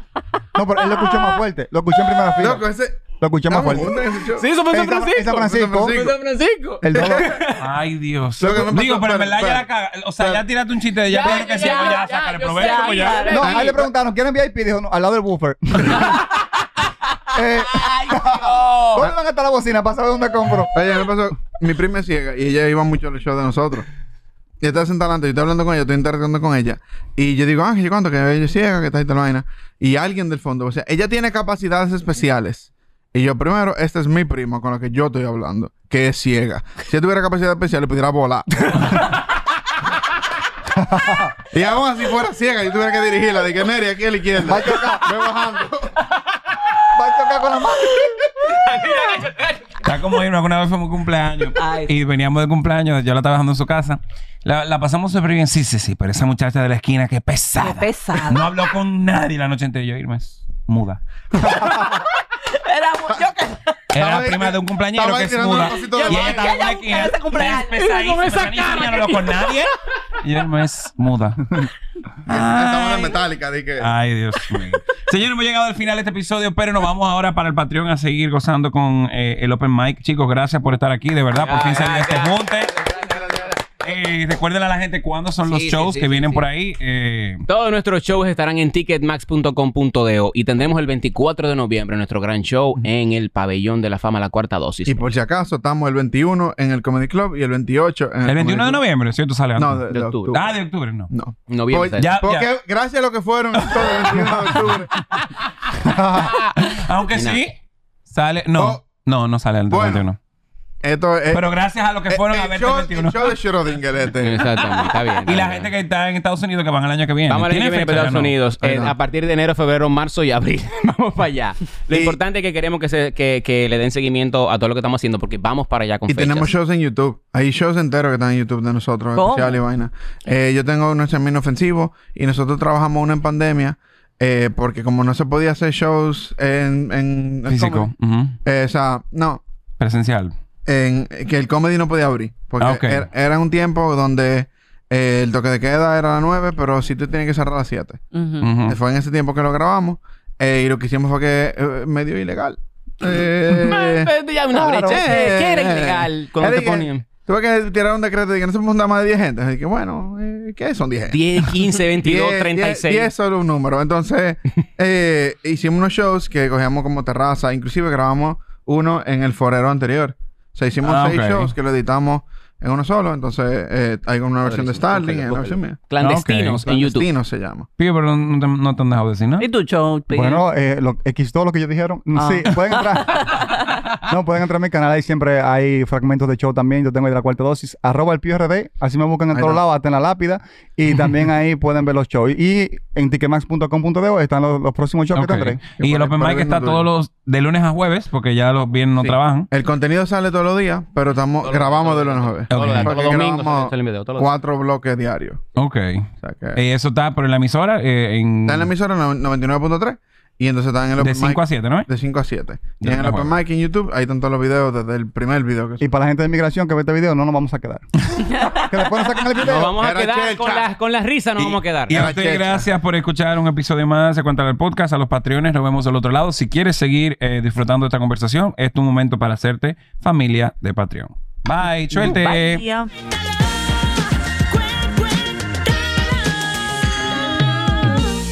S6: No, pero él lo escuchó más fuerte. Lo escuché en primera fila.
S7: Loco,
S6: Lo escuché más fuerte.
S7: Sí, eso fue en San Francisco.
S6: En San Francisco.
S7: Fue en San Francisco.
S4: <laughs>
S6: El dolor.
S3: Ay, Dios.
S6: Lo que me pasó-
S3: Digo, pero en verdad ya
S6: pero-
S3: la caga. O sea, ya tiraste un chiste de ya,
S6: Ya,
S3: pero que
S6: ya,
S3: sí, pues ya,
S6: ya,
S3: sácale
S6: yo
S3: provecho,
S6: sé,
S3: pues ya.
S7: <laughs>
S6: No, ahí le preguntaron, ¿quieren VIP? Dijo, no, al lado del buffer. <laughs> Eh, ¿Dónde van a estar la bocina para saber dónde compro?
S5: Oye, me pasó, mi prima es ciega y ella iba mucho a los shows de nosotros. Y está sentada delante, yo estoy hablando con ella, estoy interactuando con ella. Y yo digo, Ángel, ¿y ¿cuánto? Que ella es ciega, que está ahí, tal vaina. Y alguien del fondo, o sea, ella tiene capacidades especiales. Y yo, primero, este es mi primo con la que yo estoy hablando, que es ciega. Si yo tuviera capacidad especial, le pudiera volar. <laughs> y aún así fuera ciega, yo tuviera que dirigirla. De que, Neri, aquí a la izquierda. Va a chocar, voy bajando.
S6: Va a chocar con la mano.
S3: Está como irnos, alguna vez fuimos a un cumpleaños y veníamos de cumpleaños, yo la estaba dejando en su casa. La, la pasamos súper bien, sí, sí, sí, pero esa muchacha de la esquina que pesada.
S4: pesada.
S3: No habló con nadie la noche anterior, irme es muda.
S4: Era muy- yo que-
S3: Era
S4: Estaba
S3: prima de un cumpleañero
S4: estaba
S3: que es
S4: tirando
S3: muda.
S4: un
S3: Y
S4: pasito de
S3: ella
S4: baile.
S3: estaba en una
S4: Ella
S3: esquina.
S4: buscaba ese cumpleaños.
S3: es pesadísima,
S4: Con esa
S3: pero ni
S4: cara
S3: siquiera
S4: que
S3: no habló con
S4: tiene.
S3: nadie. Y Irma es muda.
S4: <laughs>
S5: Estamos en metálica, de que...
S3: Ay, Dios mío. Señores, hemos llegado al final de este episodio, pero nos vamos ahora para el Patreon a seguir gozando con eh, el Open Mic. Chicos, gracias por estar aquí, de verdad, por fin salir de este monte. Eh, recuerden a la gente cuándo son los
S7: Sí, sí,
S3: shows
S7: sí,
S3: que
S7: sí,
S3: vienen
S7: sí.
S3: por ahí. Eh,
S7: Todos nuestros shows estarán en ticketmax.com.de y tendremos el 24 de noviembre nuestro gran show en el Pabellón de la Fama, la cuarta dosis.
S5: Y por si acaso, estamos el 21 en el Comedy Club y el 28 en el
S3: el 21 de
S5: Comedy Club.
S3: noviembre, ¿cierto? Sale antes.
S5: No, de- de octubre.
S3: Ah, de octubre, no.
S5: No.
S7: Noviembre.
S5: Por-
S3: Ya,
S5: porque
S3: ya.
S5: gracias a lo que fueron estos del
S3: <laughs>
S5: 21 de octubre.
S3: Aunque sí, sale. No,
S5: Oh.
S3: no, no sale antes del 21.
S5: Esto es-
S3: Pero gracias a lo que fueron
S5: el
S3: a ver
S5: Eh, show-
S3: el 21.
S5: el show de Schrödinger este.
S7: Exactamente, está bien.
S3: <laughs> Y la gente que está en Estados Unidos que van el año que viene.
S7: Vamos a ver
S3: ¿Tiene
S7: que viene
S3: fecha
S7: para
S3: ya
S7: Estados
S3: no?
S7: Unidos. eh, a partir de enero, febrero, marzo y abril. <laughs> vamos para allá. Lo importante es que queremos que, se- que, que le den seguimiento a todo lo que estamos haciendo porque vamos para allá con
S5: Y
S7: fechas.
S5: tenemos shows en YouTube. Hay shows enteros que están en YouTube de nosotros,
S7: ¿Cómo?
S5: especial y vaina. Eh, yo tengo nuestro examen ofensivo y nosotros trabajamos uno en pandemia eh, porque como no se podía hacer shows en... en en
S3: Físico.
S5: comedy, eh, o sea, no.
S3: Presencial.
S5: en- que el comedy no podía abrir. Porque
S3: Ah, ok.
S5: era, era un tiempo donde eh, el toque de queda era a las 9, pero sí te tiene que cerrar a las 7.
S3: Ujú.
S5: Eh, Fue en ese tiempo que lo grabamos eh, y lo que hicimos fue que eh, medio ilegal.
S7: <laughs>
S5: Eh,
S7: Ya una
S5: claro,
S7: brecha.
S5: eh,
S7: ¿Qué era ilegal? Cuando
S5: era
S7: te
S5: que-
S7: ponían.
S5: Tuve que tirar un decreto de que no se puede juntar más de 10 gente. Así que bueno, eh, ¿qué son 10 gente?
S7: 10, 15, 22,
S5: 10,
S7: 36.
S5: 10 es solo un número.
S3: <laughs>
S5: Entonces, eh, hicimos unos shows que cogíamos como terraza. Inclusive grabamos uno en el forero anterior. O sea, hicimos
S3: Ah,
S5: seis
S3: ok.
S5: shows que lo editamos en uno solo. Entonces, eh, hay una versión de Starling y hay una versión mía.
S3: Clandestinos en YouTube.
S5: Clandestinos se llama.
S3: Pío, pero no te, no te han dejado decir nada.
S4: ¿Y tu show? Pi?
S6: Bueno, eh, lo, X todo lo que ellos dijeron.
S4: Ah.
S6: Sí, pueden entrar. no, pueden entrar a mi canal. Ahí siempre hay fragmentos de show también. Yo tengo ahí de la cuarta dosis. Arroba el Pío RD. Así me buscan en
S5: Ahí
S6: todos
S5: está.
S6: lados, hasta en la lápida.
S3: <laughs>
S6: Y también ahí pueden ver los shows. Y en ticketmax.com.de están los, los próximos shows
S3: Ok.
S6: que tendré.
S3: Y el Open
S5: para
S3: Mic
S5: ver
S3: está
S5: cuando
S3: todos los de lunes a jueves, porque ya los viernes no trabajan.
S5: El contenido sale todos los días, pero estamos, grabamos de lunes a jueves.
S3: Todos los días,
S5: Porque
S7: todos los domingos
S5: grabamos
S7: sale el video, todos los
S5: cuatro bloques diarios.
S3: Ok.
S5: que-
S3: Eh, eso está por la emisora. eh, en...
S5: Está en la emisora no- 99.3 y entonces está en el
S3: De
S5: Open
S3: 5 a 7, ¿no?
S5: De 5 a 7. Y
S3: Ya
S5: en el
S3: me
S5: Open
S3: juego.
S5: Mic en YouTube, ahí están todos los videos desde el primer video que
S6: Y para la gente de inmigración que ve este video, no nos vamos a quedar. que después nos sacan el video.
S7: Nos vamos a
S5: Era
S7: quedar con las con las risas, nos vamos a quedar.
S3: Y a ustedes, gracias por escuchar un episodio más de Cuenta el Podcast. A los Patreones, nos vemos al otro lado. Si quieres seguir eh, disfrutando de esta conversación, es tu momento para hacerte familia de Patreon. Bye, suerte.
S4: Bye, tía.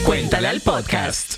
S11: Cuéntale al podcast.